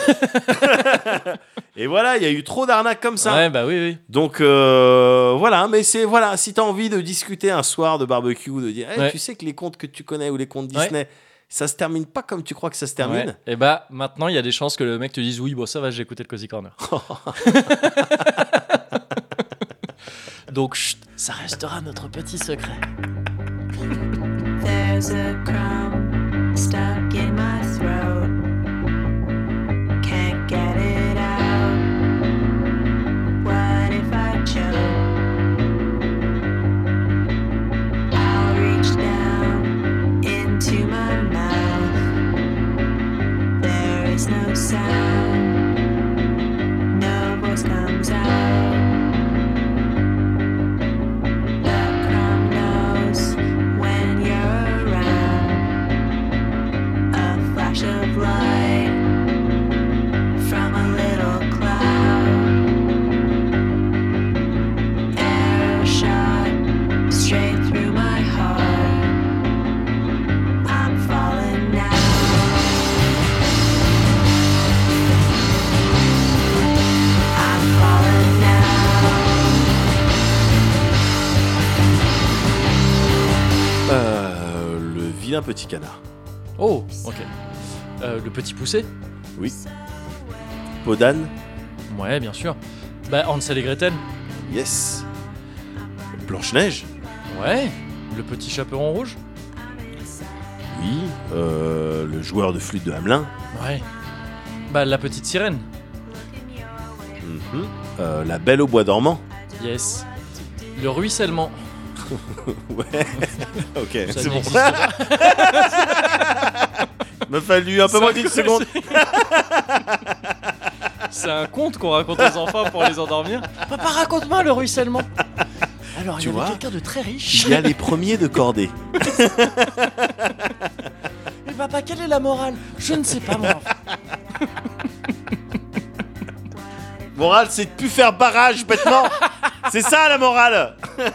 [laughs] et voilà, il y a eu trop d'arnaques comme ça. Ouais, bah oui, oui. Donc euh, voilà, mais c'est voilà, si t'as envie de discuter un soir de barbecue, de dire, Eh, Ouais. tu sais que les contes que tu connais ou les contes Ouais. Disney, ça se termine pas comme tu crois que ça se termine. Et bah maintenant, il y a des chances que le mec te dise oui, bon ça va, j'ai écouté le Cozy [laughs] Corner. Donc, chut, ça restera notre petit secret. There's a crumb stuck in my throat. Can't get it out. What if I choke? I'll reach down into my mouth. There is no sound. No voice comes out. The crumb knows when you're around. A flash of light from a little cloud. Arrow shot straight through my heart. I'm falling now. I'm falling now. Euh, le vilain petit canard. Oh, ok. Euh, le petit poussé Podan, Ouais, bien sûr. Bah, Hansel et Gretel yes. Blanche-Neige, Ouais. Le petit chaperon rouge oui. Euh, le joueur de flûte de Hamelin, Ouais. Bah, la petite sirène Mhm. Euh, la belle au bois dormant. Yes. Le ruissellement Ouais, ok, Ça c'est bon. n'existe [laughs] Il m'a fallu un Ça- peu moins d'une seconde. [laughs] C'est un conte qu'on raconte aux enfants pour les endormir. Papa, raconte-moi le ruissellement. Alors, Tu il y vois avait quelqu'un de très riche. Il y a les premiers de cordée. Mais papa, quelle est la morale Je ne sais pas, mon enfant. Morale, c'est de plus faire barrage bêtement. c'est ça la morale. Into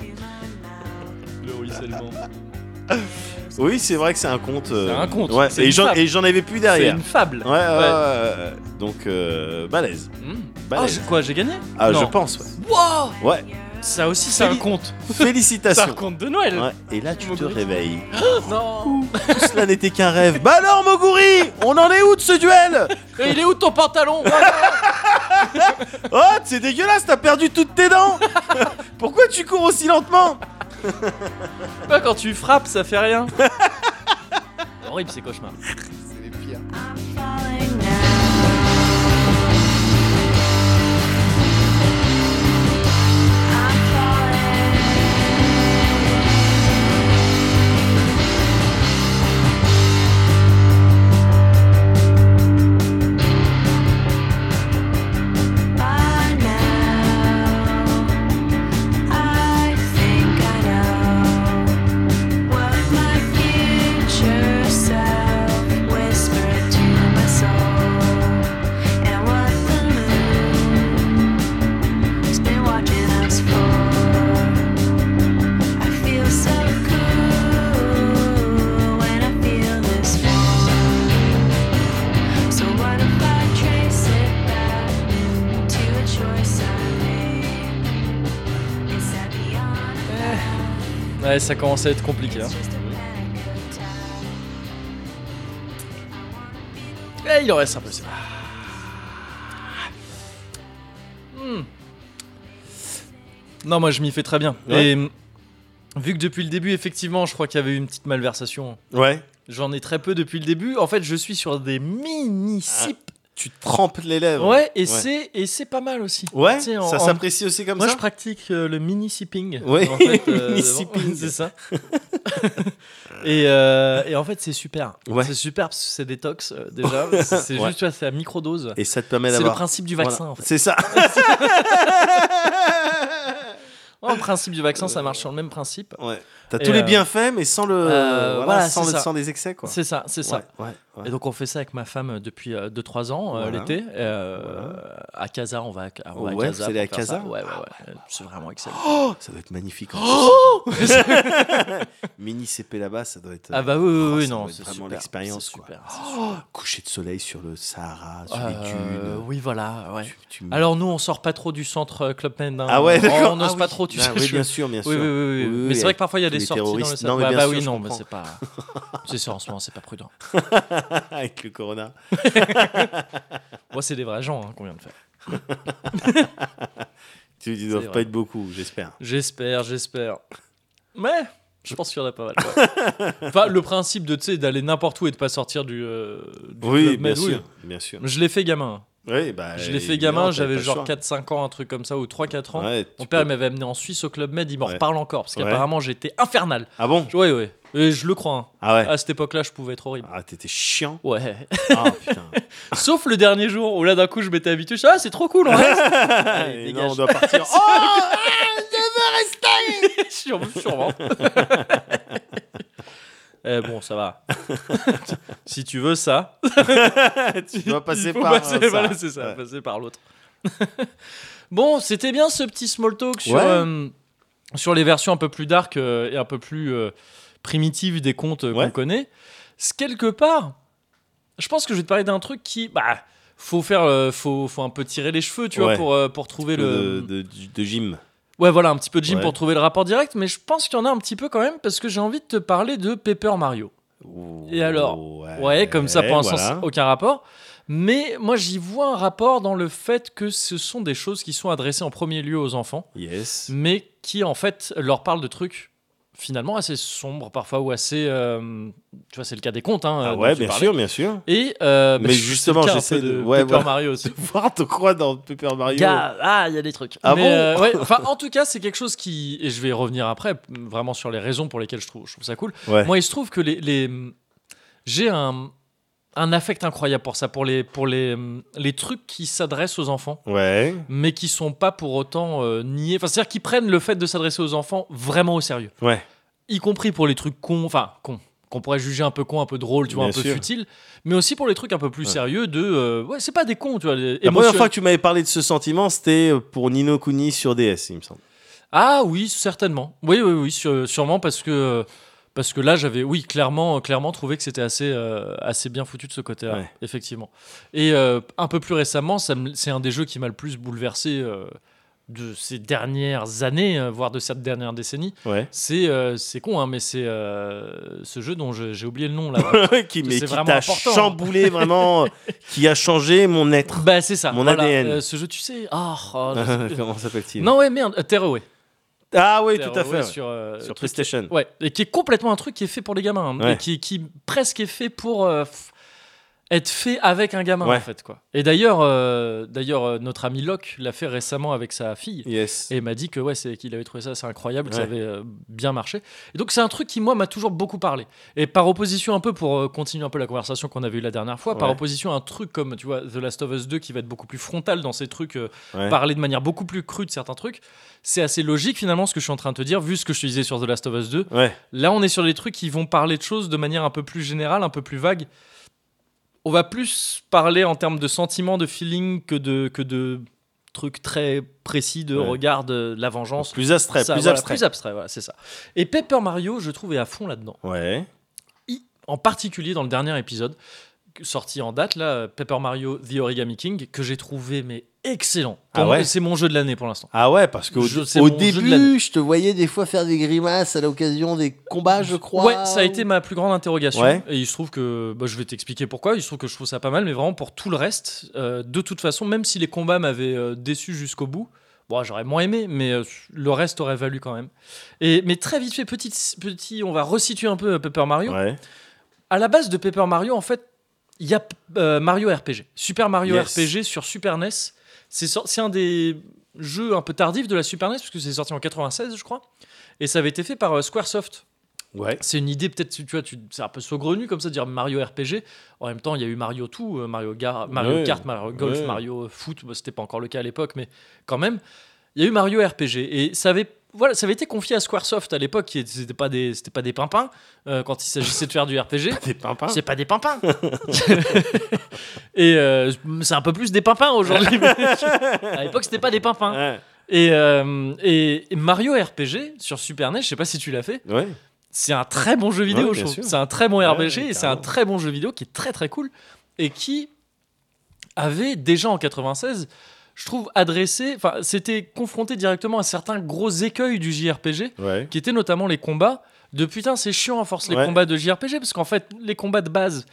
my mouth. Le ruissellement. Oui, c'est vrai que c'est un conte. euh, C'est un conte, Ouais. c'est Et une j'en, fable. et j'en avais plus C'est derrière. une fable. Ouais, ouais, ouais, ouais, ouais. Donc, euh, balèze. Hmm. Ah, Balèze. j'ai- quoi, j'ai gagné Ah, Non. je pense, ouais. Wow [laughs] Ouais. Ça aussi, c'est un Féli- conte. C'est un Félicitations. conte de Noël. Ah, Ouais, et là, tu te Moguri. réveilles. Non. Tout cela n'était qu'un rêve. Bah alors, Moguri, on en est où de ce duel Et il est où ton pantalon Oh, c'est dégueulasse, t'as perdu toutes tes dents [laughs] Pourquoi tu cours aussi lentement Pas quand tu frappes, ça fait [laughs] rien. C'est Horrible ces cauchemars. I'm falling now. I'm falling. By now, I think I know what my future self whispered to my soul, and what the moon's been watching us for. I feel so cool when I feel this warm. So what if I trace it back to a choice I made? Is that beyond? Ouais, ça commence à être compliqué. hein. Eh, il en reste un peu. c'est bon. Hmm. Non, moi je m'y fais très bien. Ouais. Et hum, vu que depuis le début, effectivement, je crois qu'il y avait eu une petite malversation. Ouais. J'en ai très peu depuis le début. En fait, je suis sur des mini sips. Tu trempes les lèvres. ouais, et c'est et c'est pas mal aussi. Ah, Ouais, Tu sais, en- ça en- s'apprécie aussi comme Moi, ça je pratique euh, le mini sipping. Oui, en [laughs] fait, euh, mini [laughs] sipping. c'est ça. et, euh, et en fait, c'est super. Ouais. C'est super parce que c'est détox euh, déjà. C'est c'est [laughs] Ouais. juste, tu vois, c'est à microdose. Et ça te permet C'est le d'avoir... principe du vaccin. Voilà. En fait. C'est ça. Ouais, le principe du vaccin, Euh, ça marche sur le même principe. ouais. T'as Et tous les euh, bienfaits, mais sans le... euh, voilà, voilà, sans, c'est le- ça. sans les excès, quoi. C'est ça, c'est ça. Ouais, ouais, ouais. Et donc on fait ça avec ma femme depuis 2-3 ans euh, Voilà. l'été. euh, À Casa, on va à, on va à Ouais, Casa. vous allez pour à faire Casa Ah, ça. Ouais, ouais, ouais. C'est vraiment excellent. Oh, ça doit être magnifique. en [laughs] plus. Mini CP là-bas, ça doit être... Oh ah bah oui, oui, Oh, oui, ça non, doit être c'est vraiment super. l'expérience, c'est quoi. super. Oh, coucher de soleil sur le Sahara, sur les Euh, dunes. oui, voilà. Ouais. Tu- tu- Alors nous, on sort pas trop du centre euh, Club Med. hein. Ah ouais, On- d'accord. On n'ose Ah pas oui. trop, tu Ah sais. Oui, je- bien sûr, bien sûr. Oui, oui, oui, oui. Mais c'est vrai que parfois il y a tous des les sorties dans le terroristes. salon. Non, mais Ouais, bien bah sûr, oui, je non, mais comprends. [laughs] c'est pas. C'est ça, en ce moment, c'est pas prudent. Avec le corona. Moi, c'est des vrais gens hein, qu'on vient de faire. Tu ne doivent pas vrai. être beaucoup, j'espère. J'espère, j'espère. Ouais, je pense qu'il y en a pas mal. ouais. [laughs] enfin, le principe de tu sais d'aller n'importe où et de pas sortir du. euh, du Oui, Club bien Med, sûr, bien sûr. Je l'ai fait gamin. Oui, bah, Je l'ai fait évidemment, gamin, t'avais j'avais pas le genre choix. 4-5 ans, un truc comme ça, ou 3-4 ans. Ouais, tu Mon père il peux- m'avait amené en Suisse au Club Med, il m'en Ouais. reparle encore, parce Ouais. qu'apparemment j'étais infernal. Ah bon Oui, oui. Et je le crois. hein. Ah ouais. À cette époque-là, je pouvais être horrible. Ah, [laughs] t'étais chiant. Ouais. Ah [laughs] putain. Sauf le dernier jour où là d'un coup je m'étais habitué. Je suis, ah, c'est trop cool, on [laughs] reste. Allez, Et dégage. non, on doit partir. [laughs] Oh Sûrement. [laughs] sûrement. Eh, bon, ça va. [laughs] si tu veux [laughs] ça, tu dois passer il faut par. euh, passer- voilà, c'est ça, Ouais. passer par l'autre. [laughs] bon, c'était bien ce petit small talk sur, Ouais. euh, sur les versions un peu plus dark euh, et un peu plus euh, primitives des contes euh, Ouais. qu'on connaît. C'est quelque part, je pense que je vais te parler d'un truc qui, bah, faut faire, euh, faut, faut un peu tirer les cheveux, tu Ouais. vois, pour, euh, pour trouver le, De, de, du- de gym. Ouais, voilà, un petit peu de gym Ouais. pour trouver le rapport direct, mais je pense qu'il y en a un petit peu quand même, parce que j'ai envie de te parler de Paper Mario. Et alors Euh, Ouais, Ouais, comme ça, pour l'instant, voilà. c'est aucun rapport. Mais moi, j'y vois un rapport dans le fait que ce sont des choses qui sont adressées en premier lieu aux enfants, Yes. mais qui, en fait, leur parlent de trucs finalement assez sombres, parfois, ou assez... euh, tu vois, c'est le cas des contes, hein. Ah dont ouais, tu bien parlais. sûr, bien sûr. [laughs] Et, euh, bah, Mais c'est le justement, cas un peu j'essaie de- de ouais, Paper voilà. Mario aussi. Voir te croire dans Paper Mario. Gars, ah, il y a des trucs. Ah Mais, bon euh, ouais, enfin, en tout cas, c'est quelque chose qui. Et je vais revenir après, p- vraiment sur les raisons pour lesquelles je trouve, je trouve ça cool. Ouais. Moi, il se trouve que les. les- hum, J'ai un, un affect incroyable pour ça, pour les, pour les, hum, les trucs qui s'adressent aux enfants, Ouais. mais qui sont pas pour autant euh, niés. Enfin, c'est-à-dire qu'ils prennent le fait de s'adresser aux enfants vraiment au sérieux. Ouais. Y compris pour les trucs cons, enfin, cons qu'on pourrait juger un peu con, un peu drôle, tu vois, Bien un peu sûr. futile, mais aussi pour les trucs un peu plus Ouais. sérieux de... euh, ouais, c'est pas des cons, tu vois. les- La première émotion- fois que tu m'avais parlé de ce sentiment, c'était euh, pour Nino Kuni sur DS, il me semble. Ah oui, certainement. Oui, oui, oui, sûre- sûrement parce que parce que là j'avais oui clairement clairement trouvé que c'était assez euh, assez bien foutu de ce côté-là, Ouais. effectivement. Et euh, un peu plus récemment, ça me- c'est un des jeux qui m'a le plus bouleversé. euh, de ces dernières années, euh, voire de cette dernière décennie, Ouais. c'est euh, c'est con, hein, mais c'est euh, ce jeu dont je- j'ai oublié le nom là. [laughs] qui mais C'est qui vraiment t'a important. hein. [laughs] chamboulé vraiment, qui a changé mon être. bah c'est ça. Mon voilà, ADN. euh, ce jeu, tu sais. Ah, oh, [laughs] je sais plus. Comment s'appelle-t-il non ouais merde, euh, Tearaway. Ah oui, tout à Tearaway fait. ouais. Sur, euh, Sur PlayStation. Ouais, et qui est complètement un truc qui est fait pour les gamins, hein, Ouais. et qui, qui presque est fait pour euh, f- être fait avec un gamin Ouais. en fait quoi. Et d'ailleurs, euh, d'ailleurs euh, notre ami Locke l'a fait récemment avec sa fille. Yes. Et il m'a dit que ouais, c'est qu'il avait trouvé ça assez incroyable, que Ouais. ça avait euh, bien marché. Et donc c'est un truc qui moi m'a toujours beaucoup parlé. Et par opposition un peu pour euh, continuer un peu la conversation qu'on avait eue la dernière fois, par Ouais. opposition à un truc comme tu vois The Last of Us 2 qui va être beaucoup plus frontal dans ces trucs, euh, Ouais. parler de manière beaucoup plus crue de certains trucs, c'est assez logique finalement ce que je suis en train de te dire vu ce que je te disais sur The Last of Us 2. Ouais. Là, on est sur des trucs qui vont parler de choses de manière un peu plus générale, un peu plus vague. On va plus parler en termes de sentiments, de feeling que de, que de trucs très précis de Ouais. regard de la vengeance. Plus abstrait, Ça, plus voilà, abstrait. Plus abstrait, voilà, c'est ça. Et Paper Mario, je trouve, est à fond là-dedans. Ouais. I- En particulier dans le dernier épisode, sorti en date, là, euh, Paper Mario The Origami King, que j'ai trouvé mais excellent. Pour Ah moi, ouais C'est mon jeu de l'année pour l'instant. Ah ouais, parce qu'au Je- c'est au mon jeu de l'année. début, je te voyais des fois faire des grimaces à l'occasion des combats, je crois. Ouais, ça a été ma plus grande interrogation. Ouais. Et il se trouve que, bah, je vais t'expliquer pourquoi, il se trouve que je trouve ça pas mal, mais vraiment pour tout le reste, euh, de toute façon, même si les combats m'avaient euh, déçu jusqu'au bout, bon, j'aurais moins aimé, mais euh, le reste aurait valu quand même. Et, mais très vite fait, petit, petit, on va resituer un peu euh, Paper Mario. Ouais. À la base de Paper Mario, en fait, il y a euh, Mario RPG. Super Mario Yes. RPG sur Super NES. C'est sor- c'est un des jeux un peu tardifs de la Super E NES, puisque c'est sorti en 96, je crois. Et ça avait été fait par euh, Squaresoft. Ouais. C'est une idée, peut-être, tu vois, tu, c'est un peu saugrenu comme ça de dire Mario RPG. En même temps, il y a eu Mario tout, euh, Mario, Gar- Mario Ouais, Kart, Mario Golf, ouais. Mario Foot. Bon, C'était pas encore le cas à l'époque, mais quand même, il y a eu Mario RPG. Et ça avait, voilà, ça avait été confié à Squaresoft à l'époque, qui c'était pas des, c'était pas des pimpins euh, quand il s'agissait de faire du RPG. Des pimpins. C'est pas des pimpins. et euh, c'est un peu plus des pimpins aujourd'hui. [laughs] mais à l'époque, c'était pas des pimpins. Ouais. Et, euh, et et Mario RPG sur Super NES, je sais pas si tu l'as fait Ouais. c'est un très bon jeu vidéo, je Ouais, bien trouve. sûr. C'est un très bon Ouais, RPG ouais, et c'est un carrément. très bon jeu vidéo qui est très très cool et qui avait déjà en 96, je trouve, adressé, enfin, c'était confronté directement à certains gros écueils du JRPG Ouais. qui étaient notamment les combats. De putain, c'est chiant à force les Ouais. combats de JRPG parce qu'en fait, les combats de base,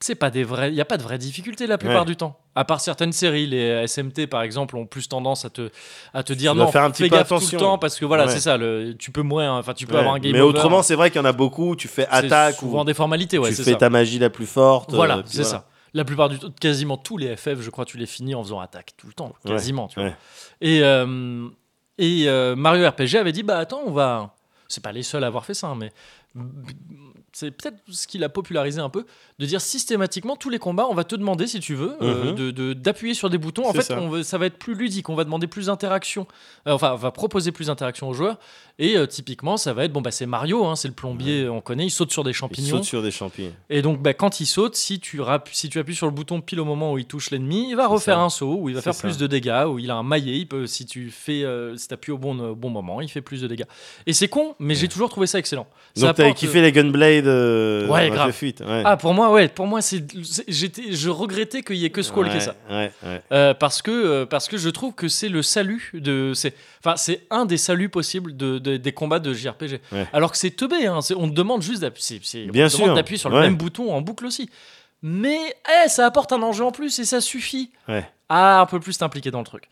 c'est pas des vrais, il y a pas de vraies difficultés la plupart Ouais. du temps. À part certaines séries, les SMT par exemple ont plus tendance à te à te dire dois non, faire un petit fais peu gaffe attention. tout le temps parce que voilà, Ouais. c'est ça, le, tu peux mourir, hein. enfin tu peux Ouais. avoir un game Mais over. autrement, c'est vrai qu'il y en a beaucoup. Tu fais C'est attaque souvent ou des formalités, ouais, tu c'est fais ça. ta magie la plus forte. Voilà, euh, puis c'est voilà. ça. La plupart du temps, quasiment tous les FF, je crois, tu les finis en faisant attaque tout le temps, Ouais, quasiment, tu vois. ouais. Et, euh, et euh, Mario RPG avait dit, bah attends, on va... C'est pas les seuls à avoir fait ça, hein, mais c'est peut-être ce qu'il a popularisé un peu, de dire systématiquement, tous les combats, on va te demander, si tu veux, euh, Mhm. de- de- d'appuyer sur des boutons. En C'est fait, ça. on veut- ça va être plus ludique, on va demander plus d'interaction, Euh, enfin, on va proposer plus d'interaction aux joueurs. Et euh, typiquement, ça va être, bon, bah c'est Mario, hein, c'est le plombier, on connaît, il saute sur des Il champignons. saute sur des champignons. Et donc, bah, quand il saute, si tu, rap- si tu appuies sur le bouton pile au moment où il touche l'ennemi, il va refaire ça. un saut, où il va C'est faire ça. plus de dégâts, où il a un maillet. Il peut, si tu fais, euh, si appuies au bon, au bon moment, il fait plus de dégâts. Et c'est con, mais j'ai toujours trouvé ça excellent. Ça Donc t'avais apporte- kiffé les Gunblade euh, Ouais, dans grave. la fuite. Ouais. Ah, pour moi, ouais, pour moi, c'est, c'est- j'étais, je regrettais qu'il y ait que Squall qui ait Ouais, ça. Ouais, ouais. Euh, parce que euh, parce que je trouve que c'est le salut de c'est enfin c'est un des saluts possibles de, de- des combats de JRPG. Ouais. Alors que c'est teubé, hein, c'est- on te demande juste d'appuyer, c'est- c'est- on Bien te demande sûr, d'appuyer sur le ouais. même bouton en boucle aussi. Mais eh, ça apporte un enjeu en plus et ça suffit Ouais. à un peu plus t'impliquer dans le truc.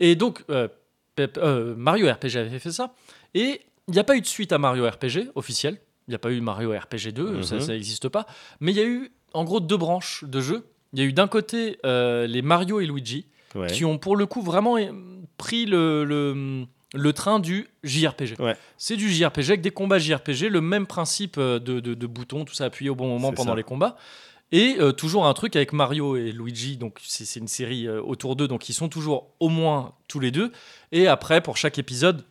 Et donc euh, Pep- euh, Mario RPG avait fait ça et il n'y a pas eu de suite à Mario RPG officielle. Il n'y a pas eu Mario RPG 2, Mhm. ça n'existe pas. Mais il y a eu en gros deux branches de jeux. Il y a eu d'un côté euh, les Mario et Luigi, Ouais. qui ont pour le coup vraiment euh, pris le, le, le train du JRPG. Ouais. C'est du JRPG avec des combats JRPG, le même principe euh, de, de- de boutons, tout ça appuyé au bon moment C'est pendant ça. les combats. Et euh, toujours un truc avec Mario et Luigi, donc c'est c'est une série euh, autour d'eux, donc ils sont toujours au moins tous les deux. Et après, pour chaque épisode,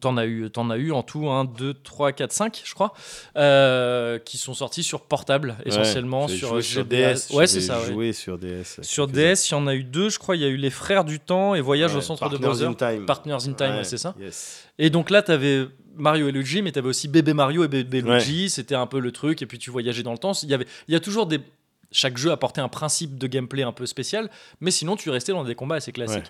T'en as, eu, t'en as eu en tout 1, 2, 3, 4, 5, je crois, euh, qui sont sortis sur portable, essentiellement J'avais sur, joué euh, sur GBA. DS. Ouais, c'est j'avais ça. ouais. joué sur DS. Sur quelques-uns. DS, il y en a eu deux, je crois. Il y a eu Les Frères du Temps et Voyage Ouais, au centre de Partners Bowser. in Time. Partners in Time, ouais, c'est ça. Yes. Et donc là, t'avais Mario et Luigi, mais t'avais aussi Bébé Mario et Bébé Ouais. Luigi. C'était un peu le truc. Et puis tu voyageais dans le temps. Il y, avait, il y a toujours des chaque jeu apportait un principe de gameplay un peu spécial, mais sinon tu restais dans des combats assez classiques,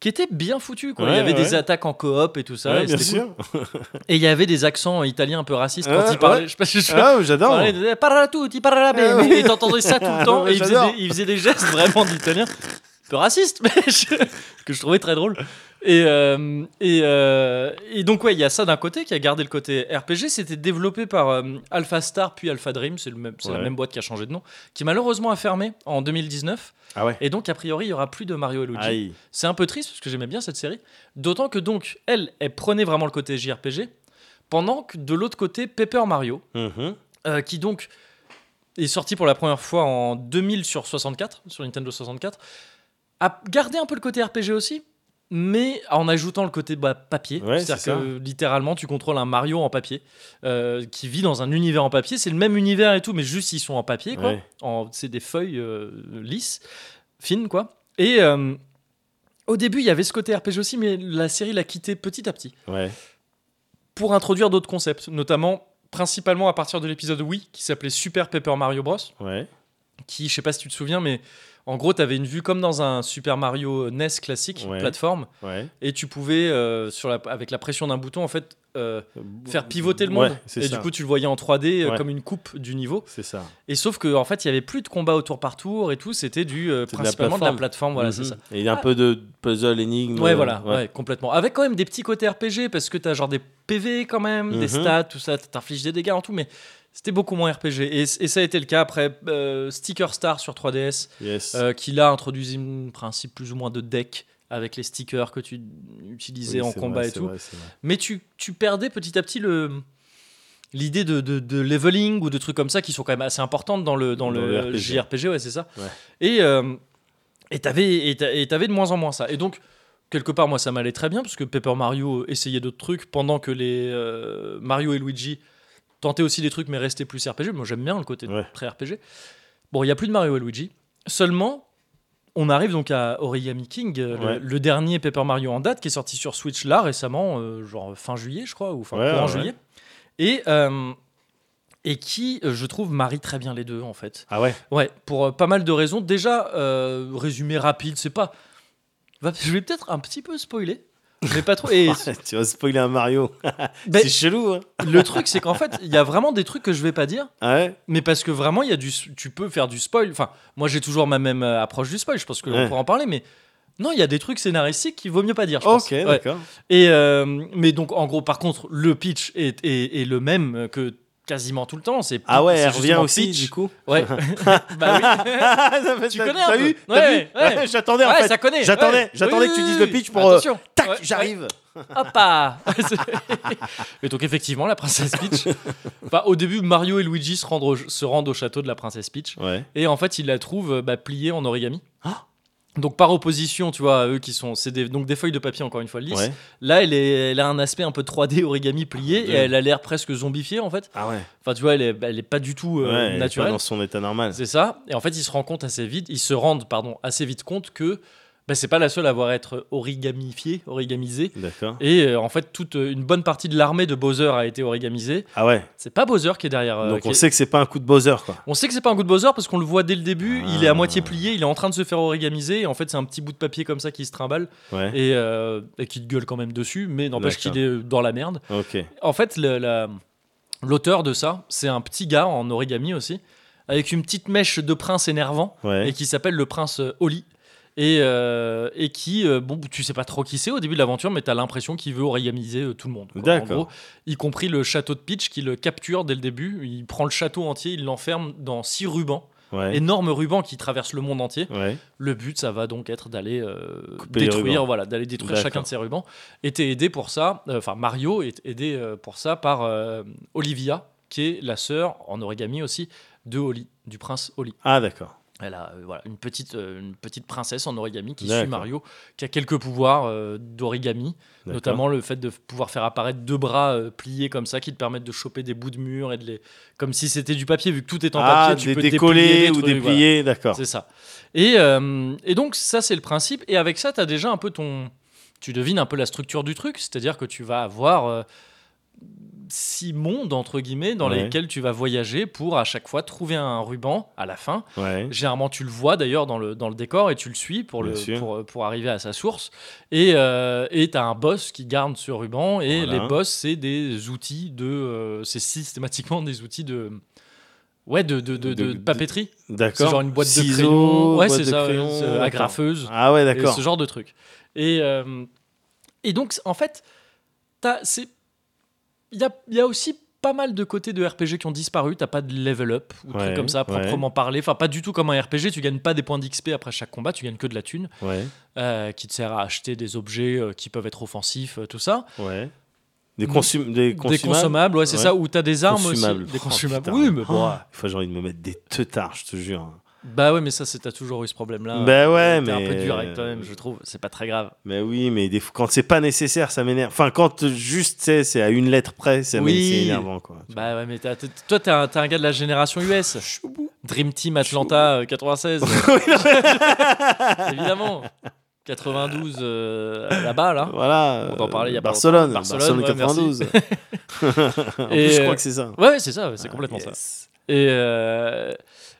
qui étaient bien foutus. Quoi. il y Ouais, avait des ouais. attaques en coop et tout ça. Ouais, et bien c'était sûr. cool. Et il y avait des accents italiens un peu racistes quand Ouais, ils parlaient. ouais. Je sais pas si je [laughs] Ah, j'adore. parlais de- Parla tu, ti parla Ah, bene. ouais. Et t'entendais ça tout le temps. [laughs] Ouais, et il faisait, j'adore. des, il faisait des gestes vraiment d'italien. Un peu raciste, mais [laughs] je- que je trouvais très drôle. Et, euh, et, euh, et donc, ouais, il y a ça d'un côté qui a gardé le côté RPG. C'était développé par euh, Alpha Star puis Alpha Dream. C'est le même- c'est la Ouais. même boîte qui a changé de nom. Qui malheureusement a fermé en 2019. Ah ouais. Et donc, a priori, il y aura plus de Mario et Luigi. Aïe. C'est un peu triste parce que j'aimais bien cette série. D'autant que donc, elle, elle prenait vraiment le côté JRPG. Pendant que de l'autre côté, Paper Mario, Mhm. euh, qui donc est sorti pour la première fois en 2000 sur 64, sur Nintendo 64, a gardé un peu le côté RPG aussi, mais en ajoutant le côté bah, papier. Ouais, c'est C'est-à-dire que littéralement, tu contrôles un Mario en papier euh, qui vit dans un univers en papier. C'est le même univers et tout, mais juste ils sont en papier, quoi. Ouais. En- C'est des feuilles euh, lisses, fines, quoi. Et. euh, au début, il y avait ce côté RPG aussi, mais la série l'a quitté petit à petit Ouais. pour introduire d'autres concepts, notamment principalement à partir de l'épisode Wii qui s'appelait Super Paper Mario Bros. Ouais. Qui, je sais pas si tu te souviens, mais en gros, tu avais une vue comme dans un Super Mario NES classique, Ouais. plateforme, Ouais. et tu pouvais, euh, sur la- avec la pression d'un bouton, en fait, euh, faire pivoter le monde. Ouais, c'est et ça. du coup, tu le voyais en 3D euh, Ouais. comme une coupe du niveau. C'est ça. Et sauf que, en fait, il y avait plus de combat au tour par tour et tout, c'était du euh, C'est de la principalement de la plateforme. plateforme. Voilà, c'est Mhm. ça. Ah. Et il y a un peu de puzzle, énigme. Ouais, euh, voilà, ouais. complètement. Avec quand même des petits côtés RPG, parce que t'as genre des PV quand même, des Mhm. stats, tout ça, t'infliges des dégâts en tout, mais c'était beaucoup moins RPG. Et, et ça a été le cas après euh, Sticker Star sur 3DS, Yes. euh, qui là introduisait un principe plus ou moins de deck avec les stickers que tu utilisais Oui, en c'est combat vrai, et c'est tout. vrai, c'est vrai. Mais tu, tu perdais petit à petit le l'idée de, de- de leveling ou de trucs comme ça qui sont quand même assez importantes dans le, dans Dans le, le RPG. JRPG, ouais, c'est ça. Ouais. Et euh, et t'avais et t'a- et t'avais de moins en moins ça. Et donc, quelque part, moi, ça m'allait très bien parce que Paper Mario essayait d'autres trucs pendant que les euh, Mario et Luigi tentaient aussi des trucs mais restaient plus RPG. Moi, j'aime bien le côté Ouais. très RPG. Bon, il n'y a plus de Mario et Luigi. Seulement, on arrive donc à Origami King, euh, le- Ouais. le, dernier Paper Mario en date, qui est sorti sur Switch là récemment, euh, genre fin juillet, je crois, ou enfin Ouais, courant ouais. juillet. Et, euh, et qui, euh, je trouve, marie très bien les deux, en fait. Ah ouais. Ouais, pour euh, pas mal de raisons. Déjà, euh, résumé rapide, c'est pas. va- Je vais peut-être un petit peu spoiler. Mais pas trop. [laughs] Et tu vas spoiler un Mario. ben, c'est chelou. Hein. le truc, c'est qu'en fait, il y a vraiment des trucs que je vais pas dire. Ah ouais. Mais parce que vraiment, il y a du, tu peux faire du spoil. Enfin, moi, j'ai toujours ma même euh, approche du spoil. Je pense qu'on Ouais. pourra en parler, mais non, il y a des trucs scénaristiques qu'il vaut mieux pas dire. Je pense. Ok, Ouais. d'accord. Et euh, mais donc, en gros, par contre, le pitch est, est- est le même que quasiment tout le temps. C'est Ah ouais, c'est elle revient justement aussi pitch. [laughs] du coup. [laughs] Ouais. bah oui. Ah, ça fait- Tu t'as- connais un t'as peu. vu T'as Ouais, vu ouais. J'attendais en Ouais, fait. ça connaît. J'attendais, ouais. j'attendais Oui, que tu oui, dises oui, le oui. pitch pour, euh, Attention. Tac, Ouais, ouais. j'arrive. Hop [laughs] ah. Et donc effectivement, la princesse [laughs] Peach. Enfin, au début, Mario et Luigi se rendent, au- se rendent au château de la princesse Peach. Ouais. Et en fait, ils la trouvent euh, bah, pliée en origami. Ah. donc par opposition, tu vois, à eux qui sont, c'est des, donc des feuilles de papier encore une fois lisses. Ouais. Là, elle, est, elle a un aspect un peu 3D origami plié De- et elle a l'air presque zombifiée en fait. Ah ouais. Enfin, tu vois, elle est, elle est pas du tout euh, Ouais, elle est pas naturelle. dans son état normal. C'est ça. Et en fait, ils se rendent compte assez vite, ils se rendent pardon assez vite compte que bah, c'est pas la seule à avoir être origamifiée, origamisée. D'accord. Et euh, en fait, toute euh, une bonne partie de l'armée de Bowser a été origamisée. Ah ouais. C'est pas Bowser qui est derrière. euh, Donc qui on est- sait que c'est pas un coup de Bowser quoi. on sait que c'est pas un coup de Bowser parce qu'on le voit dès le début. Il est à Ah. moitié plié, il est en train de se faire origamiser. Et en fait, c'est un petit bout de papier comme ça qui se [laughs] trimballe Ouais. et, euh, et qui te gueule quand même dessus, mais n'empêche D'accord. qu'il est euh, dans la merde. Ok. En fait, le- la- l'auteur de ça, c'est un petit gars en origami aussi, avec une petite mèche de prince énervant et Ouais. qui s'appelle le prince euh, Oli. Et, euh, et qui, euh, bon, tu sais pas trop qui c'est au début de l'aventure, mais t'as l'impression qu'il veut origamiser euh, tout le monde. quoi. En D'accord. gros, Y compris le château de Peach qui le capture dès le début. Il prend le château entier, il l'enferme dans six rubans, Ouais. énormes rubans qui traversent le monde entier. Ouais. Le but, ça va donc être d'aller euh, Couper les détruire, rubans. voilà, d'aller détruire D'accord. chacun de ces rubans. Et t'es aidé pour ça, euh, enfin Mario est aidé euh, pour ça par euh, Olivia, qui est la sœur en origami aussi de Oli, du prince Oli. Ah d'accord. Elle a euh, voilà, une, petite, euh, une petite princesse en origami qui suit D'accord. Mario, qui a quelques pouvoirs euh, d'origami, D'accord. notamment le fait de f- pouvoir faire apparaître deux bras euh, pliés comme ça qui te permettent de choper des bouts de mur et de les. comme si c'était du papier, vu que tout est en Ah, papier, tu des peux décollés déplier des ou trucs, voilà. dépliés, d'accord. C'est ça. Et, euh, et donc, ça, c'est le principe. Et avec ça, tu as déjà un peu ton. Tu devines un peu la structure du truc, c'est-à-dire que tu vas avoir. euh, six mondes, entre guillemets, dans Ouais. lesquels tu vas voyager pour à chaque fois trouver un ruban à la fin. Ouais. Généralement, tu le vois d'ailleurs dans le, dans le décor et tu le suis pour, le, Mm. Bien sûr. pour, pour arriver à sa source. Et euh, et t'as un boss qui garde ce ruban. Et Voilà. les boss, c'est des outils de. euh, c'est systématiquement des outils de. Ouais, de, de, de, De- de papeterie. C'est D'accord. genre une boîte de Ciseaux, crayons. Ouais, boîte c'est de ça. crayons, euh, d'accord. agrafeuse. Ah ouais, Et d'accord. ce genre de truc. Et, euh, et donc, en fait, t'as- c'est- il y a, il y a aussi pas mal de côtés de RPG qui ont disparu. T'as pas de level up ou de Ouais, trucs comme ça, à ouais. proprement parler. Enfin, pas du tout comme un RPG. Tu gagnes pas des points d'XP après chaque combat, tu gagnes que de la thune Ouais, euh, qui te sert à acheter des objets euh, qui peuvent être offensifs, euh, tout ça. ouais. Des, consum des consommables. Des consommables, ouais, c'est Ouais. ça. Ou t'as des armes aussi. Des Oh, consommables. putain, oui, mais bon. oh, Des fois, j'ai envie de me mettre des teutards, je te jure. Bah ouais, mais ça, c'est- t'as toujours eu ce problème-là. Bah ouais, T'es un mais- peu dur avec toi-même, je trouve. C'est pas très grave. Mais oui, mais des fois, quand c'est pas nécessaire, ça m'énerve. Enfin, quand euh, juste, tu sais, c'est à une lettre près, ça m'é- Oui. c'est énervant, quoi. Bah ouais, mais t'as- t'es- toi, t'es un, t'es un gars de la génération US. Dream Team Atlanta euh, 96. [laughs] [laughs] Évidemment. 92 euh, là-bas, là. Voilà. euh, On en parlait il y a pas Barcelone, longtemps. Barcelone, Barcelone, ouais, [laughs] 92. en Et, plus, euh, je crois que c'est ça. Ouais, ouais, c'est ça, ouais, c'est complètement ça. ça. Et, euh,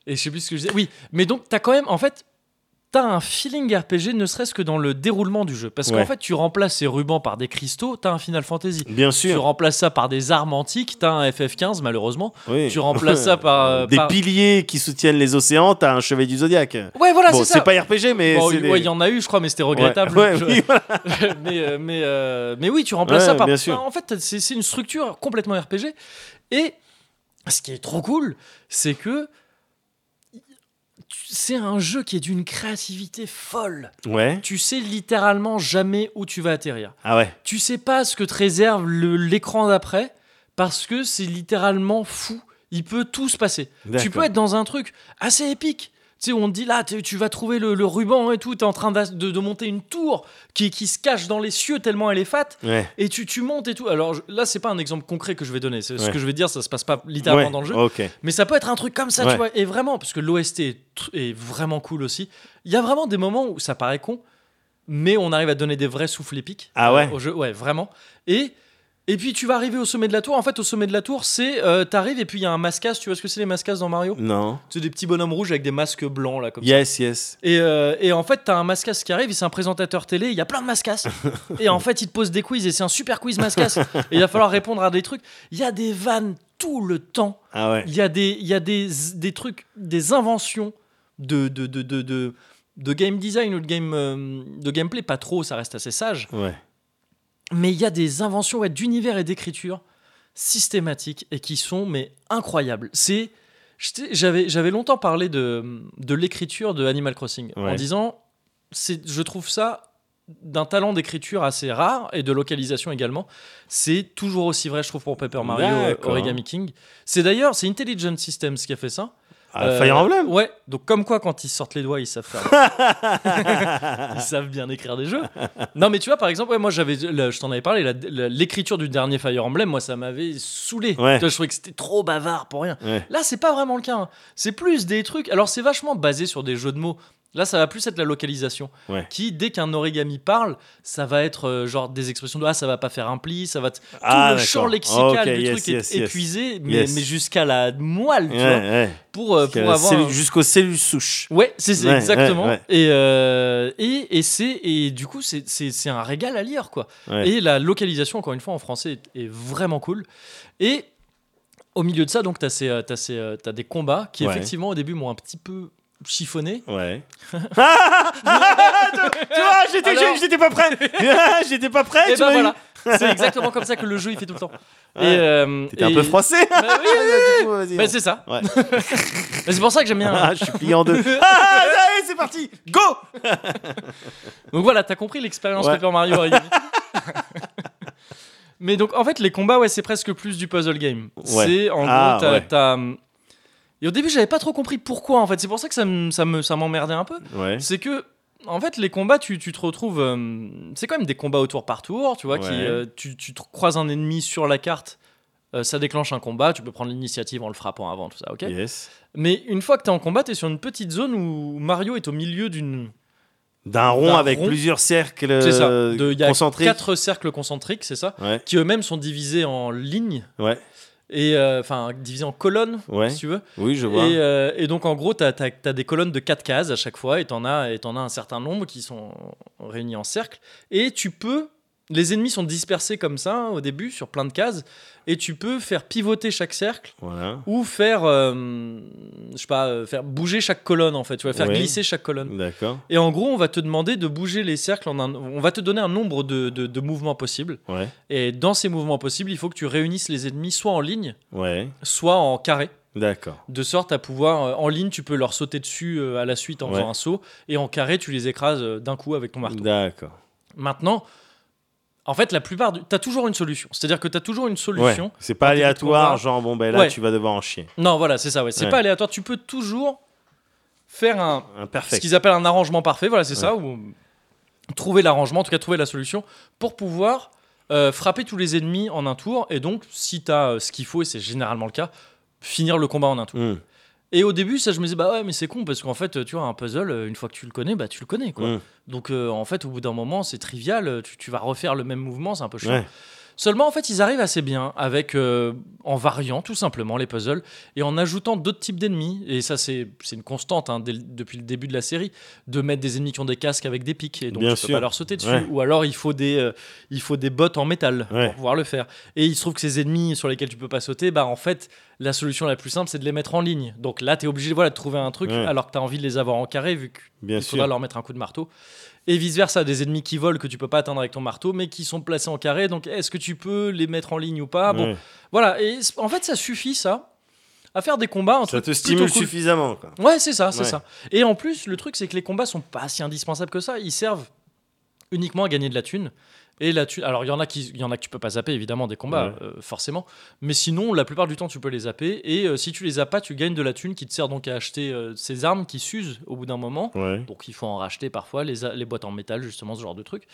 et je sais plus ce que je disais. Oui, mais donc t'as quand même, en fait, t'as un feeling RPG, ne serait-ce que dans le déroulement du jeu. Parce Ouais. qu'en fait, tu remplaces ces rubans par des cristaux, t'as un Final Fantasy. Bien Tu sûr. remplaces ça par des armes antiques, t'as un FF15, malheureusement. oui. tu remplaces ça par, euh, [laughs] des par- piliers qui soutiennent les océans, t'as un chevet du zodiaque. Ouais, voilà, bon, c'est ça. c'est pas RPG, mais Bon, c'est ouais, il des- y en a eu, je crois, mais c'était regrettable. [laughs] Ouais, Je- [laughs] oui, voilà. mais, euh, mais, euh, mais oui, tu remplaces Ouais, ça par. Bah, bien sûr. En fait, c'est c'est une structure complètement RPG. Et ce qui est trop cool, c'est que tu- c'est un jeu qui est d'une créativité folle. Ouais. Tu sais littéralement jamais où tu vas atterrir. Ah ouais. Tu sais pas ce que te réserve le- l'écran d'après parce que c'est littéralement fou. Il peut tout se passer. Tu peux D'accord. être dans un truc assez épique. Tu sais, on te dit là, t'es- tu vas trouver le, le ruban et tout, t'es en train d'as- de, de monter une tour qui, qui se cache dans les cieux tellement elle est fat, Ouais. et tu, tu montes et tout. Alors je- là, c'est pas un exemple concret que je vais donner, c'est- ce Ouais. que je vais dire, ça se passe pas littéralement Ouais, dans le jeu, Ok. mais ça peut être un truc comme ça, Ouais. tu vois. Et vraiment, parce que l'OST est, tr- est vraiment cool aussi, il y a vraiment des moments où ça paraît con, mais on arrive à donner des vrais souffles épiques euh, Ah ouais. au jeu, ouais, vraiment. Et, et puis tu vas arriver au sommet de la tour, en fait, au sommet de la tour, c'est euh, t'arrives et puis il y a un mascasse, tu vois ce que c'est les mascasses dans Mario Non. c'est des petits bonhommes rouges avec des masques blancs, là, comme ça. Yes, yes. Et, euh, et en fait, t'as un mascasse qui arrive, et c'est un présentateur télé, il y a plein de [laughs] mascasses. et en fait, il te pose des quiz, et c'est un super quiz mascasse. et il va falloir répondre à des trucs. Il y a des vannes tout le temps. Ah ouais. Il y a des, il y a des, des trucs, des inventions de, de, de, de, de, de game design ou de, game, euh, de gameplay, pas trop, ça reste assez sage. Ouais. Mais il y a des inventions ouais, d'univers et d'écriture systématiques et qui sont mais incroyables. C'est j'étais- j'avais j'avais longtemps parlé de, de l'écriture de Animal Crossing en Ouais. disant c'est je trouve ça d'un talent d'écriture assez rare et de localisation également. C'est toujours aussi vrai je trouve pour Paper Mario euh, D'accord. Origami King. C'est d'ailleurs c'est Intelligent Systems qui a fait ça. Ah, Euh, Fire Emblem. Ouais, donc comme quoi quand ils sortent les doigts, ils [laughs] savent faire. ils savent bien écrire des jeux. Non mais tu vois par exemple, ouais, moi j'avais là, je t'en avais parlé la- la- l'écriture du dernier Fire Emblem, moi ça m'avait saoulé. Ouais. Tu vois, je trouvais que c'était trop bavard pour rien. Ouais. Là, c'est pas vraiment le cas. hein. C'est plus des trucs. Alors c'est vachement basé sur des jeux de mots. Là, ça va plus être la localisation. Ouais. Qui, dès qu'un origami parle, ça va être euh, genre des expressions de Ah, ça va pas faire un pli, ça va. t- Tout Ah, le d'accord. champ lexical Ok, du yes, truc yes, est yes. épuisé, mais, Yes. mais jusqu'à la moelle, tu Ouais, vois ouais. pour, euh, pour Jusqu'à la avoir. cellule- un- Jusqu'aux cellules souches. Ouais, c'est c'est Ouais, exactement. ouais, ouais. Et, euh, et, et, c'est- et du coup, c'est- c'est c'est un régal à lire, quoi. Ouais. Et la localisation, encore une fois, en français est, est vraiment cool. Et au milieu de ça, donc, euh, tu as, des combats qui, Ouais. effectivement, au début, m'ont un petit peu chiffonné. Ouais. [laughs] Ah, ah, tu tu vois, j'étais, Alors- j'étais pas prêt. [laughs] Ah, j'étais pas prêt. Et tu ben m'as eu. voilà, [laughs] c'est exactement comme ça que le jeu il fait tout le temps. Ouais. Et, euh, T'étais un et- peu froissé. [laughs] Bah oui, oui, oui. [laughs] Du coup, vas-y. Bah, c'est ça. Ouais. [laughs] Mais c'est pour ça que j'aime bien. hein. Ah, je suis plié en deux. [laughs] Ah, allez, c'est parti. Go. [laughs] Donc voilà, t'as compris l'expérience Ouais. Paper Mario Origami. [laughs] Mais donc en fait, les combats, ouais, c'est presque plus du puzzle game. C'est en Ah, gros, t'as- ouais. t'as. Et au début, j'avais pas trop compris pourquoi en fait. C'est pour ça que ça me- ça me- ça m'emmerdait un peu. Ouais. C'est que. En fait, les combats, tu, tu te retrouves. euh, c'est quand même des combats au tour par tour, tu vois. Qui, Ouais. euh, tu, tu te croises un ennemi sur la carte, euh, ça déclenche un combat, tu peux prendre l'initiative en le frappant avant, tout ça, ok Yes. mais une fois que t'es en combat, t'es sur une petite zone où Mario est au milieu d'une D'un rond D'un avec rond. plusieurs cercles C'est ça. euh, De- Il y a concentriques. quatre cercles concentriques, c'est ça, Ouais, qui eux-mêmes sont divisés en lignes ouais, et euh, enfin divisés en colonnes, ouais. si tu veux. Oui, je Et, vois. euh, et donc en gros, tu as, des colonnes de quatre cases à chaque fois et t'en as et t'en as un certain nombre qui sont réunis en cercle et tu peux les ennemis sont dispersés comme ça hein, au début sur plein de cases et tu peux faire pivoter chaque cercle Voilà. ou faire euh, je sais pas euh, faire bouger chaque colonne en fait, tu vas faire Ouais. glisser chaque colonne. D'accord. Et en gros, on va te demander de bouger les cercles. En un- on va te donner un nombre de, de- de mouvements possibles. Ouais, Et dans ces mouvements possibles, il faut que tu réunisses les ennemis soit en ligne, ouais. soit en carré. D'accord. De sorte à pouvoir, euh, en ligne, tu peux leur sauter dessus euh, à la suite en Ouais. faisant un saut. Et en carré, tu les écrases euh, d'un coup avec ton marteau. D'accord. Maintenant, en fait, la plupart. Du... T'as toujours une solution. C'est-à-dire que t'as toujours une Ouais. solution. C'est pas Quand t'es aléatoire, contre-bras. genre bon ben là Ouais. tu vas devoir en chier. Non, voilà, c'est ça. Ouais. C'est Ouais. pas aléatoire. Tu peux toujours faire un, Un ce perfect. qu'ils appellent un arrangement parfait, voilà, c'est ça, ou trouver l'arrangement, en tout cas trouver la solution pour pouvoir euh, frapper tous les ennemis en un tour. Et donc, si t'as euh, ce qu'il faut, et c'est généralement le cas, finir le combat en un tour. Mm, Et au début, ça, je me disais, bah ouais, mais c'est con parce qu'en fait, euh, tu vois, un puzzle, euh, une fois que tu le connais, bah tu le connais quoi. mm, Donc, euh, en fait, au bout d'un moment, c'est trivial, euh, tu, tu vas refaire le même mouvement, c'est un peu chiant. ouais. Seulement, en fait, ils arrivent assez bien avec euh, en variant tout simplement les puzzles et en ajoutant d'autres types d'ennemis. Et ça, c'est c'est une constante hein, dès le- depuis le début de la série de mettre des ennemis qui ont des casques avec des pics et donc Bien tu sûr. peux pas leur sauter dessus. Ouais. Ou alors il faut des euh, il faut des bottes en métal Ouais. pour pouvoir le faire. Et il se trouve que ces ennemis sur lesquels tu peux pas sauter, bah en fait, la solution la plus simple, c'est de les mettre en ligne. Donc là, tu es obligé voilà de trouver un truc Ouais. alors que tu as envie de les avoir en carré vu que Bien il faudra sûr. leur mettre un coup de marteau. Et vice-versa, des ennemis qui volent que tu peux pas atteindre avec ton marteau, mais qui sont placés en carré. Donc, est-ce que tu peux les mettre en ligne ou pas Ah, Bon, Ouais. voilà. Et c- en fait, ça suffit ça à faire des combats. un truc Ça te plutôt cool. stimule suffisamment. Quoi. Ouais, c'est ça, c'est Ouais. ça. Et en plus, le truc, c'est que les combats sont pas si indispensables que ça. Ils servent uniquement à gagner de la thune. Et la thune, alors il y en a qui, il y en a que tu peux pas zapper évidemment des combats, Ouais. euh, forcément. Mais sinon, la plupart du temps, tu peux les zapper. Et euh, si tu les as pas, tu gagnes de la thune qui te sert donc à acheter euh, ces armes qui s'usent au bout d'un moment. Ouais. Donc il faut en racheter parfois, les, a- les boîtes en métal, justement, ce genre de truc.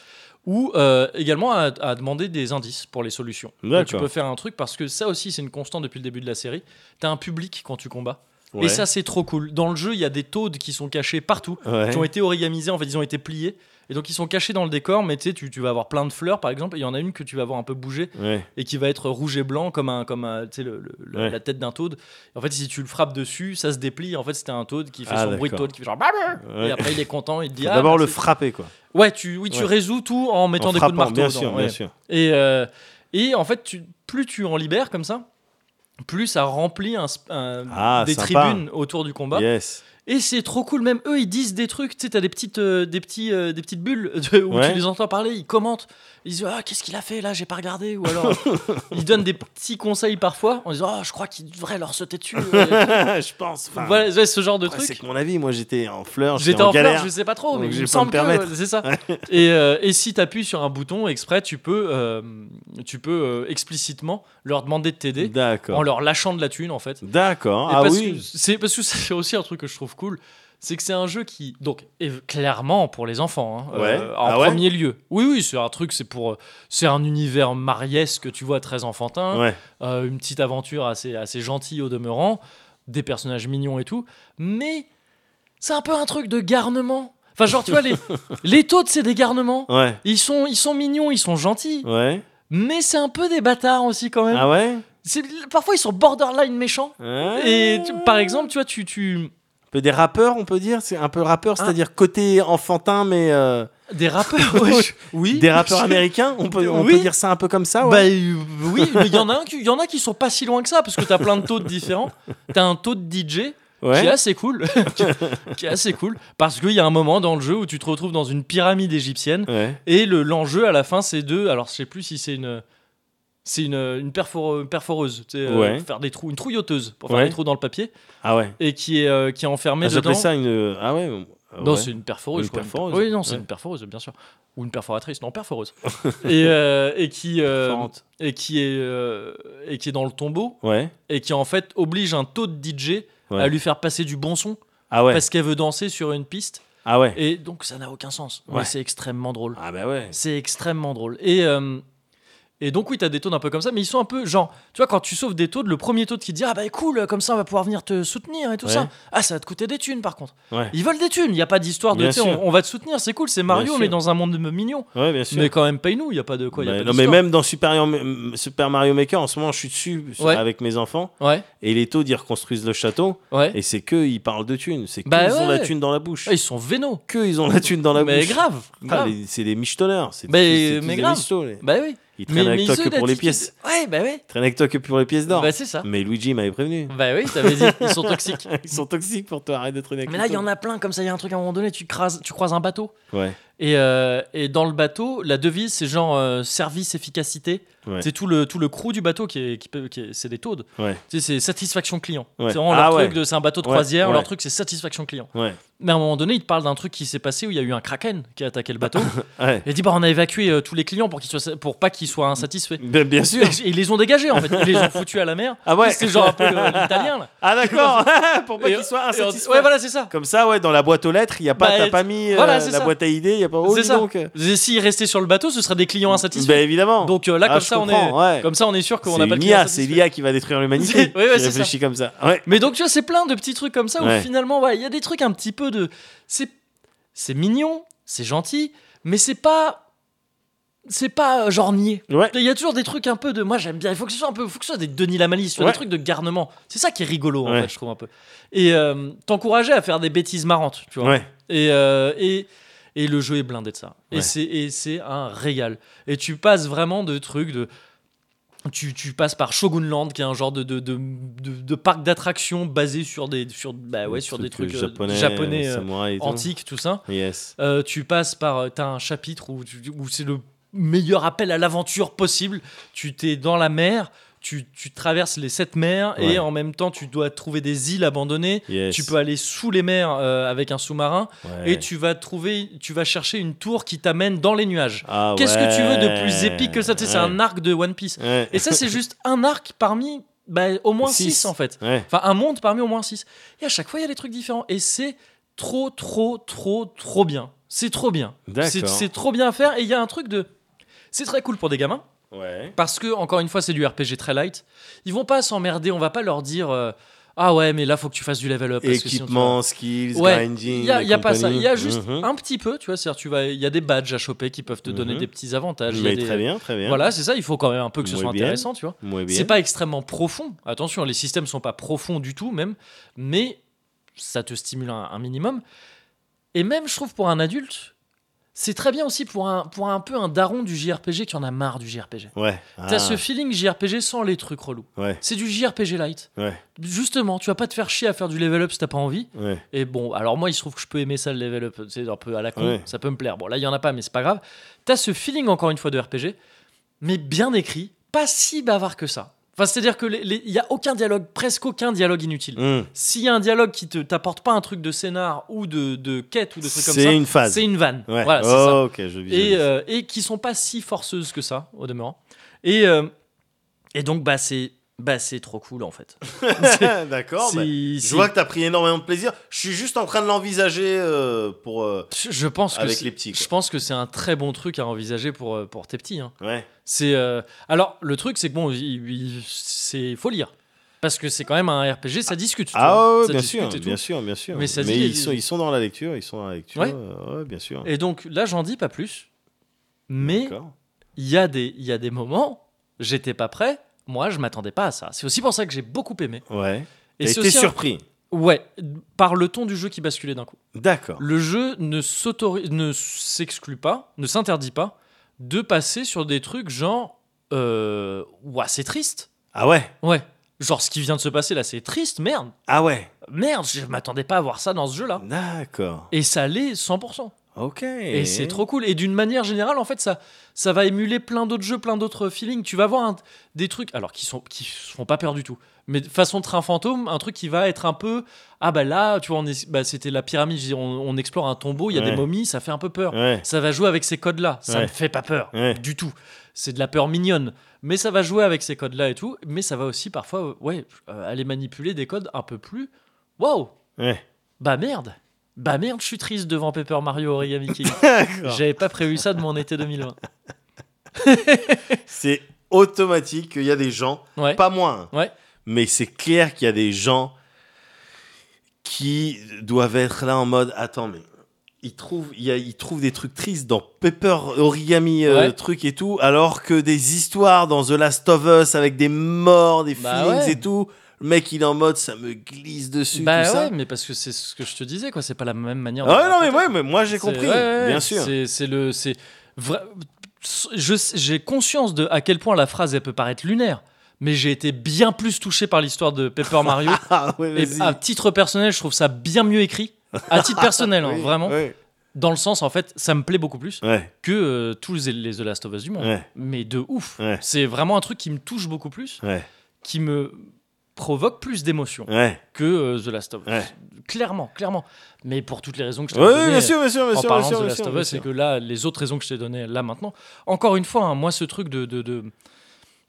Ou euh, également à, à demander des indices pour les solutions. Donc, tu D'accord. peux faire un truc parce que ça aussi, c'est une constante depuis le début de la série. Tu as un public quand tu combats. Ouais. Et ça, c'est trop cool. Dans le jeu, il y a des taudes qui sont cachés partout, Ouais. qui ont été origamisés, en fait, ils ont été pliés. Et donc ils sont cachés dans le décor, mais tu sais, tu tu vas avoir plein de fleurs, par exemple, et il y en a une que tu vas voir un peu bouger Ouais. et qui va être rouge et blanc comme un comme un, tu sais, le- le- le- Ouais. la tête d'un taude. En fait, si tu le frappes dessus, ça se déplie. En fait, c'était un taude qui fait Ah, son bruit de d'accord. taude qui fait genre Bah, bah Ouais. et après il est content, il te dit Faut Ah, D'abord le merci. frapper quoi. Ouais, tu oui, tu Ouais. résous tout en mettant en des frappant, coups de marteau bien dedans, sûr, ouais. bien sûr. Et euh, et en fait, tu, plus tu en libères comme ça, plus ça remplit un, sp- un- Ah, des sympa. tribunes autour du combat. Yes. Et c'est trop cool, même eux ils disent des trucs, tu sais, t'as des petites, euh, des, petits, euh, des petites bulles [laughs] de- où Ouais. tu les entends parler, ils commentent, ils disent Ah, qu'est-ce qu'il a fait là, j'ai pas regardé, ou [laughs] alors ils donnent des petits conseils parfois en disant Ah, je crois qu'il devrait leur sauter dessus. [laughs] Ouais. [laughs] je pense. enfin, voilà, ouais, ce genre de après, c'est truc. que mon avis, moi j'étais en fleurs, J'étais en galère. fleurs, je sais pas trop, mais donc je il me vais pas me semble que permettre. ouais, c'est [laughs] ça. Et, euh, et si t'appuies sur un bouton exprès, tu peux, euh, tu peux euh, explicitement leur demander de t'aider en D'accord. leur lâchant de la thune en fait. D'accord. Et Ah parce que oui. c'est parce que c'est aussi un truc que je trouve cool, c'est que c'est un jeu qui donc est clairement pour les enfants hein, Ouais. en Ah ouais premier lieu. Oui oui, c'est un truc c'est pour euh, c'est un univers mariesque, tu vois, très enfantin, Ouais. euh, une petite aventure assez assez gentille au demeurant, des personnages mignons et tout, mais c'est un peu un truc de garnement. Enfin genre tu vois [laughs] les les taux c'est des garnements. Ouais. Ils sont ils sont mignons, ils sont gentils, Ouais. mais c'est un peu des bâtards aussi quand même. Ah ouais. C'est- Parfois ils sont borderline méchants. Et tu- par exemple, tu vois, tu, tu... Un peu des rappeurs, on peut dire. C'est un peu rappeur, c'est-à-dire côté enfantin, mais euh, des [laughs] rappeurs, ouais, je- oui, des rappeurs américains. On peut, on Oui. peut dire ça un peu comme ça. Bah Ouais. euh, oui, mais il y en a un qui, il y en a qui sont pas si loin que ça parce que t'as plein de taux de différents. T'as un taux de DJ qui est ouais. assez [laughs] cool, qui- qui est assez cool parce qu'il y a un moment dans le jeu où tu te retrouves dans une pyramide égyptienne Ouais. et le l'enjeu à la fin c'est de, alors je sais plus si c'est une c'est une, une perfore- une perforeuse, tu sais, euh, Ouais. faire des trous, une trouilloteuse pour faire Ouais. des trous dans le papier Ah ouais. et qui est euh, qui est enfermée Ah, dedans. J'appelais ça une. Ah ouais. euh, Non, ouais. c'est une perforeuse. Une quoi. perforeuse. Oui, non, c'est Ouais. une perforeuse, bien sûr. Ou une perforatrice, non, [laughs] perforeuse. et, euh, et, qui, euh, Perforante. et, qui est, euh, et qui est dans le tombeau, Ouais. et qui en fait oblige un taux de DJ Ouais. à lui faire passer du bon son, Ah ouais. parce qu'elle veut danser sur une piste. Ah ouais. Et donc ça n'a aucun sens. Ouais. Mais c'est extrêmement drôle. Ah bah ouais. C'est extrêmement drôle. Et, euh, Et donc, oui, t'as des taux un peu comme ça, mais ils sont un peu genre, tu vois, quand tu sauves des taux, le premier taux qui te dit Ah bah cool, comme ça on va pouvoir venir te soutenir et tout Ouais. ça. Ah, ça va te coûter des thunes par contre. Ouais. Ils veulent des thunes, il n'y a pas d'histoire de Bien tu sais, on, sûr. on va te soutenir, c'est cool, c'est Mario, Bien mais sûr. dans un monde mignon. Ouais, bien sûr. Mais quand même, paye-nous, il n'y a pas de quoi. y a Bah, pas non, mais d'histoire. même dans Super, Mario- Super Mario Maker, en ce moment, je suis dessus sur- Ouais. avec mes enfants. Ouais, Et les taux, ils reconstruisent le château. ouais. Et c'est que ils parlent de thunes. C'est qu'ils Bah ouais. ont la thune dans la bouche. Ah, ils sont vénaux. Que ils ont la thune dans la mais bouche. grave, Ah, grave. les- C'est des michetonneurs. C'est Mais- c'est tous mais des grave. michetos, les- Bah oui. Ils traînent avec ils toi ont que une pour les attitude- pièces. Ouais, bah oui. Ils traînent avec toi que pour les pièces d'or. Bah c'est ça. mais Luigi m'avait prévenu. Bah oui, t'avais dit, ils [laughs] sont toxiques. Ils sont toxiques pour toi, arrête de traîner avec Mais là, il y en a plein, comme ça, il y a un truc à un moment donné, tu, crases, tu croises un bateau. Ouais, Et, euh, et dans le bateau, la devise, c'est genre euh, service, efficacité. Ouais. C'est tout le, tout le crew du bateau qui est, qui peut- qui est- c'est des taudes. ouais, Tu sais, c'est satisfaction client. Ouais. C'est vraiment leur Ah ouais. truc de, c'est un bateau de Ouais, croisière, ouais. leur truc, c'est satisfaction client. ouais. Mais à un moment donné, il te parle d'un truc qui s'est passé où il y a eu un kraken qui a attaqué le [laughs] bateau. ouais. Il dit bah on a évacué euh, tous les clients pour qu'ils soient pour pas qu'ils soient insatisfaits. Bien, bien sûr. Et ils les ont dégagés en fait, ils les ont foutus à la mer. Ah ouais. C'est genre un peu le- l'italien [laughs] là. [laughs] Ah d'accord. pour pas Et- qu'ils soient Et on- insatisfaits. Ouais voilà c'est ça. Comme ça, ouais, dans la boîte aux lettres, il y a pas, Bah, t'as et- pas mis euh, voilà, c'est la ça. boîte à idées, il y a pas. Oh, C'est dis ça. donc. Et S'ils restaient sur le bateau, ce seraient des clients insatisfaits. Bah évidemment. Donc euh, là Ah, comme je ça on est comprends, ouais. comme ça on est sûr qu'on c'est n'a pas de clients l'IA, c'est insatisfaits. l'IA qui va détruire l'humanité. C'est- ouais, ouais, Qui c'est réfléchit comme ça. Ouais. Mais donc tu vois, c'est plein de petits trucs comme ça où Ouais. finalement voilà, il y a des trucs un petit peu de c'est c'est mignon, c'est gentil, mais c'est pas c'est pas euh, genre nier. Ouais. Il y a toujours des trucs un peu de. Moi, j'aime bien. Il faut que ce soit un peu. Il faut que ce soit des Denis Lamalis, tu vois, Ouais. des trucs de garnement. C'est ça qui est rigolo, en Ouais. fait, je trouve un peu. Et euh, t'encourager à faire des bêtises marrantes, tu vois. Ouais. Et, euh, et, et le jeu est blindé de ça. Ouais. Et c'est- Et c'est un régal. Et tu passes vraiment de trucs de. Tu, tu passes par Shogunland, qui est un genre de, de, de, de- de parc d'attractions basé sur des, sur, bah ouais, sur des trucs euh, japonais, japonais, euh, samouraï et tout. antiques, tout ça. Yes. Euh, tu passes par. euh, T'as un chapitre où, tu- où c'est le meilleur appel à l'aventure possible. Tu t'es dans la mer, tu, tu traverses les sept mers Ouais. et en même temps tu dois trouver des îles abandonnées. Yes. Tu peux aller sous les mers euh, avec un sous-marin Ouais. et tu vas trouver, tu vas chercher une tour qui t'amène dans les nuages. Ah Qu'est-ce que tu veux de ouais. plus épique que ça Tu sais, C'est Ouais. un arc de One Piece. Ouais. Et [laughs] ça, c'est juste un arc parmi bah, au moins Six. six en fait. Ouais. Enfin, un monde parmi au moins 6. Et à chaque fois, il y a des trucs différents. Et c'est trop, trop, trop, trop bien. C'est trop bien. D'accord. C'est c'est trop bien à faire. Et il y a un truc de. C'est très cool pour des gamins. Ouais. Parce que, encore une fois, c'est du RPG très light. Ils vont pas s'emmerder. On va pas leur dire euh, Ah ouais, mais là, faut que tu fasses du level up. parce que sinon tu vas- Équipement, skills, Ouais, grinding. il y a, il y a et pas ça. Il y a compagnie. juste Mhm. un petit peu. Tu vois, c'est-à-dire, tu vas- il y a des badges à choper qui peuvent te donner Mhm. des petits avantages. il y a Mais des- très bien, très bien. Voilà, c'est ça. Il faut quand même un peu que ce Muy soit bien. intéressant, tu vois. Moi bien. C'est pas extrêmement profond. Attention, les systèmes sont pas profonds du tout, même, mais ça te stimule un, un minimum. Et même, je trouve, pour un adulte, c'est très bien aussi pour un, pour un peu un daron du JRPG qui en a marre du JRPG. Ouais. T'as Ah, ce feeling JRPG sans les trucs relous. Ouais. C'est du JRPG light. Ouais. Justement, tu vas pas te faire chier à faire du level up si t'as pas envie. Ouais. Et bon, alors moi, il se trouve que je peux aimer ça, le level up. C'est un peu à la con, Ouais. ça peut me plaire. Bon, là, il y en a pas, mais c'est pas grave. T'as ce feeling, encore une fois, de RPG, mais bien écrit, pas si bavard que ça. Enfin, c'est-à-dire que les- les- il y a aucun dialogue, presque aucun dialogue inutile. Hum. S'il y a un dialogue qui te t'apporte pas un truc de scénar ou de, de quête ou de trucs comme ça, C'est une phase. c'est une vanne. Ouais. Voilà, c'est ça Oh, Ok, je et, visualise. euh, et qui sont pas si forceuses que ça au demeurant et euh, et donc bah c'est bah c'est trop cool en fait [laughs] D'accord. C'est- bah, c'est- Je vois que t'as pris énormément de plaisir. Je suis juste en train de l'envisager euh, pour. euh, je je pense que Avec c'est- les petits, quoi. je pense que c'est un très bon truc à envisager pour euh, pour tes petits hein. Ouais. c'est euh, alors le truc c'est que bon il- il- c'est faut lire parce que c'est quand même un RPG ça discute tu Ah vois. ouais, Ça bien discute sûr, et tout. bien sûr, bien sûr. Mais Mais, ça dit- ils, sont, ils sont dans la lecture, ils sont dans la lecture. Ouais. euh, ouais, bien sûr. et donc là j'en dis pas plus mais D'accord. il y a des il y a des moments j'étais pas prêt moi je m'attendais pas à ça c'est aussi pour ça que j'ai beaucoup aimé Ouais. et T'as c'est été aussi un- surpris. Ouais, par le ton du jeu qui basculait d'un coup. D'accord. Le jeu ne s'autorise, ne s'exclut pas, ne s'interdit pas de passer sur des trucs genre, euh, ouah, c'est triste. Ah ouais. Ouais, genre ce qui vient de se passer là, c'est triste, merde, Ah ouais. merde, je m'attendais pas à voir ça dans ce jeu-là. D'accord. Et ça l'est 100%. Ok. Et, c'est trop cool. Et d'une manière générale, en fait, ça, ça va émuler plein d'autres jeux, plein d'autres feelings. Tu vas voir un- des trucs, alors qui sont, qui font pas peur du tout. Mais de façon train fantôme, un truc qui va être un peu, ah bah là, tu vois, on est- bah, c'était la pyramide, je veux dire, on, on explore un tombeau, il y a Ouais. des momies, ça fait un peu peur. Ouais. Ça va jouer avec ces codes-là. Ça Ouais. me fait pas peur Ouais. du tout. C'est de la peur mignonne. Mais ça va jouer avec ces codes-là et tout. Mais ça va aussi parfois, ouais, euh, aller manipuler des codes un peu plus. Waouh Ouais. Bah merde Bah merde, je suis triste devant Paper Mario Origami King. [laughs] D'accord. J'avais pas prévu ça de mon été 2020. c'est automatique qu'il y a des gens, Ouais. [laughs] pas moins, hein, Ouais. mais c'est clair qu'il y a des gens qui doivent être là en mode attends, mais ils trouvent, il y a- ils trouvent des trucs tristes dans Pepper Origami, euh, Ouais. truc et tout, alors que des histoires dans The Last of Us avec des morts, des Bah feelings ouais. et tout. Le mec, il est en mode, ça me glisse dessus, Bah tout ouais, ça. mais parce que c'est ce que je te disais, quoi. C'est pas la même manière. de Ah ouais, non, mais, raconter. ouais, mais moi, C'est- j'ai compris, ouais, ouais, bien ouais. sûr. C'est c'est le, c'est vra- je sais- J'ai conscience de à quel point la phrase elle peut paraître lunaire, mais j'ai été bien plus touché par l'histoire de Paper Mario. [laughs] Ah ouais, Et [laughs] vas-y. à titre personnel, je trouve ça bien mieux écrit. À titre personnel, hein, Oui, vraiment. Ouais. Dans le sens, en fait, ça me plaît beaucoup plus Ouais, que euh, tous les, les The Last of Us du monde. Ouais. Mais de ouf. Ouais. C'est vraiment un truc qui me touche beaucoup plus, ouais, qui me provoque plus d'émotions ouais. que euh, The Last of Us. Ouais. Clairement, clairement. Mais pour toutes les raisons que je t'ai Ouais, données euh, bien sûr, bien sûr, en bien sûr. bien parlant de The sûr, bien Last sûr, of bien Us, c'est sûr. que là, les autres raisons que je t'ai données là maintenant. Encore une fois, hein, moi, ce truc de. de- de-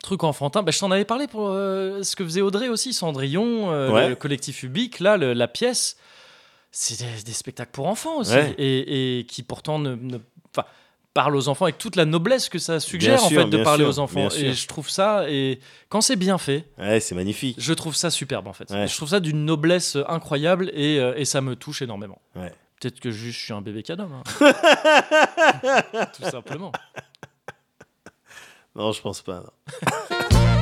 Truc enfantin, bah, je t'en avais parlé pour euh, ce que faisait Audrey aussi, Cendrillon, euh, Ouais. le collectif Ubique, là, le- la pièce, c'est des, des spectacles pour enfants aussi, Ouais. et, et qui pourtant ne, ne- enfin, parlent aux enfants avec toute la noblesse que ça suggère Bien en sûr, fait de bien parler sûr, aux enfants. bien sûr. Et je trouve ça, et quand c'est bien fait, Ouais, c'est magnifique. je trouve ça superbe en fait. Ouais. Je trouve ça d'une noblesse euh, incroyable et, euh, et ça me touche énormément. Ouais. Peut-être que juste je suis un bébé canon. [laughs] Tout simplement. Non, je pense pas. non.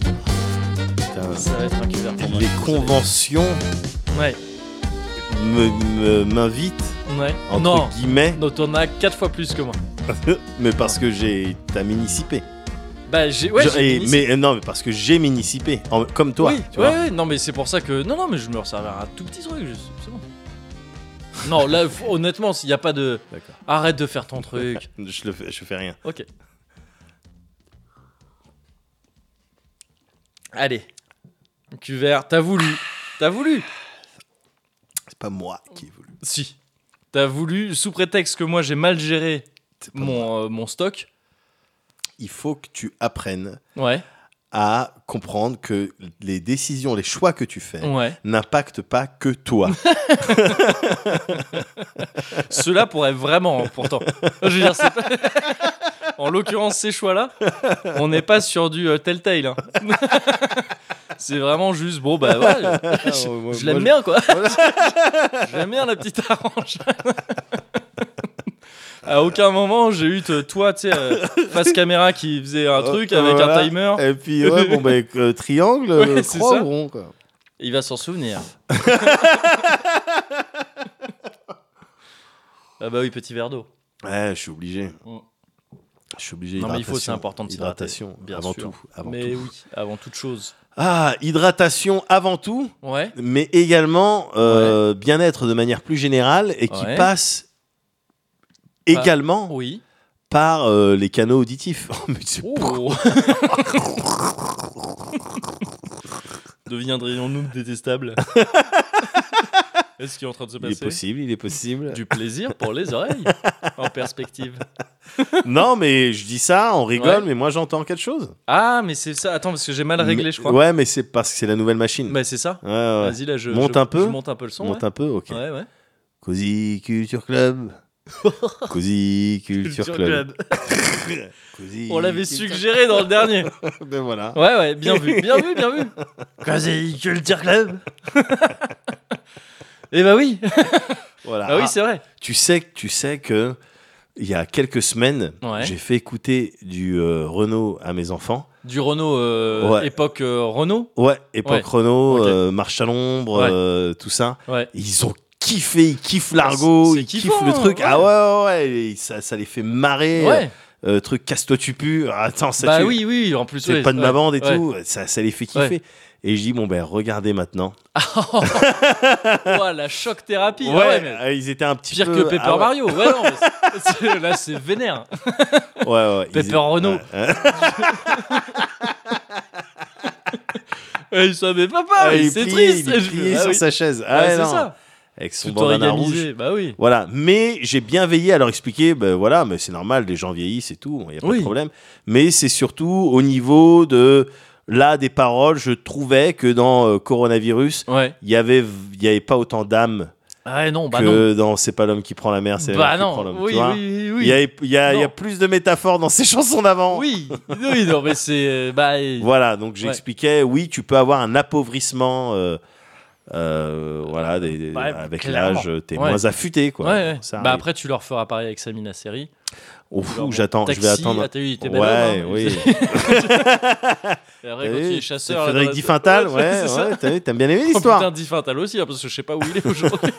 Putain, Ça va être un cuvert pour moi. Les conventions Ouais. me- me- m'invitent, Ouais. entre non. guillemets, [laughs] Non, t'en as quatre fois plus que moi. mais parce que j'ai t'as municipé. Bah, j'ai. Ouais, Je- j'ai et- fini, mais euh, non, mais parce que j'ai municipé, en- comme toi, Oui, tu ouais, vois. ouais, non, mais c'est pour ça que. Non, non, mais je me resservais à un tout petit truc, je- c'est bon. Non, là, faut- honnêtement, s'il n'y a pas de. D'accord. Arrête de faire ton truc. Je le fais, je fais rien. Ok. Allez. Cuvert, t'as voulu. T'as voulu. C'est pas moi qui ai voulu. Si. T'as voulu, sous prétexte que moi j'ai mal géré C'est pas moi. mon, euh, mon stock. Il faut que tu apprennes Ouais. à comprendre que les décisions, les choix que tu fais Ouais. n'impactent pas que toi. Cela pourrait vraiment, hein, pourtant. Je veux dire, c'est pas- [laughs] en l'occurrence, ces choix-là, on n'est pas sur du euh, Telltale. hein. [laughs] c'est vraiment juste, bon, bah voilà. je- Ah, moi- je l'aime bien, moi, [laughs] quoi. [laughs] je l'aime bien, la petite orange. à aucun moment, j'ai eu, te- toi, tu sais, euh, face caméra qui faisait un Euh, truc avec voilà. un timer. Et puis, ouais, bon, bah, [laughs] euh, triangle, Ouais, euh, c'est croix ça. ou rond, quoi. Il va s'en [laughs] souvenir. ah bah oui, petit verre d'eau. Ouais, je suis obligé. Mm. Je suis obligé. Non, mais il faut, c'est hydratation. important de s'hydrater, Hydratation, bien avant sûr. tout. Avant Mais tout. oui, avant toute chose. Ah, hydratation avant tout, Ouais. mais également euh, bien-être de manière plus générale et qui Ouais. passe Par- également Oui. par euh, les canaux auditifs. [laughs] Oh, mais c'est- Oh. [laughs] Deviendrions-nous [laughs] détestables Est-ce qu'il est en train de se Il est passer possible, il est possible. [laughs] Du plaisir pour les oreilles, en perspective. non, mais je dis ça, on rigole, Ouais. mais moi j'entends quelque chose. Ah, mais c'est ça. Attends, parce que j'ai mal réglé, Mais- je crois. Ouais, mais c'est parce que c'est la nouvelle machine. Bah, c'est ça. Ouais, ouais. Vas-y, là, je Monte je- un peu. je monte un peu le son. Monte ouais. un peu, ok. ouais, ouais. [laughs] Cozy Culture Club. Cozy Culture Culture Club. Club. Cozy On l'avait Culture- suggéré dans le dernier. [laughs] Ben voilà. Ouais, ouais, bien vu, bien vu, bien vu. [laughs] Quasi Culture Club. [laughs] Eh bah oui, voilà. ah oui, Ah, c'est vrai. tu sais que tu sais que il y a quelques semaines, Ouais. j'ai fait écouter du euh, Renault à mes enfants. Du Renault, euh, Ouais. époque euh, Renault. Ouais, époque Ouais. Renault, Ok. euh, marche à l'ombre, Ouais. euh, tout ça. Ouais. Ils ont kiffé, ils kiffent l'argot, C'est ils kiffant, kiffent le truc. ouais. Ah ouais, ouais, ouais, et ça, ça les fait marrer. Ouais, Euh, truc casse-toi tu pues. Ah, Attends, ça bah tu- oui, oui, en plus. c'est ouais, pas de ouais. ma bande et ouais. tout. Ça, ça les fait kiffer. Ouais. Et je dis bon ben regardez maintenant. Ouah, Oh, la choc thérapie. ah ouais, ouais, mais euh, ils étaient un petit Pire peu que Pepper ah ouais, Mario. Ouais, non, mais c'est- [laughs] c'est- là, c'est vénère. Ouais, ouais, ils- Pepper Renault. ouais, ouais. Et il savait pas, Ah, pas, il mais est c'est plié, triste. il est Et je- plié ah sur oui. sa chaise. Ah Ah, ouais, c'est non. ça. Avec son Tout bandana rouge. organisé. Bah oui. Voilà, mais j'ai bien veillé à leur expliquer, ben voilà, mais c'est normal, les gens vieillissent et tout, il n'y a pas Oui. de problème. Mais c'est surtout au niveau de, là, des paroles, je trouvais que dans euh, Coronavirus, Ouais. il n'y avait, il y avait pas autant d'âme Ah ouais, non, bah non. que dans C'est pas l'homme qui prend la mer, c'est la Bah mer qui prend non. l'homme. Oui, tu vois oui, oui, Il oui. y a, il y a- il y a Non. plus de métaphores dans ces [laughs] chansons d'avant. Oui, oui, non, mais c'est. euh, Bah, et- [laughs] Voilà, donc Ouais. j'expliquais, oui, tu peux avoir un appauvrissement. euh, euh, voilà, des- des- Ouais, avec clairement. l'âge, euh, t'es Ouais. moins affûté, quoi. Ouais, ouais. Ça bah arrive. après, tu leur feras pareil avec Samy Nasseri. Au Tu leur fou, montres j'attends, je Taxi, vais attendre. Ah, t'as vu, il était bel Ouais, homme, hein. oui. [laughs] Et après, quand il T'as vu, est Eh, c'est chasseur. là, Frédéric dans la- Di Fintal, ouais, c'est ça. ouais, t'as vu, t'aimes [laughs] bien aimé Oh putain, l'histoire. Di Fintal aussi, hein, parce que je sais pas où il est [laughs] aujourd'hui.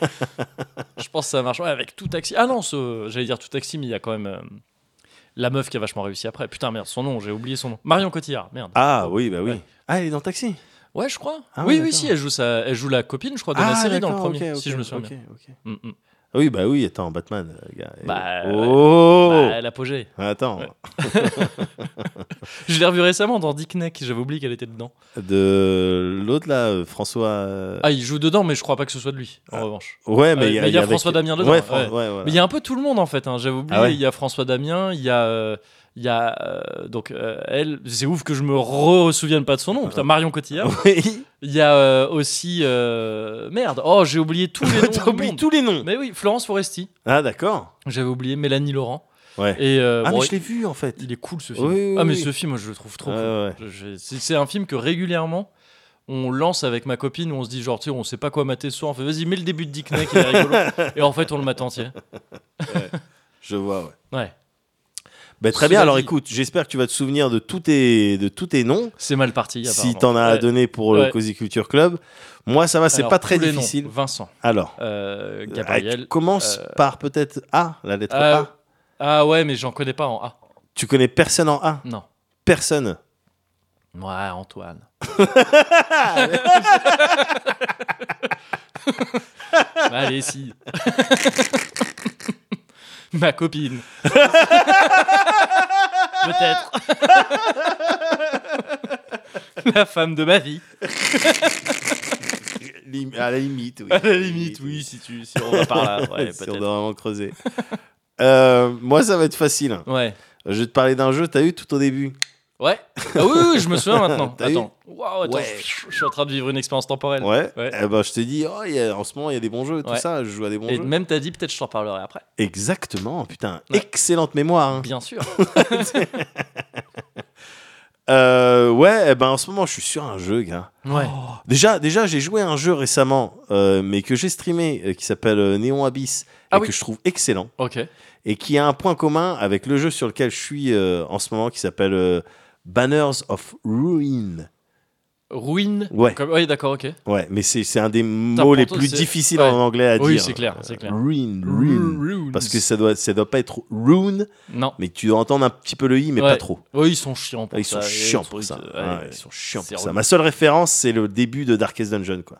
je pense que ça marche. Ouais, avec tout taxi. Ah non, ce- j'allais dire tout taxi, mais il y a quand même euh, la meuf qui a vachement réussi après. Putain, merde, son nom, j'ai oublié son nom. Marion Cotillard, merde. Ah oui, bah oui. Ouais. Ah, elle est dans le taxi. Ouais, je crois. Ah oui, oui, ouais, d'accord. si, elle joue, sa... elle joue la copine, je crois, de la Ah, série dans le d'accord, premier, ok, si ok, je me souviens ok, bien. ok. Mm, mm. Ah Oui, bah oui, attends, Batman, le gars. Bah, oh Bah, elle a pogé. Attends, Ouais. Je l'ai revue récemment dans Dick Neck, j'avais oublié qu'elle était dedans. de l'autre là, euh, François. euh, Ah, il joue dedans, mais je crois pas que ce soit de lui, en Ah. revanche. Ouais, mais ouais, il y a, mais il y a avec- François Damien dedans, Ouais, Fran- ouais. ouais, voilà. Mais il y a un peu tout le monde en fait. hein, J'avais oublié. Ah ouais Il y a François Damien. Il y a, euh, il y a euh, donc euh, elle. C'est ouf que je me re-souvienne pas de son nom. Putain, Marion Cotillard. [laughs] Oui, Il y a euh, aussi euh, merde. Oh, j'ai oublié tous [laughs] les noms. t'as du oublié monde. tous les noms. Mais oui, Florence Foresti. Ah, d'accord. J'avais oublié Mélanie Laurent. Ouais. Et euh, Ah, bon, mais je l'ai vu en fait. il est cool ce film. Oui, oui, ah mais oui. ce film, je le trouve trop Ouais, cool. ouais. Je- je- C'est c'est un film que régulièrement on lance avec ma copine, où on se dit genre, tu sais, on sait pas quoi mater ce soir, on fait vas-y, mets le début de Dick Neck, il est [laughs] rigolo. Et en fait, on le mate entier. Je vois, ouais. Ouais, Bah, Cela très bien, alors dit- écoute, j'espère que tu vas te souvenir de tous tes, de tous tes noms. c'est mal parti. Si apparemment. t'en as à Ouais. donner pour le Ouais. Cozy Culture Club, moi ça va, c'est Alors, pas très tous les noms. difficile. Vincent, Alors, euh, euh, Gabriel. tu commences euh, par peut-être A, la lettre Ah, A. ah ouais, mais j'en connais pas en A. Tu connais personne en A Non. Personne. Ouais, [laughs] Antoine. [laughs] Bah, allez, si. [laughs] Ma [laughs] copine. Peut-être. [laughs] La femme de ma vie. Lim- à la limite, oui. À la limite, oui, si, tu, si on va par [laughs] là. Ouais, si on peut-être. doit vraiment creuser. [laughs] Euh, moi, ça va être facile. Ouais. Je vais te parler d'un jeu, t'as eu tout au début. Ouais. Ah oui, oui, je me souviens maintenant. [laughs] T'as eu Attends. Waouh, attends. Ouais. Je suis en train de vivre une expérience temporelle. Ouais. Ouais. Eh ben, je t'ai dit, oh, il y a- en ce moment, il y a des bons jeux, tout Ouais. ça, je joue à des bons Et jeux. même t'as dit, peut-être je t'en parlerai après. Exactement, putain, Ouais. excellente mémoire. hein. Bien sûr. Euh, ouais, eh ben, en ce moment, je suis sur un jeu, gars. Ouais. Déjà, déjà j'ai joué à un jeu récemment, euh, mais que j'ai streamé, euh, qui s'appelle euh, Néon Abyss, et Ah que oui. je trouve excellent, Ok. et qui a un point commun avec le jeu sur lequel je suis euh, en ce moment, qui s'appelle euh, Banners of Ruin. Ruin. Ouais. Comme- ouais, d'accord, ok. Ouais, mais c'est c'est un des mots les pour toi, plus c'est- difficiles ouais. en anglais à Oui, dire. c'est clair, c'est clair. Ruin, ruin. Ruins. Parce que ça doit, ça doit pas être rune, Non. mais tu dois entendre un petit peu le i, mais Ouais. pas trop. Ah, Ouais, ils sont chiants pour Ils ça. sont et chiants le pour truc, ça. euh, Ouais, ouais, Ils sont chiants c'est pour ça. relou. Ma seule référence, c'est le début de Darkest Dungeon, quoi.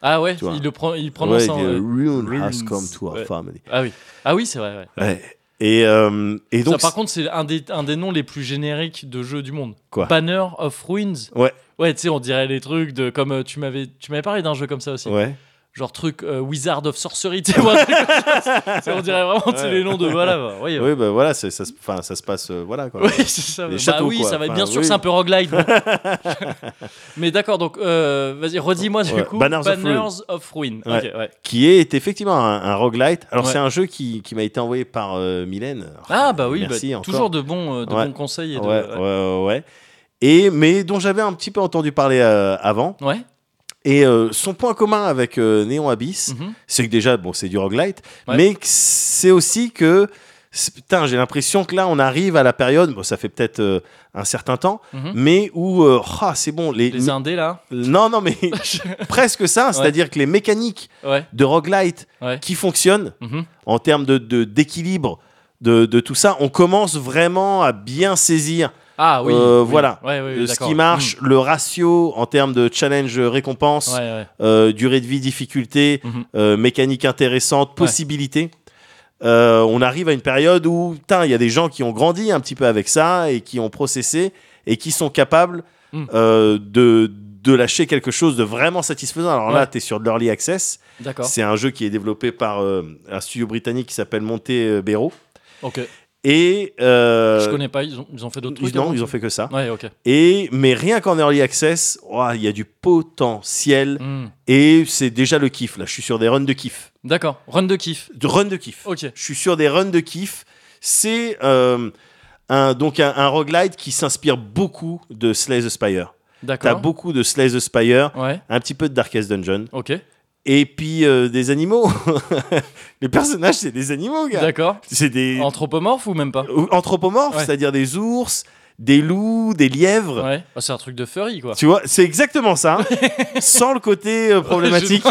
Ah ouais, Tu vois. il le prend, il prononce Ouais, en, il dit, euh, Ruin has ruins. come to our Ouais. family. Ah oui. Ah oui, c'est vrai. ouais. Ouais. Et, euh, et Ça, donc, par contre, c'est un des, un des noms les plus génériques de jeux du monde. Quoi Banner of Ruins. Ouais. Ouais, tu sais, on dirait les trucs de comme euh, tu m'avais tu m'avais parlé d'un jeu comme ça aussi. ouais. genre truc euh, Wizard of Sorcery, tu vois, un truc comme [laughs] ça. Ça, on dirait vraiment tu sais, Ouais. les noms de voilà, bah, oui, Oui, bah voilà, c'est- ça, se- enfin, ça se passe. euh, voilà quoi. Oui, [laughs] c'est ça. Les Bah châteaux, oui, quoi. ça va être Enfin, bien sûr oui. que c'est un peu roguelite. [laughs] bon. Mais d'accord, donc euh, vas-y, redis-moi du Ouais, coup. Banners of Ruin. of Ruin. Ok, Ouais. ouais. Qui est effectivement un, un roguelite. Alors, Ouais. c'est un jeu qui, qui m'a été envoyé par euh, Mylène. Ah bah oui, Merci bah, encore. toujours de bons, euh, de Ouais. bons conseils. Et de, ouais, ouais, ouais, ouais. Et, mais dont j'avais un petit peu entendu parler euh, avant. Ouais. Et euh, son point commun avec euh, Néon Abyss, Mhm. c'est que déjà, bon, c'est du roguelite, Ouais. mais que c'est aussi que. c'est- Putain, j'ai l'impression que là, on arrive à la période, bon, ça fait peut-être euh, un certain temps, Mhm. mais où, euh, ah, c'est bon, les, Les indés là. non, non, [laughs] mais presque ça, c'est-à-dire que les mécaniques Ouais. de roguelite Ouais. qui fonctionnent Mhm. en termes de- de- d'équilibre de, de, tout ça, on commence vraiment à bien saisir Ah oui. Euh, oui. voilà. Ouais, ouais, euh, oui, ce d'accord. qui marche, le ratio en termes de challenge-récompense, Mm. Ouais, ouais. euh, durée de vie, difficulté, Mhm. euh, mécanique intéressante, possibilité. Euh, on arrive à une période où, putain, il y a des gens qui ont grandi un petit peu avec ça et qui ont processé et qui sont capables Mm. euh, de, de lâcher quelque chose de vraiment satisfaisant. Alors là, Ouais. tu es sur de l'early access. D'accord. C'est un jeu qui est développé par euh, un studio britannique qui s'appelle Montebello. Ok. Et. euh, Je connais pas. hein. Ils ont, ils ont fait d'autres ils- trucs. non, avant ils ont fait que ça. Ouais, ok. Et, mais rien qu'en early access, ouah, il y a du potentiel. Mm. Et c'est déjà le kiff. Là, je suis sur des runs de kiff. D'accord. Run de kiff. De runs de kiff. Ok. Je suis sur des runs de kiff. C'est euh, un, donc un, un roguelite qui s'inspire beaucoup de Slay the Spire. T'as D'accord. beaucoup de Slay the Spire, Ouais. un petit peu de Darkest Dungeon, Ok. et puis euh, des animaux. [laughs] Les personnages, c'est des animaux, gars. D'accord. C'est des Anthropomorphe ou même pas. euh, anthropomorphes, Ouais. c'est-à-dire des ours, des loups, des lièvres. Ouais. Ah, c'est un truc de furry quoi. Tu vois, c'est exactement ça, hein. [laughs] sans le côté euh, problématique.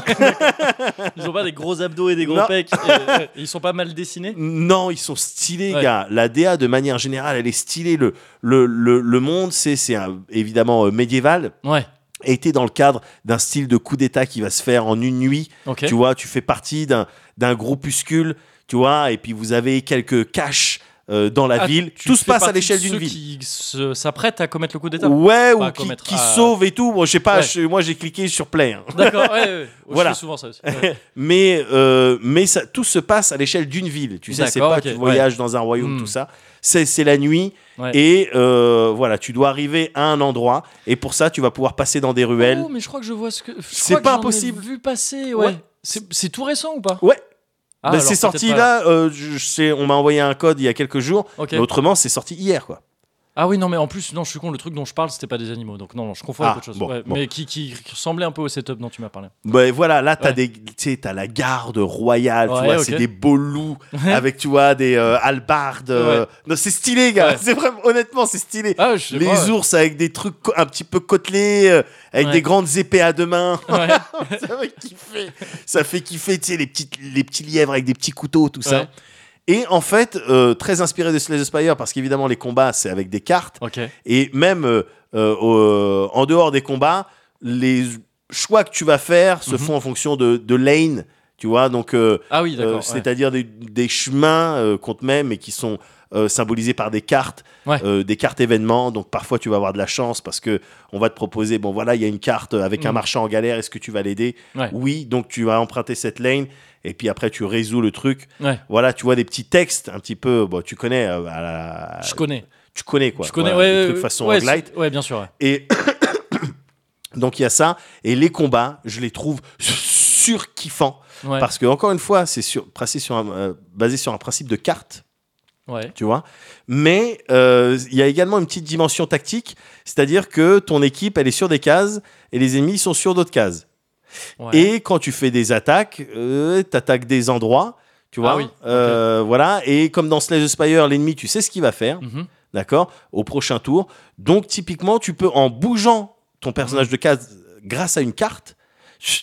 Ils ont pas des gros abdos et des gros Non. pecs. et, euh, ils sont pas mal dessinés. Non, ils sont stylés, Ouais. gars. La DA, de manière générale, elle est stylée. Le, le, le, le monde, c'est c'est un- évidemment euh, médiéval. Ouais. Et t'es dans le cadre d'un style de coup d'État qui va se faire en une nuit. Ok. Tu vois, tu fais partie d'un d'un groupuscule, tu vois, et puis vous avez quelques caches euh, dans la Ah, ville. tu Tout se fais passe à partie de l'échelle d'une ceux qui ville. se- s'apprêtent à commettre le coup d'état. Ouais, Enfin, ou à qui, commettre, qui euh, sauve et tout. Bon, je sais pas, Ouais. je- moi j'ai cliqué sur play. hein. D'accord. Ouais, [laughs] ouais, ouais. Voilà. Je fais souvent ça aussi. Ouais. mais euh, mais ça, tout se passe à l'échelle d'une ville. Tu sais, c'est D'accord, pas ok, tu voyages dans un royaume, Hmm. tout ça. C'est c'est la nuit Ouais. et euh, voilà, tu dois arriver à un endroit et pour ça, tu vas pouvoir passer dans des ruelles. Oh, mais je crois que je vois ce que. je C'est crois que pas j'en ai impossible. Vu passer. Ouais. Ouais. C'est c'est tout récent ou pas Ouais, Ah, Bah, alors c'est peut-être sorti pas. là. euh, je je sais, on m'a envoyé un code il y a quelques jours. Ok. Mais autrement, c'est sorti hier, quoi. Ah oui, non, mais en plus, non, je suis con, le truc dont je parle, c'était pas des animaux, donc non, non, je confonds Ah, avec autre chose. bon, Ouais, bon. Mais qui, qui ressemblait un peu au setup dont tu m'as parlé. Bah, voilà, là, t'as Ouais. des, tu sais, t'as la garde royale. tu Ouais, vois, ok. c'est des [laughs] beaux loups avec, tu vois, des euh, halbardes. euh, Ouais. Non, c'est stylé, gars. Ouais. C'est vraiment, honnêtement, c'est stylé. Ah, je sais les pas, ouais. ours avec des trucs co- un petit peu côtelés, euh, avec Ouais. des grandes épées à deux mains. Ouais. ça fait kiffer. Ça fait kiffer, tu sais, les, petites, les petits lièvres avec des petits couteaux, tout ça. Ouais. Et en fait, euh, très inspiré de Slay the Spire, parce qu'évidemment, les combats, c'est avec des cartes. Ok. Et même euh, euh, au- en dehors des combats, les choix que tu vas faire se Mhm. font en fonction de, de lane. Tu vois, donc, euh, Ah oui, euh, d'accord. ouais. c'est-à-dire des, des chemins euh, qu'on te met, mais qui sont euh, symbolisés par des cartes, Ouais. euh, des cartes événements. Donc parfois tu vas avoir de la chance parce que on va te proposer, bon voilà, il y a une carte euh, avec un Mm. marchand en galère, est-ce que tu vas l'aider Ouais. Oui, donc tu vas emprunter cette lane. Et puis après, tu résous le truc. Ouais. Voilà, tu vois des petits textes un petit peu. Bon, tu connais, euh, à la- Je connais. tu connais quoi. je connais, Voilà, ouais. des ouais, trucs façon ouais, roguelite. c'est- Ouais, bien sûr. ouais. Et [coughs] donc il y a ça. Et les combats, je les trouve surkiffants. Ouais. Parce que, encore une fois, c'est sur, basé, sur un, euh, basé sur un principe de carte, ouais. tu vois. Mais euh, il y a également une petite dimension tactique, c'est-à-dire que ton équipe, elle est sur des cases et les ennemis sont sur d'autres cases. ouais. Et quand tu fais des attaques, tu t'attaques des endroits, tu vois. Ah oui, Euh, Voilà. Et comme dans Slay the Spire, l'ennemi, tu sais ce qu'il va faire, Mhm. d'accord, au prochain tour. Donc, typiquement, tu peux, en bougeant ton personnage de case grâce à une carte,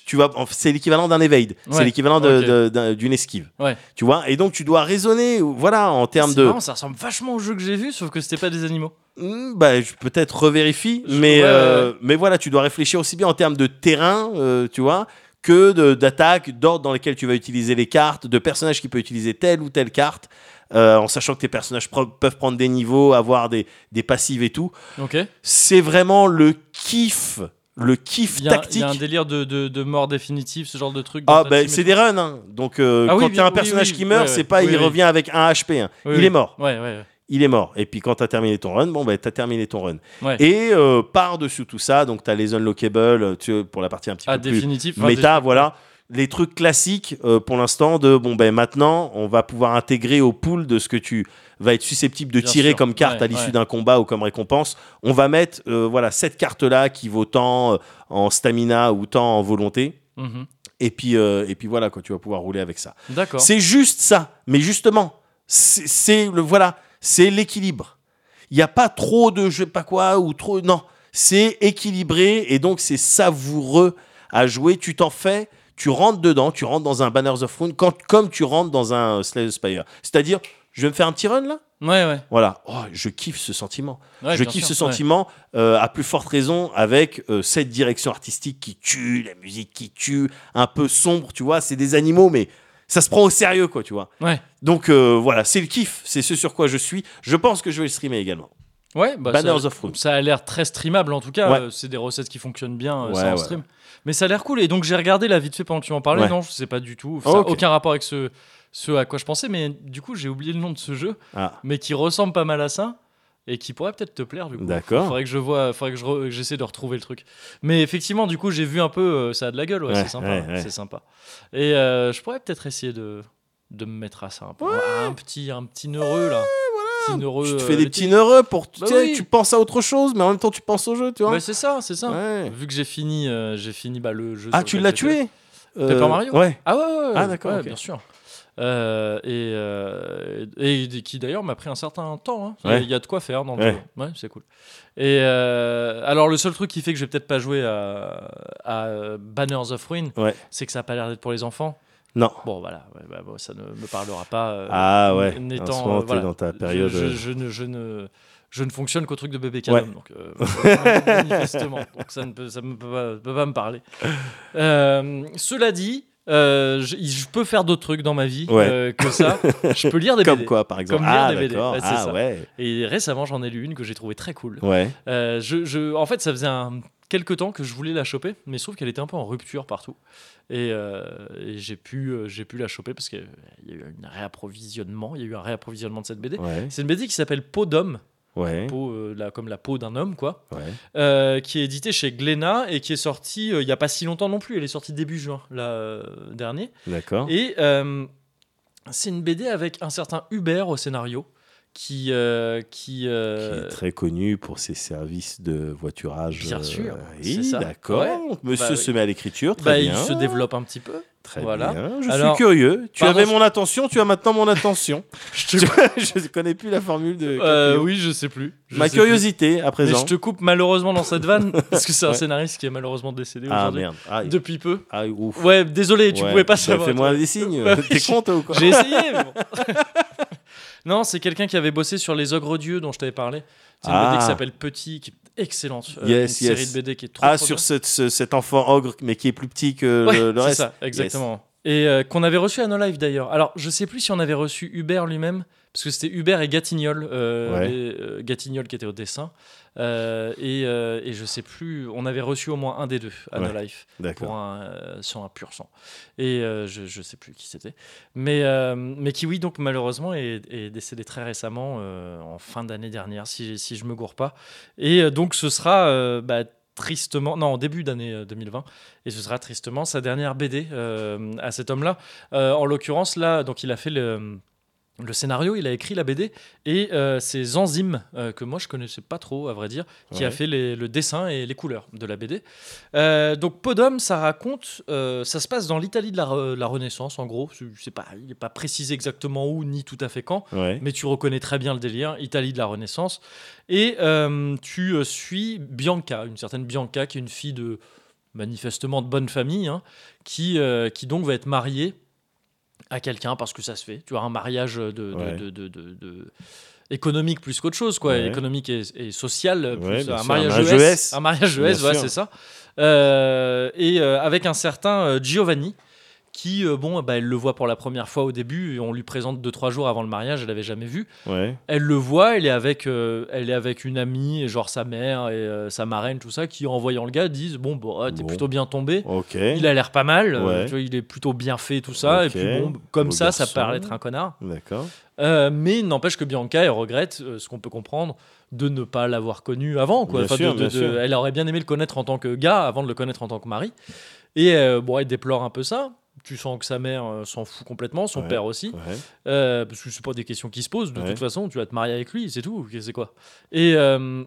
tu vas, c'est l'équivalent d'un evade, c'est Ouais, l'équivalent de- ok. de- d'un- d'une esquive Ouais. tu vois et donc tu dois raisonner ou- voilà en termes C'est de marrant, ça ressemble vachement au jeu que j'ai vu, sauf que c'était pas des animaux. Hmm, bah, je peut-être revérifie Je- mais ouais, ouais, euh, ouais. mais voilà tu dois réfléchir aussi bien en termes de terrain euh, tu vois que de- d'attaque d'ordre dans lesquels tu vas utiliser les cartes de personnages qui peuvent utiliser telle ou telle carte euh, en sachant que tes personnages pro- peuvent prendre des niveaux avoir des des passives et tout Ok. c'est vraiment le kiff le kiff Il y, a- il tactique. y a un délire de, de- de mort définitive, ce genre de truc. dans Ah, ta ben team et c'est tout. des runs. hein. Donc, euh, Ah oui, quand oui, t'as un oui, personnage oui, qui meurt, ouais, c'est pas ouais, il oui. revient avec un HP. hein. Oui, il oui. est mort. Ouais, ouais, Il est mort. Et puis quand t'as terminé ton run, bon, ben t'as terminé ton run. ouais. ouais. Et euh, par-dessus tout ça, donc t'as les unlockables tu, pour la partie un petit Ah, peu plus définitif. enfin, méta, voilà. Les trucs classiques euh, pour l'instant de bon ben maintenant on va pouvoir intégrer au pool de ce que tu vas être susceptible de Bien tirer sûr. comme carte Ouais, à l'issue ouais. d'un combat ou comme récompense. On va mettre euh, voilà cette carte là qui vaut tant euh, en stamina ou tant en volonté. défi- Mhm. Et puis euh, et puis voilà quoi tu vas pouvoir rouler avec ça. D'accord. C'est juste ça. Mais justement, c'est- c'est le voilà, c'est l'équilibre. Il n'y a pas trop de je sais pas quoi ou trop non, c'est équilibré et donc c'est savoureux à jouer, tu t'en fais, tu rentres dedans, tu rentres dans un Banners of Rune quand comme tu rentres dans un euh, Slay the Spire. C'est-à-dire, je vais me faire un petit run là Ouais, ouais. Voilà, oh, je kiffe ce sentiment. Ouais, je bien kiffe sûr, ce ouais. sentiment euh, à plus forte raison avec euh, cette direction artistique qui tue, la musique qui tue, un peu sombre, tu vois. C'est des animaux, mais ça se prend au sérieux, quoi, tu vois. Ouais. Donc euh, voilà, c'est le kiff, c'est ce sur quoi je suis. Je pense que je vais le streamer également. Ouais, bah, ça- Banners of Rune. Ça a l'air très streamable en tout cas. Ouais. euh, c'est des recettes qui fonctionnent bien euh, Ouais, ça, en ouais. stream. Mais ça a l'air cool. Et donc j'ai regardé la vite fait pendant que tu m'en parlais. Ouais. Non, je sais pas du tout. Ça a Ok. aucun rapport avec ce, ce à quoi je pensais. Mais du coup, j'ai oublié le nom de ce jeu, Ah, mais qui ressemble pas mal à ça et qui pourrait peut-être te plaire du coup. d'accord. Faudrait que je vois, faudrait que je re- que j'essaie de retrouver le truc. Mais effectivement, du coup, j'ai vu un peu, euh, ça a de la gueule, ouais, Ouais, c'est sympa, ouais, ouais. c'est sympa. Et euh, je pourrais peut-être essayer de, de me mettre à ça un peu, un petit, un petit neureux là, petit neureux. Tu te euh, fais des l'été. petits heureux pour. Tu Bah sais, oui. tu penses à autre chose, mais en même temps, tu penses au jeu, tu vois. Ouais, Bah, c'est ça, c'est ça. Ouais. Vu que j'ai fini, euh, j'ai fini bah, le jeu. Ah, sur tu lequel l'as j'ai fait le- tué Euh, Paper Mario Ouais. Ah ouais, ouais, ouais, Ah, d'accord, ouais, ok. bien sûr. Euh, et, euh, et d- qui d'ailleurs m'a pris un certain temps. hein. Il y a- Ouais. il y a de quoi faire dans le Ouais. jeu. Ouais, c'est cool. Et euh, alors le seul truc qui fait que j'ai peut-être pas joué à, à Banners of Ruin, Ouais. c'est que ça a pas l'air d'être pour les enfants. Non. Bon voilà, ouais, bah, bon, ça ne me parlera pas. euh, Ah ouais. En n'étant, ce moment, euh, t'es voilà, dans ta je- période. Je, euh, je ne, je, ne, je ne fonctionne qu'au truc de bébé Ouais. canon, donc euh, [laughs] manifestement. Donc ça ne peut, ça me peut, pas, peut pas me parler. Euh, cela dit, euh, je, je peux faire d'autres trucs dans ma vie Ouais. euh, que ça. [laughs] Je peux lire des Comme BD. quoi, par exemple. lire Ah, des BD. d'accord. Ouais, c'est Ah, ça. ouais. Et récemment, j'en ai lu une que j'ai trouvée très cool. [laughs] Ouais. Euh, je, je- en fait, ça faisait un, quelques temps que je voulais la choper, mais il se trouve qu'elle était un peu en rupture partout. Et, euh, et j'ai pu, euh, j'ai pu la choper parce qu'il y a eu un réapprovisionnement. Il y a eu un réapprovisionnement de cette BD. Ouais. C'est une BD qui s'appelle Peau d'homme, Ouais. peau, euh, la- comme la peau d'un homme, quoi, Ouais. euh, qui est édité chez Glénat et qui est sortie euh, il n'y a pas si longtemps non plus. Elle est sortie début juin, là, euh, dernier. D'accord. Et euh, c'est une BD avec un certain Hubert au scénario, qui. euh, qui, qui euh, est très connu pour ses services de voiturage. Bien sûr, euh, c'est oui, ça. d'accord. Ouais. Monsieur Bah oui. se met à l'écriture, très bah, bien. il se développe un petit peu. Très voilà. bien. Je Alors- suis curieux. Tu Pardon, avais je- mon attention, tu as maintenant [laughs] mon attention. Je te- je ne connais plus la formule de. Euh, Caprio. oui, je sais plus. Je Ma sais plus. curiosité à Mais présent. je te coupe malheureusement dans cette [laughs] vanne, parce que c'est un Ouais. scénariste qui est malheureusement décédé Ah aujourd'hui. merde. Ah, Depuis peu. ah, ouf. Ouais, désolé, tu Ouais. pouvais pas Bah, savoir. Fais-moi des signes. Bah oui, [laughs] T'es je- con, toi, ou quoi J'ai essayé, mais bon. [laughs] non, c'est quelqu'un qui avait bossé sur Les Ogres Dieux dont je t'avais parlé. C'est une BD Ah. qui s'appelle Petit, qui est excellente. Euh, Yes, une yes. série de BD qui est trop. Ah, trop sur bien. ce- ce- cet enfant ogre, mais qui est plus petit que Ouais, le, le c'est reste. ça, exactement. Et euh, qu'on avait reçu à No Life d'ailleurs. Alors, je sais plus si on avait reçu Hubert lui-même, parce que c'était Hubert et Gatignol, euh, Ouais. les- euh, Gatignol qui était au dessin. Euh, et, euh, et je sais plus, on avait reçu au moins un des deux à No Ouais. Life D'accord. pour un, euh, sur un pur sang. Et euh, je, je sais plus qui c'était. Mais, euh, mais qui, oui, donc malheureusement, est, est décédé très récemment, euh, en fin d'année dernière, si, si je me gourre pas. Et euh, donc ce sera euh, bah, tristement, non, en début d'année euh, 2020, et ce sera tristement sa dernière BD euh, à cet homme-là. Euh, en l'occurrence, là, donc il a fait le. Le scénario, il a écrit la BD et euh, ses enzymes euh, que moi je connaissais pas trop à vrai dire, qui a Ouais. fait les- le dessin et les couleurs de la BD. Euh, donc Podom, ça raconte, euh, ça se passe dans l'Italie de la, re- la Renaissance en gros. C'est- c'est pas, il n'est pas précisé exactement où ni tout à fait quand, Ouais. mais tu reconnais très bien le délire, Italie de la Renaissance. Et euh, tu euh, suis Bianca, une certaine Bianca, qui est une fille de manifestement de bonne famille, hein, qui, euh, qui donc va être mariée à quelqu'un parce que ça se fait. Tu as un mariage de, de- Ouais. de- de- de- de- économique plus qu'autre chose, quoi, Ouais. économique et, et social, euh, plus Ouais, bien un, sûr, mariage un mariage ES, ES. un mariage Bien ES, voilà, sûr. c'est ça. Euh, et euh, avec un certain euh, Giovanni qui, euh, bon, bah, elle le voit pour la première fois au début, et on lui présente deux trois jours avant le mariage, elle l'avait jamais vu. Ouais. Elle le voit, elle est avec, euh, elle est avec une amie, et genre sa mère et euh, sa marraine, tout ça, qui en voyant le gars disent bon, bah, ouais, t'es Bon. plutôt bien tombé. Ok. Il a l'air pas mal, euh, Ouais. tu vois, il est plutôt bien fait, tout ça. Ok. Et puis bon, comme Beau ça, ça garçon. paraît être un connard. D'accord. Euh, mais n'empêche que Bianca, elle regrette, euh, ce qu'on peut comprendre, de ne pas l'avoir connu avant. Quoi. Bien Enfin, de- sûr, de- bien de- sûr. elle aurait bien aimé le connaître en tant que gars avant de le connaître en tant que mari. Et euh, bon, elle déplore un peu ça. Tu sens que sa mère euh, s'en fout complètement, son Ouais. père aussi, Ouais. Euh, parce que c'est pas des questions qui se posent. De Ouais. toute façon, tu vas te marier avec lui, c'est tout. C'est quoi Et euh,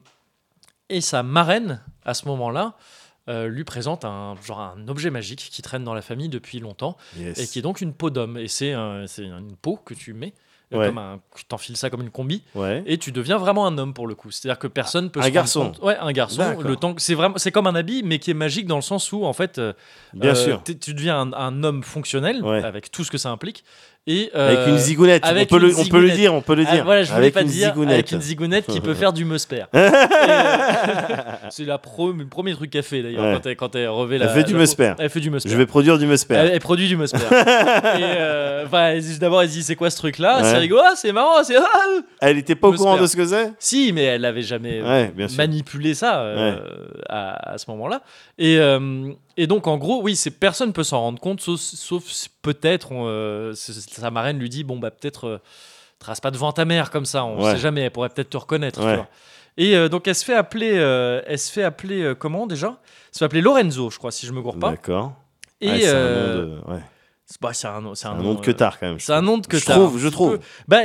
et sa marraine, à ce moment-là, euh, lui présente un genre un objet magique qui traîne dans la famille depuis longtemps Yes. et qui est donc une peau d'homme. Et c'est un- c'est une peau que tu mets, euh, Ouais. comme un, tu t'enfiles ça comme une combi, Ouais. et tu deviens vraiment un homme pour le coup. C'est-à-dire que personne peut Un se rendre garçon. compte- Ouais, un garçon. D'accord. Le temps que- c'est vraiment, c'est comme un habit, mais qui est magique dans le sens où en fait, euh, Bien euh, sûr. t'es- tu deviens un, un homme fonctionnel Ouais. avec tout ce que ça implique. Et Avec euh, une zigounette. avec on, peut le, une on peut le zigounette. dire, on peut le ah, dire. voilà, je voulais avec pas une dire zigounette. avec une zigounette qui peut faire du [laughs] meusper. Et, euh, [laughs] c'est la pro, le premier truc qu'elle fait d'ailleurs Ouais. quand elle quand elle revêt Elle la. fait du la- Musper. Elle fait du musper. Je vais produire du musper. Elle, elle produit du Mosper. et [laughs] euh, enfin, elle dit- d'abord, elle se dit c'est quoi ce truc-là Ouais. C'est rigolo, ah, c'est marrant. C'est... ah Elle était pas au Musper. courant de ce que c'est si, mais elle n'avait jamais euh, Ouais, bien sûr. manipulé ça euh, à, à ce moment-là. Et, euh, et donc, en gros, oui, c'est, personne peut s'en rendre compte, sauf, sauf si peut-être on, euh, c- c- sa marraine lui dit bon, bah peut-être euh, trace pas devant ta mère comme ça, on Ouais. sait jamais, elle pourrait peut-être te reconnaître. tu Ouais. vois. Et euh, donc, elle se fait appeler, euh, elle se fait appeler euh, comment déjà Elle se fait appeler Lorenzo, je crois, si je me gourre pas. D'accord. Et Ouais, c'est euh, un nom de, ouais. c'est- bah, c'est un nom, c'est un un nom de euh, queutard quand même. c'est un nom de que je trouve, je trouve. Bah,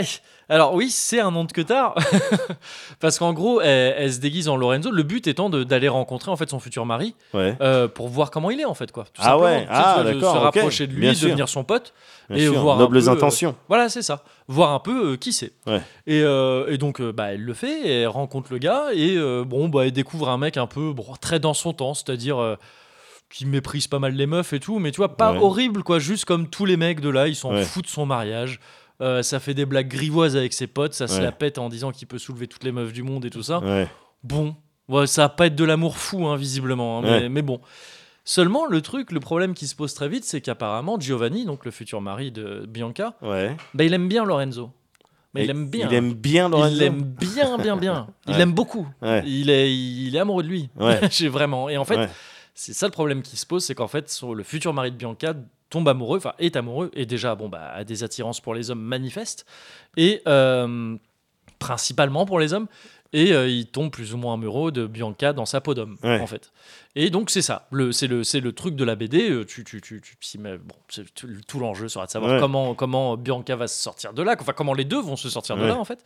alors oui, c'est un nom de queutard. [laughs] Parce qu'en gros, elle, elle se déguise en Lorenzo. Le but étant de- d'aller rencontrer en fait son futur mari Ouais. euh, pour voir comment il est en fait quoi. Tout Ah simplement. ouais, Tu sais, ah, tu vois, de d'accord, Se ok, rapprocher de lui, bien sûr. devenir son pote. Bien et sûr, voir un nobles peu, euh, intentions. Voilà, c'est ça. Voir un peu euh, qui c'est. Ouais. Et, euh, et donc, euh, bah, elle le fait, et elle rencontre le gars, et euh, bon, bah, elle découvre un mec un peu bon, très dans son temps, c'est-à-dire euh, qui méprise pas mal les meufs et tout, mais tu vois, pas Ouais. horrible, quoi, juste comme tous les mecs de là, ils s'en Ouais. foutent de son mariage. Euh, ça fait des blagues grivoises avec ses potes, ça se Ouais. la pète en disant qu'il peut soulever toutes les meufs du monde et tout ça. Ouais. Bon, ouais, ça va pas être de l'amour fou, hein, visiblement, hein, mais- mais, Ouais. bon. Seulement, le truc, le problème qui se pose très vite, c'est qu'apparemment, Giovanni, donc le futur mari de Bianca, Ouais. bah, il aime bien Lorenzo. Mais Et il aime bien. Il aime bien Lorenzo. Il l'aime bien, bien, bien. Il Ouais. l'aime beaucoup. hein. Ouais. Il, est, il est amoureux de lui. [laughs] Ouais. J'ai vraiment. Et en fait, Ouais. c'est ça le problème qui se pose c'est qu'en fait, son- le futur mari de Bianca tombe amoureux, enfin, est amoureux, et déjà, bon, bah, a des attirances pour les hommes manifestes, et euh, principalement pour les hommes. Et euh, il tombe plus ou moins amoureux de Bianca dans sa peau d'homme, Ouais. en fait. Et donc, c'est ça. Le, c'est, le, c'est le truc de la BD. euh, Tu, tu, tu, tu, t'y mets- bon, c'est tout, tout l'enjeu sera de savoir Ouais. comment, comment Bianca va se sortir de là, enfin, comment les deux vont se sortir de Ouais. là, en fait.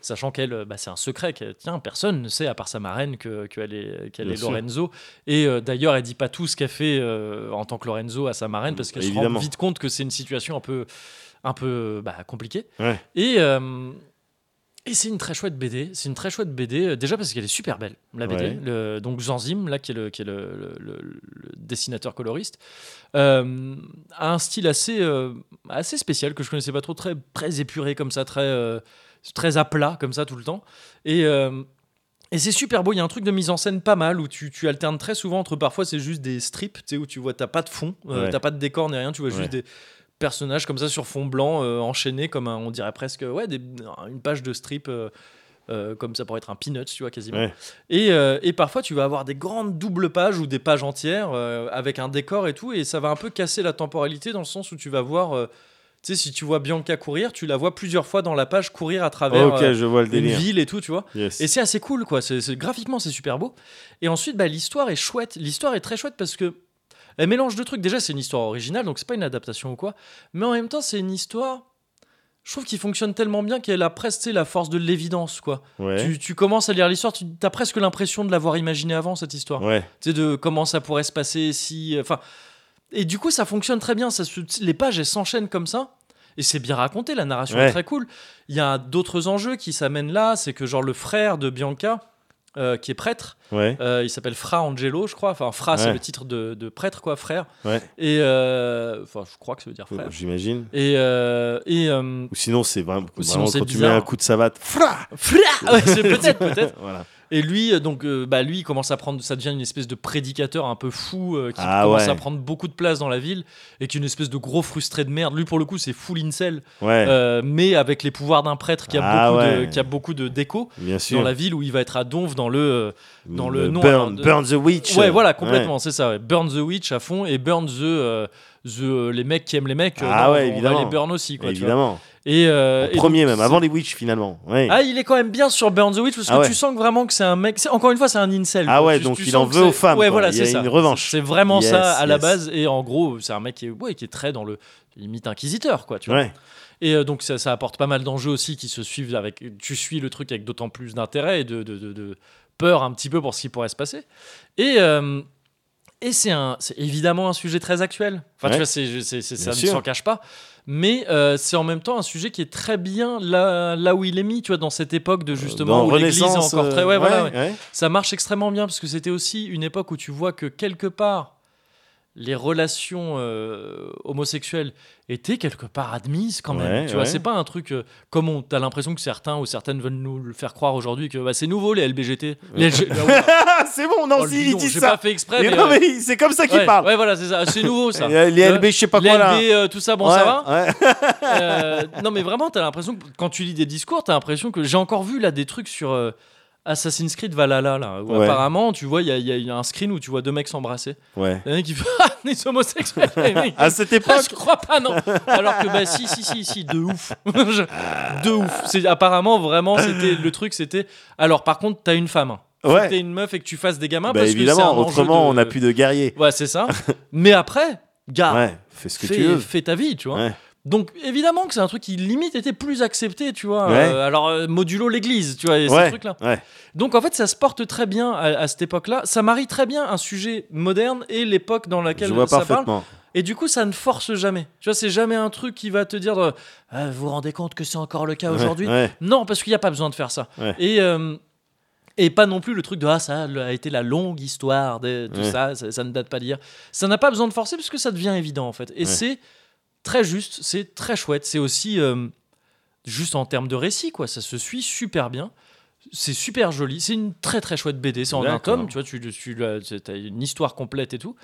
Sachant qu'elle, euh, bah, c'est un secret. que, tiens, personne ne sait, à part sa marraine, que, qu'elle est, qu'elle Bien est sûr. Lorenzo. Et euh, d'ailleurs, elle dit pas tout ce qu'elle fait euh, en tant que Lorenzo à sa marraine parce qu'elle se rend Évidemment. vite compte que c'est une situation un peu, un peu bah, compliquée. Ouais. Et, euh, et c'est une très chouette BD. C'est une très chouette BD euh, déjà parce qu'elle est super belle la BD. Ouais. Le- donc Zanzim là qui est le, qui est le, le- le- le dessinateur coloriste euh, a un style assez euh, assez spécial que je connaissais pas trop, très très épuré comme ça, très euh, très à plat comme ça tout le temps et euh, et c'est super beau, il y a un truc de mise en scène pas mal où tu, tu alternes très souvent entre parfois c'est juste des strips, tu sais, où tu vois, t'as pas de fond, euh, Ouais. t'as pas de décor ni rien, tu vois Ouais. juste des personnages comme ça sur fond blanc euh, enchaînés comme un- on dirait presque ouais, des- une page de strip euh, euh, comme ça pourrait être un peanuts, tu vois, quasiment. Ouais. Et, euh, et parfois tu vas avoir des grandes doubles pages ou des pages entières euh, avec un décor et tout, et ça va un peu casser la temporalité dans le sens où tu vas voir, euh, tu sais, si tu vois Bianca courir, tu la vois plusieurs fois dans la page courir à travers Ok, euh, je vois le une délire. ville et tout, tu vois. Yes. Et c'est assez cool, quoi. C'est c'est- graphiquement, c'est super beau. Et ensuite, bah, l'histoire est chouette. L'histoire est très chouette parce que elle mélange deux trucs. Déjà, c'est une histoire originale, donc c'est pas une adaptation ou quoi. Mais en même temps, c'est une histoire. Je trouve qu'il fonctionne tellement bien qu'elle a presque tu sais, la force de l'évidence, quoi. Ouais. Tu, tu commences à lire l'histoire, tu as presque l'impression de l'avoir imaginée avant cette histoire. Ouais. Tu sais, de comment ça pourrait se passer si. euh, Enfin. Et du coup, ça fonctionne très bien. Ça se- Les pages, elles s'enchaînent comme ça. Et c'est bien raconté, la narration est Ouais. très cool. Il y a d'autres enjeux qui s'amènent là. C'est que, genre, le frère de Bianca, euh, qui est prêtre, Ouais. euh, il s'appelle Fra Angelo, je crois. Enfin, Fra, c'est Ouais. le titre de, de prêtre, quoi, frère. Ouais. Et. euh, Enfin, je crois que ça veut dire frère. J'imagine. Et. euh, et euh, [laughs] Ou sinon, c'est vraiment, Ou sinon, vraiment c'est quand tu mets bizarre. un coup de savate. Fra Fra Ouais, c'est peut-être, peut-être. Voilà. Et lui, euh, donc, euh, bah, lui, il commence à prendre, ça devient une espèce de prédicateur un peu fou euh, qui Ah commence ouais. à prendre beaucoup de place dans la ville et qui est une espèce de gros frustré de merde. Lui, pour le coup, c'est full incel, Ouais, euh, mais avec les pouvoirs d'un prêtre qui a, Ah beaucoup de, ouais. qui a beaucoup de déco bien dans sûr. la ville où il va être à Donf dans le. euh, dans le- non, burn, alors, de- burn the Witch. Ouais, voilà, complètement, c'est ça. ouais. Burn the witch à fond et burn the. euh, the, euh, les mecs qui aiment les mecs, euh, Ah non, ouais, on évidemment. va les burn aussi. Quoi, tu vois. évidemment. Et, euh, et En premier donc, même, c'est- avant les Witch finalement. Ouais. Ah, il est quand même bien sur Burn the Witch parce que Ah ouais. tu sens que vraiment que c'est un mec. c'est- Encore une fois, c'est un incel. Ah quoi. ouais, Tu- donc tu il sens en que veut c'est- aux femmes, Ouais, quoi. voilà, Il y a c'est ça. une revanche. C'est vraiment Yes, ça à la yes. base. Et en gros, c'est un mec qui est, ouais, qui est très dans le limite inquisiteur, quoi. Tu vois. Ouais. Et euh, donc ça, ça apporte pas mal d'enjeux aussi qui se suivent avec. Tu suis le truc avec d'autant plus d'intérêt et de, de- de- de peur un petit peu pour ce qui pourrait se passer. Et euh, et c'est un, c'est évidemment un sujet très actuel. Enfin, Ouais. tu vois, c'est, je- c'est- c'est- ça Bien ne sûr. s'en cache pas. Mais euh, c'est en même temps un sujet qui est très bien là, là où il est mis, tu vois, dans cette époque de justement Euh, Dans où l'Église est Renaissance, encore très. euh, ouais, voilà, ouais. ouais. Ça marche extrêmement bien parce que c'était aussi une époque où tu vois que quelque part les relations euh, homosexuelles étaient quelque part admises quand même. Ouais, tu vois, ouais. c'est pas un truc euh, comme on t'as l'impression que certains ou certaines veulent nous le faire croire aujourd'hui que bah, c'est nouveau les LBGT. Les LG- Ah ouais, Ah, c'est bon, [laughs] non, oh, si, dis il donc, dit j'ai ça. pas fait exprès. Mais mais, non, euh, mais c'est comme ça qu'il ouais, parle. ouais, voilà, c'est ça. C'est nouveau [laughs] ça. Les- Les Euh, LB, je sais pas les quoi là. LB, euh, tout ça, bon, ça Ouais, va. ouais. Euh, non, mais vraiment, t'as l'impression, que quand tu lis des discours, t'as l'impression que j'ai encore vu là des trucs sur euh, Assassin's Creed Valhalla, là, où Ouais. apparemment, tu vois, il y a, il y a- il y a un screen où tu vois deux mecs s'embrasser. Ouais. Il y en a un qui fait [laughs] Ah, les homosexuels, les mecs. À cette Ah, époque, je crois pas, non. Alors que, bah, si, si, si, si, de ouf. [laughs] Je- de ouf. C'est, apparemment, vraiment, c'était, le truc, c'était. Alors, par contre, t'as une femme. Faut Ouais. que T'es une meuf et que tu fasses des gamins. bah parce que c'est un évidemment, enjeu autrement, de- on n'a plus de guerrier. Ouais, c'est [laughs] ça. Mais après, gars, Ouais, fais ce que Ah. fais, tu veux. fais ta vie, tu vois. Ouais. Donc évidemment que c'est un truc qui limite était plus accepté, tu vois. Ouais. Euh, alors euh, modulo l'église, tu vois, et ces Ouais, trucs-là. ouais. Donc en fait, ça se porte très bien à, à cette époque-là. Ça marie très bien un sujet moderne et l'époque dans laquelle Je vois ça parle. parfaitement. Et du coup, ça ne force jamais. Tu vois, c'est jamais un truc qui va te dire euh, Ah, vous vous rendez compte que c'est encore le cas Ouais, aujourd'hui ouais. Non, parce qu'il n'y a pas besoin de faire ça. Ouais. Et, euh, et pas non plus le truc de Ah, ça a été la longue histoire de tout Ouais. ça, ça, ça ne date pas d'hier. Ça n'a pas besoin de forcer parce que ça devient évident en fait. Et Ouais. c'est très juste, c'est très chouette. C'est aussi euh, juste en termes de récit, quoi. Ça se suit super bien. C'est super joli. C'est une très très chouette BD. C'est en un D'accord. tome, tu vois, tu, tu l'as- t'as une histoire complète et tout.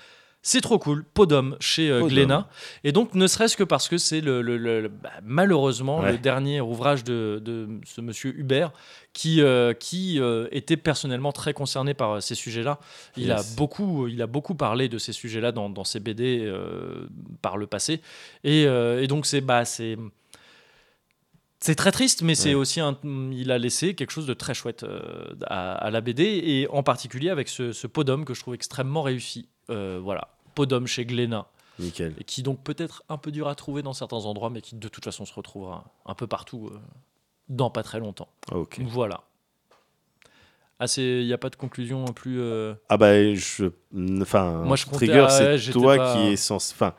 C'est trop cool, Podom chez euh, Podom. Glénat. Et donc, ne serait-ce que parce que c'est le, le- le- le- bah, malheureusement Ouais. le dernier ouvrage de, de ce monsieur Hubert qui, euh, qui euh, était personnellement très concerné par euh, ces sujets-là. Il, Yes. a beaucoup, euh, il a beaucoup parlé de ces sujets-là dans, dans ses BD euh, par le passé. Et, euh, et donc, c'est. Bah, c'est c'est très triste, mais c'est Ouais. aussi un, il a laissé quelque chose de très chouette euh, à, à la BD et en particulier avec ce, ce podome que je trouve extrêmement réussi. Euh, voilà, podome chez Glénat Nickel. et qui donc peut-être un peu dur à trouver dans certains endroits, mais qui de toute façon se retrouvera un peu partout euh, dans pas très longtemps. Ok. Voilà. Ah, c'est, il n'y a pas de conclusion plus. euh, Ah bah je, enfin, Moi, je comptais- Trigger, ah ouais, c'est j'étais toi pas- qui est sans, enfin,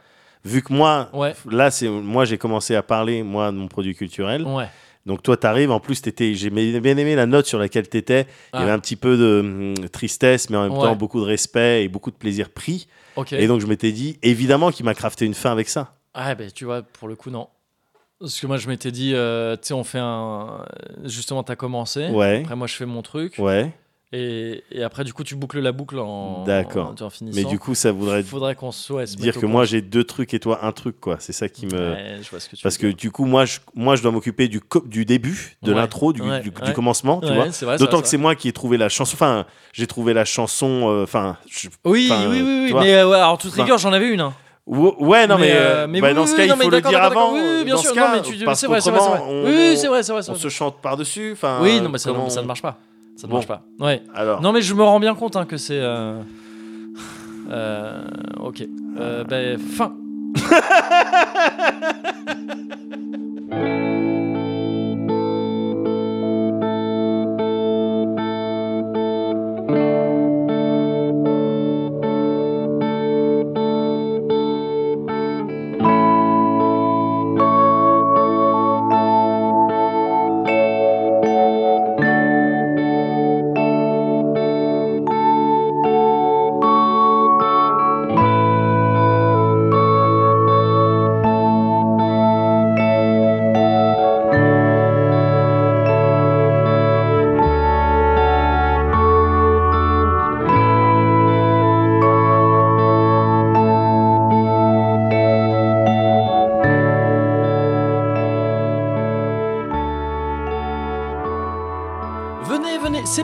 vu que moi, Ouais. là c'est, moi j'ai commencé à parler moi de mon produit culturel. Ouais. Donc toi t'arrives, en plus t'étais, j'ai bien bien aimé la note sur laquelle t'étais. Il y Ah. avait un petit peu de hum, tristesse, mais en même Ouais. temps beaucoup de respect et beaucoup de plaisir pris. Ok. Et donc je m'étais dit, évidemment qu'il m'a crafté une fin avec ça. Ah ben tu vois, pour le coup non. Parce que moi je m'étais dit, euh, tu sais, on fait un. Justement, t'as commencé. Ouais. Après moi je fais mon truc. Ouais. Et, et après du coup tu boucles la boucle en. D'accord. en- tu vois, en finissant. Mais du coup ça voudrait faudrait qu'on se ouais, se mette dire au que moi j'ai deux trucs et toi un truc quoi. C'est ça qui point. me. Ouais, je vois ce que tu Parce que veux dire. du coup, moi, je, moi, je dois m'occuper du, co- du début, de Ouais. l'intro, du, Ouais, du, du ouais. commencement, tu Ouais, vois. c'est vrai, D'autant vrai, que vrai. c'est moi qui ai trouvé la chanson. Enfin, j'ai trouvé la chanson. euh, Enfin, je- Oui, Enfin, oui, oui, tu oui. vois. Mais euh, ouais, alors, en toute Enfin, rigueur, j'en avais une. hein. ou- ouais, non, mais, euh, euh, bah, oui, dans oui, ce cas, oui, non, il mais faut le d'accord, dire d'accord, d'accord. avant. euh, Oui, oui, bien dans sûr. ce non, cas, mais tu dis, parce c'est vrai, c'est vrai, c'est vrai. qu'autrement, on- Oui, oui, c'est vrai, c'est vrai. c'est On vrai. se chante par-dessus. Enfin, Oui, non, mais ça, non, Euh, comment- mais ça ne marche pas. Ça ne Bon. Ah. marche pas. Ouais. Alors, Non, mais je me rends bien compte hein, que c'est. euh, euh, Ok. Euh, ben, fin.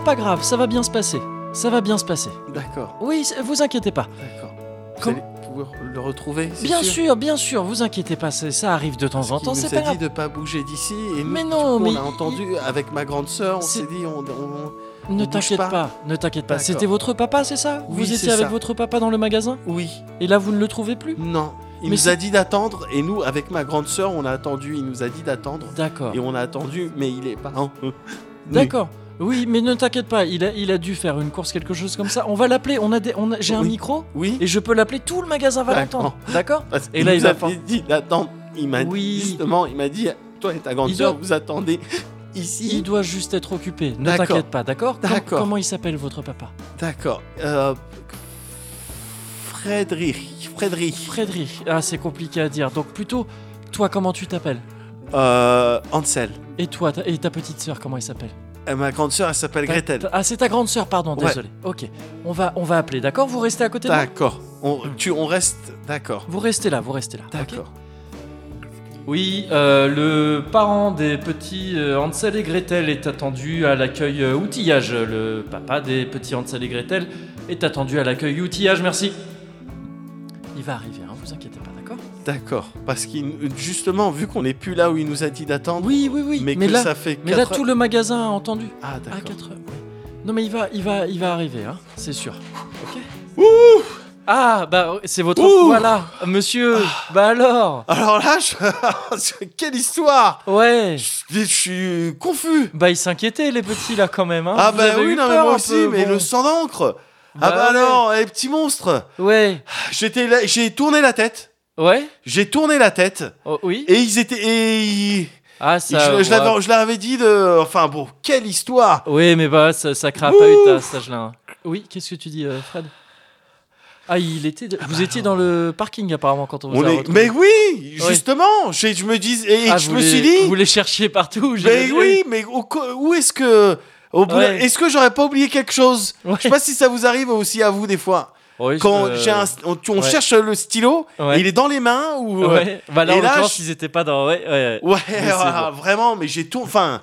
pas grave, ça va bien se passer. Ça va bien se passer. D'accord, Oui, c'est- vous inquiétez pas. d'accord. Vous Comme- allez pouvoir le retrouver c'est Bien sûr, bien sûr, vous inquiétez pas, c'est- ça arrive de temps en Parce temps, qu'il c'est nous pas a dit grave. de pas bouger d'ici et nous, Mais du non, coup, mais on a il- entendu avec ma grande sœur, on C'est- s'est dit on, on- Ne bouge t'inquiète pas. pas. ne t'inquiète pas. D'accord. C'était votre papa, c'est ça Oui, Vous c'est étiez avec ça. votre papa dans le magasin oui, et là vous ne le trouvez plus non. Il Mais nous c'est- a dit d'attendre et nous avec ma grande sœur, on a attendu, il nous a dit d'attendre D'accord. et on a attendu mais il [laughs] est pas. hein. D'accord. Oui, mais ne t'inquiète pas, il a, il a dû faire une course, quelque chose comme ça. On va l'appeler, on a des, on a- j'ai un Oui. micro Oui. et je peux l'appeler, tout le magasin va D'accord. l'entendre. D'accord Parce Et qu'il là, nous il a attend. dit d'attendre. Il m'a Oui. dit justement, il m'a dit toi et ta grande Il sœur doit- vous attendez ici. Il doit juste être occupé, ne D'accord. t'inquiète pas, d'accord Com- D'accord. Comment il s'appelle votre papa D'accord. Euh, Frédéric, Frédéric, Frédéric. Ah, c'est compliqué à dire. Donc plutôt, toi, comment tu t'appelles euh, Ansel. Et toi, ta- et ta petite sœur, comment elle s'appelle Et ma grande sœur, elle s'appelle Ta- Gretel. ta- Ah, c'est ta grande sœur, pardon, Ouais. désolé. Ok, on va, on va appeler, d'accord Vous restez à côté de moi D'accord. On, tu, on reste. D'accord. Vous restez là, vous restez là. Mmh. ok D'accord. Oui, euh, le parent des petits euh, Hansel et Gretel est attendu à l'accueil euh, outillage. Le papa des petits Hansel et Gretel est attendu à l'accueil outillage, merci. Il va arriver, hein, vous inquiétez pas, d'accord D'accord. Parce que justement, vu qu'on n'est plus là où il nous a dit d'attendre, Oui, oui, oui, mais, mais que là- ça fait. Mais là, quatre tout le magasin a entendu. heures- Ah, À d'accord. 4 heures, ouais. Non, mais il va, il va, il va arriver, hein, c'est sûr. Ok Ah, bah, c'est votre... Ouh voilà, monsieur Bah alors Alors là, je- [laughs] quelle histoire Ouais je, je suis confus. Bah, ils s'inquiétaient, les petits, là, quand même, hein. Ah Vous bah avez eu oui, non mais peur moi un aussi, peu, mais bon. le sang d'encre. ah bah ouais. non, eh, petit monstre. Ouais, J'étais là, j'ai tourné la tête. ouais, J'ai tourné la tête oh, oui. et ils étaient et ils- Ah, et ça. je, ouais. je l'avais- je leur avais dit de enfin bon, quelle histoire. Oui, mais bah, ça, ça craint pas eu ta stage là. Oui, qu'est-ce que tu dis, euh, Fred Ah, il était. vous étiez dans le parking apparemment quand on vous On a est... retrouvé. Mais oui, justement, je, je me dis et Ah, je vous me les- suis dit Vous les cherchiez partout. mais j'imagine. oui, mais au co- où est-ce que au bout d'un- Ouais. est-ce que j'aurais pas oublié quelque chose Ouais. Je sais pas si ça vous arrive aussi à vous des fois. Oui, Quand euh, j'ai un, on, on ouais. cherche le stylo, Ouais. et il est dans les mains ou euh, Ouais. Bah là, Et en là, l'occurrence, je- ils étaient pas dans. Ouais, ouais. Ouais, [laughs] Mais c'est ah, vraiment, mais j'ai tout. Enfin,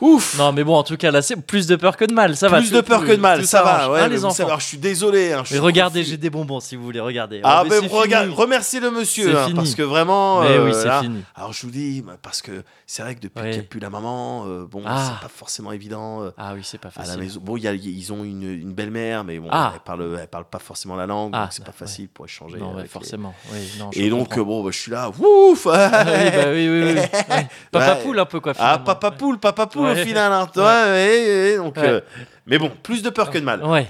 ouf. Non, mais bon, en tout cas, là, c'est plus de peur que de mal. Ça va. plus tout- de peur tout- que de mal, tout ça s'arrange, va. Ouais, hein, mais les vous enfants. savez, je suis désolé. hein, je Mais suis regardez, confus. j'ai des bonbons si vous voulez regarder. Ah, mais ben c'est regarde, fini. remerciez le monsieur, C'est hein, fini. parce que vraiment. Mais euh, oui, c'est là- fini. Alors je vous dis, bah, parce que c'est vrai que depuis Ouais. qu'il n'y a plus la maman, euh, bon, Ah. c'est pas forcément évident. euh, Ah oui, c'est pas à la facile. maison, bon, il y a- ils ont une, une belle-mère, mais bon, Ah. elle, parle, elle parle pas forcément la langue, Ah, donc c'est ça, pas facile pour échanger. Non, euh, avec mais les- forcément. Oui, non, je Et donc, comprends. euh, bon, bah, je suis là, ouf [laughs] Ah oui, bah oui, oui, oui. Ouais. Papa Ouais. poule un peu quoi. Bah, Ah, finalement. papa poule, papa poule Ouais. au final. hein. Ouais. Ouais, ouais, ouais, donc, Ouais. euh, mais bon, plus de peur que de mal. Ouais.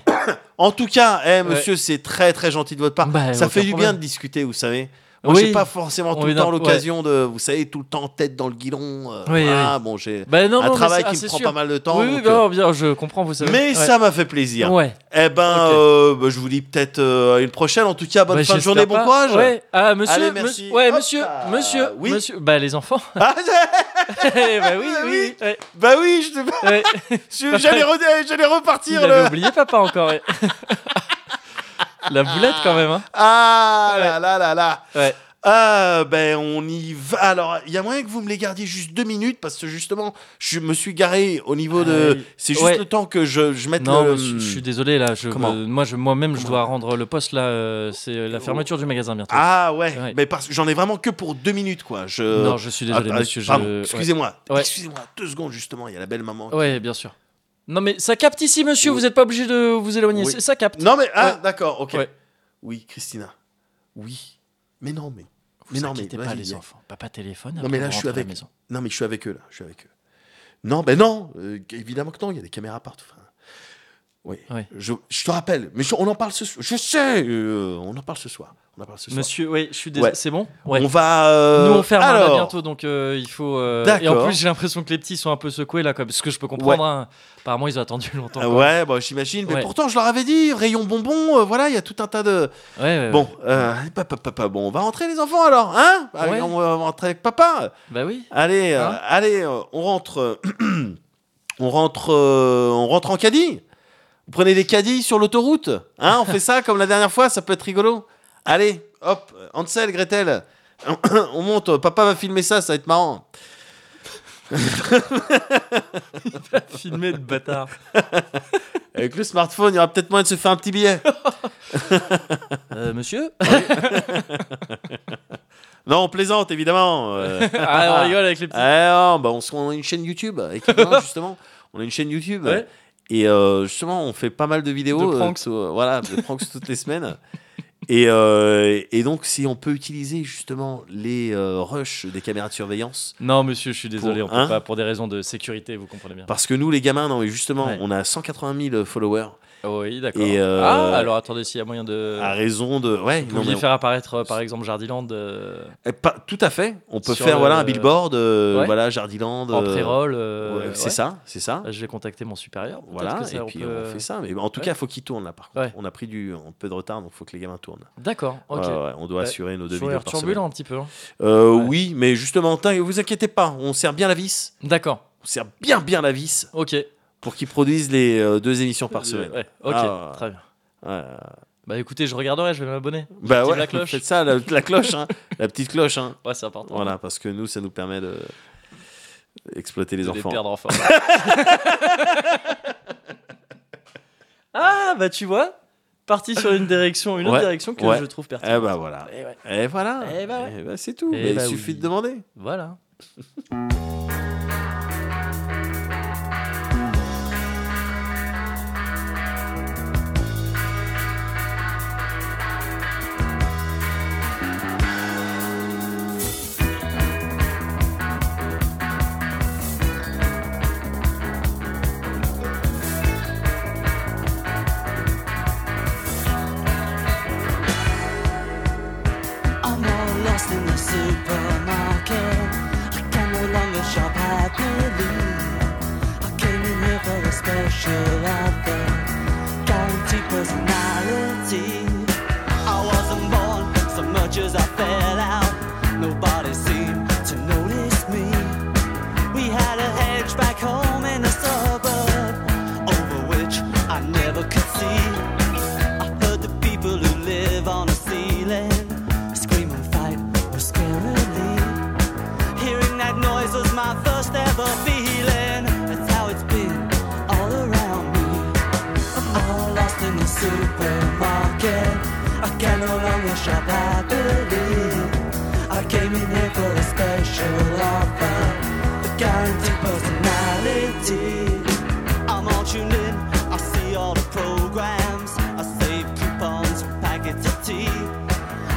En tout cas, eh, monsieur, c'est très très gentil de votre part. Bah, Ça aucun fait du problème. bien de discuter, vous savez. Moi, Oui. j'ai pas forcément On tout est le temps dans- l'occasion de, vous savez, tout le temps tête dans le guidon. euh, Oui, voilà, bon, j'ai Bah non, un non, mais travail c'est- ah, qui c'est me prend sûr. pas mal de temps. Oui, oui, donc, bah, euh, non, bien, je comprends, vous savez. mais Ouais. ça m'a fait plaisir. Ouais. Eh ben, Ok. euh, bah, je vous dis peut-être euh, à une prochaine. En tout cas, bonne Bah, fin de j'espère journée, bon pas. courage. Ouais. Ah, monsieur. Allez, mon- merci. Ouais, Hop monsieur, là. monsieur, Oui. monsieur. Bah, les enfants. [laughs] [laughs] Ah, Eh, bah oui, Ah, oui, oui. Ouais, bah oui, je te- [laughs] ouais. je- j'allais re- j'allais Il repartir. avait Le... oublié papa encore. ouais. [laughs] La boulette quand même. Hein. Ah Ouais. là là là là. Ouais. Ah ben on y va. Alors il y a moyen que vous me les gardiez juste deux minutes parce que justement je me suis garé au niveau de. Euh, C'est juste ouais. le temps que je, je mette Non, le. je, je suis désolé là. Je, Comment euh, moi, je, moi-même, je Comment dois rendre le poste là. euh, c'est euh, la fermeture du magasin bientôt. Ah ouais. Ouais. Mais parce que j'en ai vraiment que pour deux minutes quoi. Je. non, je suis désolé, Ah, ah, monsieur. je- pardon, ouais. excusez-moi. Ouais. Excusez-moi deux secondes justement. Il y a la belle maman. Ouais, bien sûr. Non, mais ça capte ici, monsieur. Oui. Vous n'êtes pas obligé de vous éloigner. Oui. c'est- Ça capte. Non mais ah Ouais. d'accord ok. Ouais. Oui Christina. Oui. Mais non mais. Vous mais non mais. inquiétez pas, vas-y, les viens. enfants. Papa téléphone. Non après, mais là vous je suis rentrez à la avec. maison. Non mais je suis avec eux là. Je suis avec eux. Non ben non. euh, évidemment que non. Il y a des caméras partout. Enfin, oui. Ouais. Je, je te rappelle. Mais je- on en parle ce soir. Je sais. euh, on en parle ce soir. On en parle ce soir. Monsieur, oui, je suis désolé. Ouais. C'est bon ouais. On va. euh, Nous, on ferme là alors, bientôt, donc euh, il faut. euh, Et en D'accord. plus, j'ai l'impression que les petits sont un peu secoués là, comme... ce que je peux comprendre. hein. Apparemment, ils ont attendu longtemps. euh, quoi. ouais, bon, j'imagine. Mais hein. Ouais. pourtant, je leur avais dit, rayon bonbon, euh, voilà, il y a tout un tas de. Ouais, ouais, Bon, ouais. euh, papa, papa, bon, on va rentrer les enfants alors, hein Allez, Ouais. On va rentrer avec papa. Bah oui. Allez, euh, Hein allez, euh, on rentre, [clears throat] euh, on rentre, euh, on rentre en caddie. Vous prenez des caddies sur l'autoroute, hein On [laughs] fait ça comme la dernière fois, ça peut être rigolo. Allez, hop, [clears throat] Hansel, Gretel, on monte. Papa va filmer ça, ça va être marrant. Filmé le bâtard. Avec le smartphone, il y aura peut-être moyen de se faire un petit billet. Euh, monsieur Non, on plaisante, évidemment. euh. [laughs] Ah, on rigole avec les petits. Ah, bah, on, se- on a une chaîne YouTube, avec [laughs] Yvan, justement. On a une chaîne YouTube. Ouais. Et euh, justement, on fait pas mal de vidéos. De euh, pranks. tout- euh, voilà, de pranks toutes les semaines. Et, euh, et donc, si on peut utiliser justement les euh, rushs des caméras de surveillance, Non, monsieur, je suis désolé, Pour- on peut hein pas pour des raisons de sécurité, vous comprenez bien. parce que nous, les gamins, non, mais justement, Ouais. on a 180 000 euh, followers Oui, d'accord. Et, euh, Ah, alors attendez, s'il y a moyen de. à raison de. Ouais, Vous non, mais pouviez faire apparaître, euh, par exemple, Jardiland euh, Eh, pas- tout à fait. On peut Sur faire le- voilà un billboard, euh, Ouais. voilà Jardiland. en euh, pré-roll. ouais, euh, c'est ouais. Ah, ça, c'est ça. Je vais contacter mon supérieur. peut-être Voilà, que ça, et on puis peut- on fait ça. Mais en tout ouais. cas, il faut qu'ils tournent là. Par contre, Ouais. on a pris du un peu de retard, donc il faut que les gamins tournent. D'accord, ok. Ouais, ouais, on doit Ouais. assurer nos deux Sur vidéos l'air Euh, par semaine. turbulent un petit peu. hein. Euh, Ouais. Oui, mais justement, t'in- vous inquiétez pas, on serre bien la vis. D'accord, On serre bien bien la vis ok. pour qu'ils produisent les euh, deux émissions par semaine. Euh, ouais, ok, Ah. très bien. Ouais. Bah écoutez, je regarderai, je vais m'abonner. Bah Active ouais, la cloche. faites ça, la, [laughs] la cloche, hein, la petite cloche. hein. Ouais, c'est important. Voilà, parce que nous, ça nous permet de exploiter les de enfants. les perdre en [laughs] forme. ah, bah tu vois, parti sur une direction, une autre Ouais, direction que ouais. je trouve pertinente. Eh bah voilà. Eh ouais. Et voilà. Eh bah ouais. bah c'est tout. Eh Mais bah il suffit oui. de demander. Voilà. I'm all lost in the supermarket. I can no longer shop happily. I came in here for a special offer, guaranteed personality. I wasn't born so much as I fell out. Nobody seemed to notice me. We had a hedge back home in a suburb, over which I never could see. I heard the people who live on the ceiling scream and fight more scarily. Hearing that noise was my first ever feeling. That's how it's been all around me. I'm all lost in the supermarket. I can no longer shop happily. I came in here for a special offer, the guaranteed personality. I'm all tuned in. I see all the programs. I save coupons, packets of tea.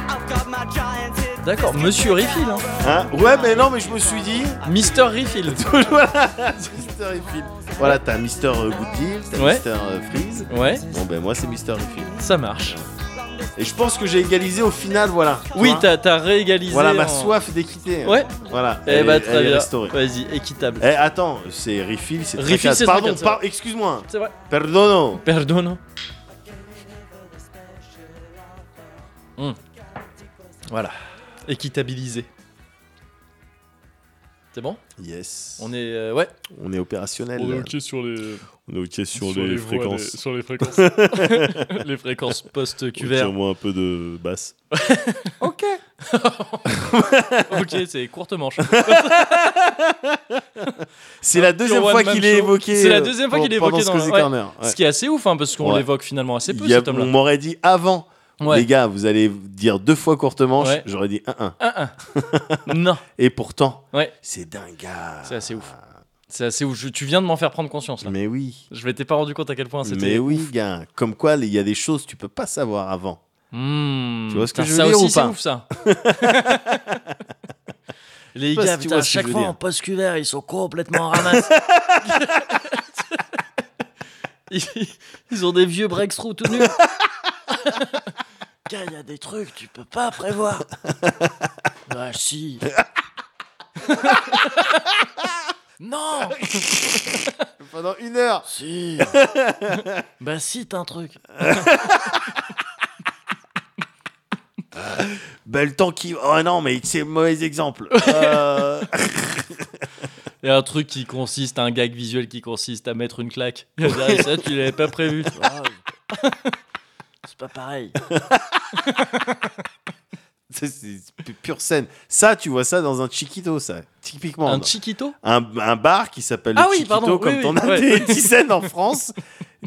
I've got my giant hit. D'accord, Monsieur Refill, hein. Hein ouais, mais non, mais je me suis dit. Mister [laughs] Refill. Mister Refill. Voilà, t'as Mister euh, Good Deal, t'as Ouais. Mister euh, Freeze. Ouais, Bon, ben moi, c'est Mister Refill. ça marche. Et je pense que j'ai égalisé au final, voilà. Tu Oui, vois t'as t'as réégalisé. Voilà ma en- soif d'équité. hein. Ouais. Voilà. Eh elle bah est- très elle est bien. restaurée. Vas-y, équitable. Eh, attends, c'est Refill, c'est Refill, Refill, c'est Pardon, 34, par- excuse-moi. C'est vrai. Perdono. Pardon. Hmm. Voilà. Équitabilisé. C'est bon Yes. On est. euh, ouais. On est opérationnel. On est ok sur les, On est ok sur, sur les, les voix des- fréquences. sur les fréquences. [laughs] Les fréquences tire post-cuvert. moi un peu de basse. ok, c'est courte manche. C'est Ah, la deuxième One fois Man qu'il est Show. évoqué. C'est la euh, deuxième fois qu'il est pendant évoqué ce dans- Cozy ouais. Corner. Ouais. Ce qui est assez ouf, hein, parce qu'on Ouais. l'évoque finalement assez peu, Il y a- cet on homme-là. m'aurait dit avant, les Ouais. gars, vous allez dire deux fois courte manche, Ouais. j'aurais dit 1-1. Un, un. non, Et pourtant, Ouais. c'est dingue. gars. c'est assez ouf. C'est assez ouf. Je- tu viens de m'en faire prendre conscience là. Mais oui. Je m'étais pas rendu compte à quel point c'était. Mais oui, gars. Comme quoi, il y a des choses que tu peux pas savoir avant. Hmm, Tu vois ce que putain, je veux dire Ça ou aussi, c'est pas ouf, [laughs] ça. Les sais pas gars, si tu putain, vois à ce que je chaque veux fois dire. en post-cuvert, ils sont complètement [laughs] ramassés. ils, ils ont des vieux breakthroughs [laughs] tout nus. Gars, il y a des trucs que tu peux pas [laughs] prévoir. bah si. non Pendant une heure. Si. bah si, t'as un truc. Ben, le temps qui. Oh non, mais c'est [laughs] mauvais exemple. Euh, [laughs] Il y a un truc qui consiste, un gag visuel qui consiste à mettre une claque. Il va dire, ça, tu l'avais pas prévu. [laughs] C'est pas pareil. C'est- C'est pu- pure scène. Ça, tu vois ça dans un Chiquito, ça. Typiquement. Un dans- Chiquito un, un bar qui s'appelle Ah le oui, Chiquito, pardon, comme oui, t'en oui, as ouais. [laughs] des 10 scènes en France.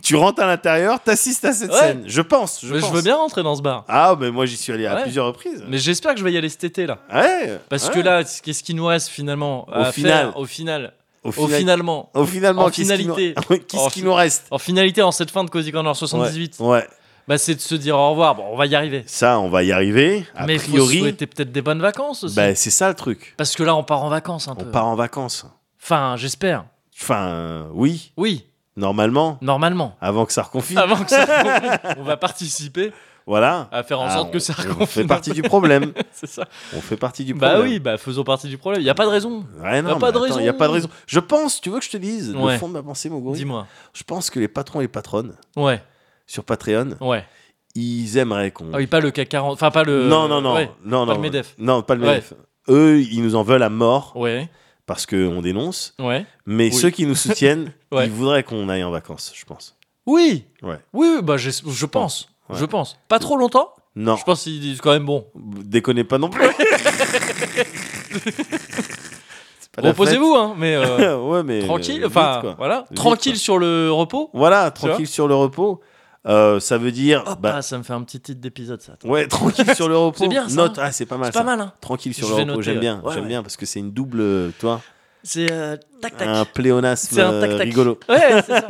tu rentres à l'intérieur, t'assistes à cette Ouais. scène. Je pense. Je, Mais Je pense. veux bien rentrer dans ce bar. Ah, mais moi, j'y suis allé à Ouais. plusieurs reprises. Mais j'espère que je vais y aller cet été là. Ouais. Parce ouais. que là, c- qu'est-ce qui nous reste finalement à Au faire, final. Au final. au, Au final- finalement. au finalement, en qu'est-ce qui nous- finalité. [laughs] oh, qu'est-ce En qui fi- nous reste En finalité, en cette fin de Cozy Corner 78, Ouais. ouais. bah, c'est de se dire au revoir. Bon, on va y arriver. Ça, on va y arriver. A Mais faut se priori, souhaiter peut-être des bonnes vacances aussi. bah, c'est ça le truc. Parce que là, on part en vacances un On peu. part en vacances. Enfin, j'espère. Enfin, euh, oui, Oui, normalement, [laughs] normalement. avant que ça reconfine. Avant que ça, on va participer Voilà. à faire en Ah, sorte que on- ça On fait partie du problème. C'est ça. On fait partie du Bah problème. oui, bah faisons partie du problème. Il y a pas de raison. Ouais, non, Y a pas mais de attends, raison. y a pas de raison. Je pense, tu veux que je te dise le Ouais. fond de ma pensée, mon gourou Dis-moi. Je pense que les patrons et les patronnes Ouais, sur Patreon, ouais. ils aimeraient qu'on. Ah oui, pas le CAC 40. Enfin, pas le. non, non, non, Euh, Ouais. non, pas non, le MEDEF. Non, pas le Medef. Eux, ils nous en veulent à mort Ouais, parce qu'on dénonce. ouais. Mais Oui. ceux qui nous soutiennent, [laughs] Ouais. ils voudraient qu'on aille en vacances, je pense. Oui. Ouais. Oui, oui, bah je, je pense. Ouais. Je pense. Pas trop longtemps. Non, Je pense qu'ils disent quand même bon. déconnez pas non [laughs] plus. C'est pas Bah, la Reposez-vous, hein, mais fête. [laughs] euh, ouais, mais euh, tranquille. vite, Enfin, quoi. voilà. Vite, tranquille quoi. sur le repos. Voilà, vois tranquille sur le repos. Euh, ça veut dire. Hop, bah, ah, ça me fait un petit titre d'épisode, ça. ouais, tranquille [laughs] sur le repos. C'est bien, ça. Note, ah, c'est pas mal. C'est pas ça. mal, hein. Tranquille sur Je le vais repos, noter, j'aime ouais. bien, Ouais, j'aime ouais. bien parce que c'est une double, euh, toi, C'est euh, tac tac. un pléonasme C'est un euh, tac tac. rigolo. Ouais, c'est ça.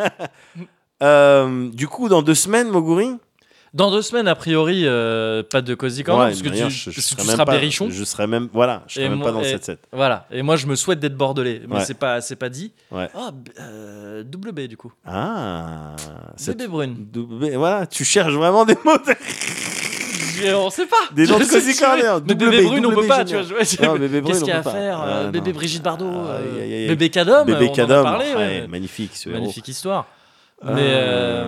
Euh, du coup, dans deux semaines, Moguri, Dans deux semaines, a priori, euh, pas de cosy quand Ouais, même, parce que d'ailleurs, tu, je- parce je que serai tu même seras pas- berrichon. Je serais même, voilà, je serais Et même moi- pas dans et- cette set. Voilà. Et moi, je me souhaite d'être bordelais, mais Ouais. c'est pas, c'est pas dit. Ouais. Ah, b- euh, double B du coup. Ah, cette- BB [laughs] Brune. double- voilà, tu cherches vraiment des mots, de- Je- On sait pas. des noms de Je sais Cozy que tu veux, Corner. Mais double bébé B, Brune, on double peut B pas, tu génial. vois. je- ouais, c'est- Non, bébé Brune, Qu'est-ce on qu'il y a à peut pas. faire Ah, euh, non. Bébé Brigitte Bardot, Ah, euh, aïe, aïe, aïe. bébé Cadom, Bébé on en Cadom, a parlé. ouais, ouais. magnifique ce héros. Magnifique histoire. Ah. Mais euh,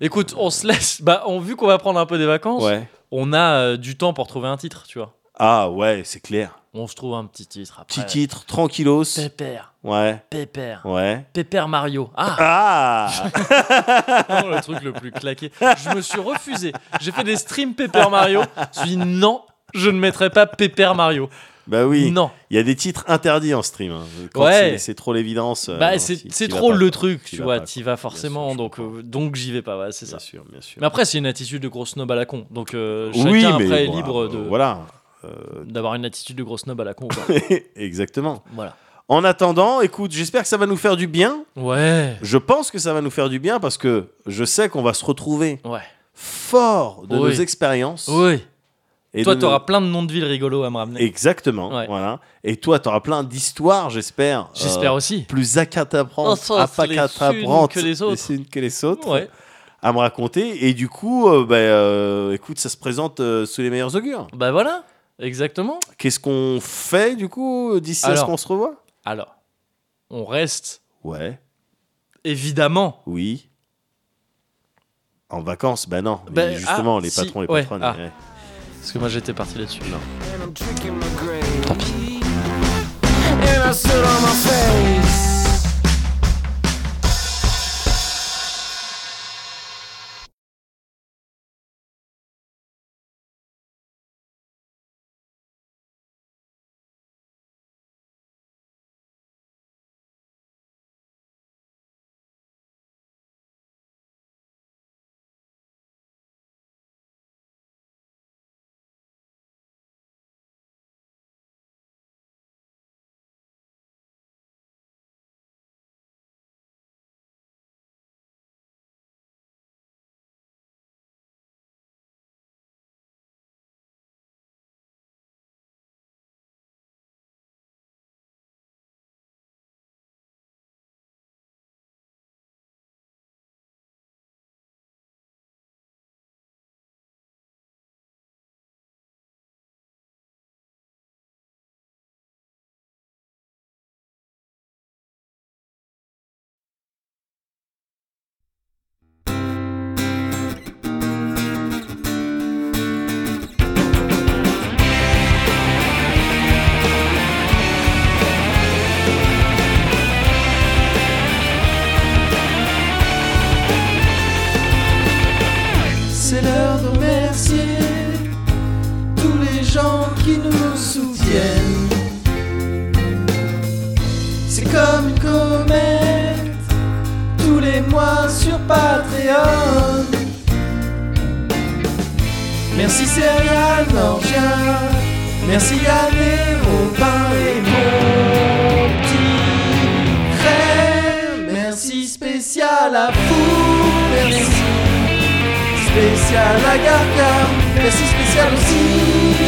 écoute, on se laisse. Bah, on, vu qu'on va prendre un peu des vacances, Ouais. on a euh, du temps pour trouver un titre, tu vois. Ah ouais, c'est clair. On se trouve un petit titre après. Petit titre, tranquillos. Pépère, Ouais, Pépère, ouais. Pépère Mario. Ah, Ah, vraiment le truc le plus claqué. Je me suis refusé. J'ai fait des streams Pépère Mario. Je me suis dit non, je ne mettrai pas Pépère Mario. bah oui. Non. Il y a des titres interdits en stream. hein. Quand Ouais. c'est- C'est trop l'évidence. euh, bah, non, c'est t'y- c'est t'y vas trop pas, le quoi. truc, T'y tu vas vois. pas, Tu vas sûr, forcément, je donc, comprends. euh, donc j'y vais pas. Ouais, c'est ça. Bien sûr, bien sûr. Mais après, c'est une attitude de gros snob à la con. Donc, euh, chacun oui, mais après est bon, libre euh, de- Voilà, [laughs] d'avoir une attitude de gros snob à la con. quoi. exactement. voilà. En attendant, écoute, j'espère que ça va nous faire du bien. Ouais. Je pense que ça va nous faire du bien parce que je sais qu'on va se retrouver Ouais. fort de Oui. nos expériences. Oui. Et Toi, de t'auras nos- plein de noms de villes rigolos à me ramener. Exactement, Ouais. voilà. Et toi, t'auras plein d'histoires, j'espère. J'espère euh, aussi. Plus accataprantes, Oh, ça, c'est les apacataprantes, unes que les autres. les unes que les autres. Ouais. à me raconter. Et du coup, euh, bah, euh, écoute, ça se présente euh, sous les meilleurs augures. Bah voilà. Exactement. Qu'est-ce qu'on fait du coup d'ici à ce Alors. qu'on se revoit Alors, on reste Ouais, évidemment. oui. En vacances, bah non. mais Ben, justement, ah, les si, patrons, les ouais, patronnes. ah. ouais. Parce que moi, j'étais parti là-dessus. And I'm drinking my grain. And I stood on my face. Patreon. Merci Serial Norgia. Merci Yanné, Robin et mon petit frère. Merci spécial à vous. Merci spécial à Gargam. Merci spécial aussi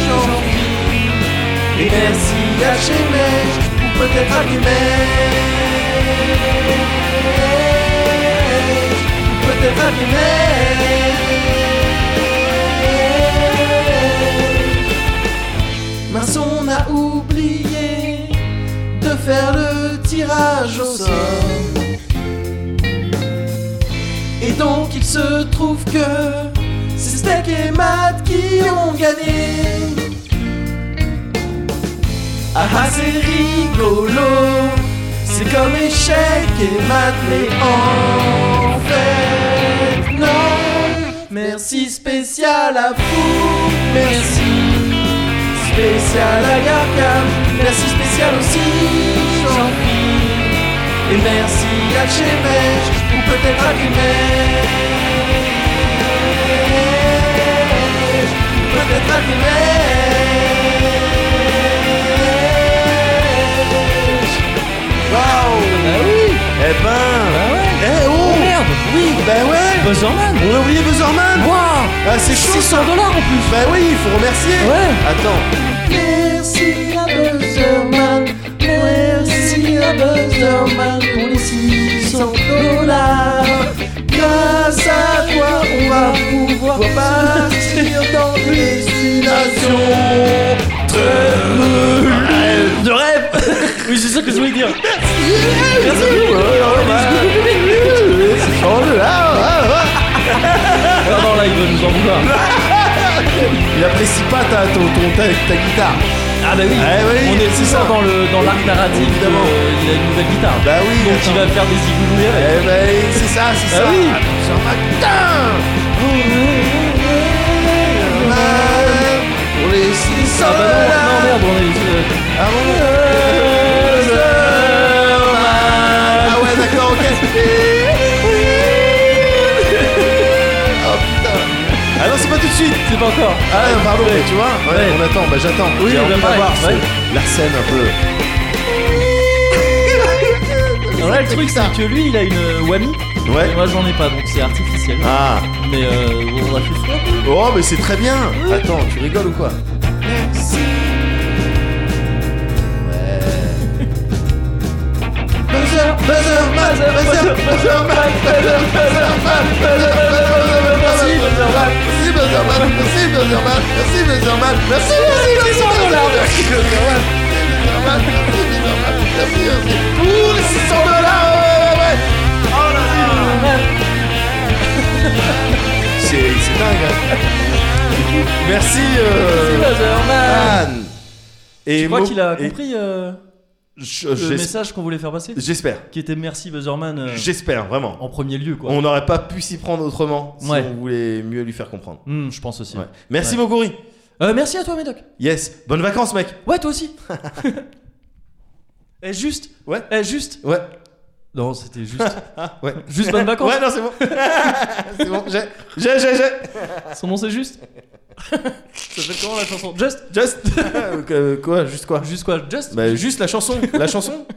Jean-Louis. Et merci à Chemèche ou peut-être à Guimèche. Ou peut-être à Guimèche. Mince, on a oublié de faire le tirage au sort. Et donc il se trouve que c'est Steak et Matt qui ont gagné. Ah ah, c'est rigolo, c'est comme échec et Matt, mais en fait, non. Merci spécial à vous, merci spécial à Gargam, merci spécial aussi Jean-Pierre. Et merci à Chemèche, ou peut-être à Guimèche, ou peut-être à Guimèche. Waouh Bah Ah oui Eh ben Eh oh Merde Oui bah, Ben ouais Buzzerman On a oublié Buzzerman Waouh Ah, c'est chaud ça 600 dollars en plus Ben oui, il faut remercier Ouais. Attends, Merci à Buzzerman, merci à Buzzerman pour les 600 dollars. Grâce à toi, on va pouvoir partir dans des destinations De rêve Oui, c'est ça que je [laughs] voulais dire. hein Ah non, là, il va nous en vouloir. il apprécie pas ta, ton, ton- ta, ta guitare Ah bah oui, Ah oui, on est c'est plus ça. fort dans le dans l'arc narratif. Évidemment. euh, il a une nouvelle guitare. Bah oui Donc il attends. va faire des zigoulous avec. Eh ben, c'est ça, c'est Ah ça oui. Buzzerman, putain Pour les 600 Ah bah non, dollars. non merde, on est. euh, Ah bon Ah ouais, d'accord, [laughs] ok. Oh putain. Ah non, c'est pas tout de suite. C'est pas encore. Ah pardon, mais tu vois, ouais, Ouais. on attend, bah j'attends. Oui, J'ai bah, envie pareil, d'avoir ce- ouais. la scène un peu. Alors là, le truc, c'est que lui, il a une whammy. Et bah, Ouais. moi, j'en ai pas, donc c'est artificiel. Ah. Mais euh, on a fait ça. Oh, mais c'est très bien. Attends, tu rigoles ou quoi Merci. Buzzer, buzzer, buzzer, buzzer, buzzer, buzzer, buzzer, buzzer, Merci, buzzer, buzzer, Buzzerman. Merci, Buzzerman. Merci, Buzzerman. Merci, Buzzerman. Merci, merci, merci, Buzzerman. Merci, Buzzerman. Merci, Buzzerman. Merci, merci. Pour les 600 dollars. ouais, ouais, ouais. Oh là là. C'est c'est dingue. hein. Merci, euh, Anne. Et Je crois Mo- qu'il a et- compris euh, Je- le j'es- message qu'on voulait faire passer. J'espère. Qui était merci Buzzerman euh, J'espère, vraiment. en premier lieu, quoi. On n'aurait pas pu s'y prendre autrement si Ouais. on voulait mieux lui faire comprendre. Hmm, je pense aussi. Ouais. Merci, Ouais. Moguri. Euh, merci à toi, Médoc. Yes. Bonnes vacances, mec. Ouais, toi [laughs] aussi. Eh, juste. Ouais. Eh, juste. Ouais. Ah, Non, c'était juste. Ouais. Juste bonnes vacances. Ouais, non, c'est bon. [laughs] c'est bon. J'ai, j'ai, j'ai, j'ai. Son nom, c'est juste. Ça s'appelle comment la chanson Just. Just. [laughs] Euh, quoi, juste quoi Juste quoi Just Bah, juste la chanson. La chanson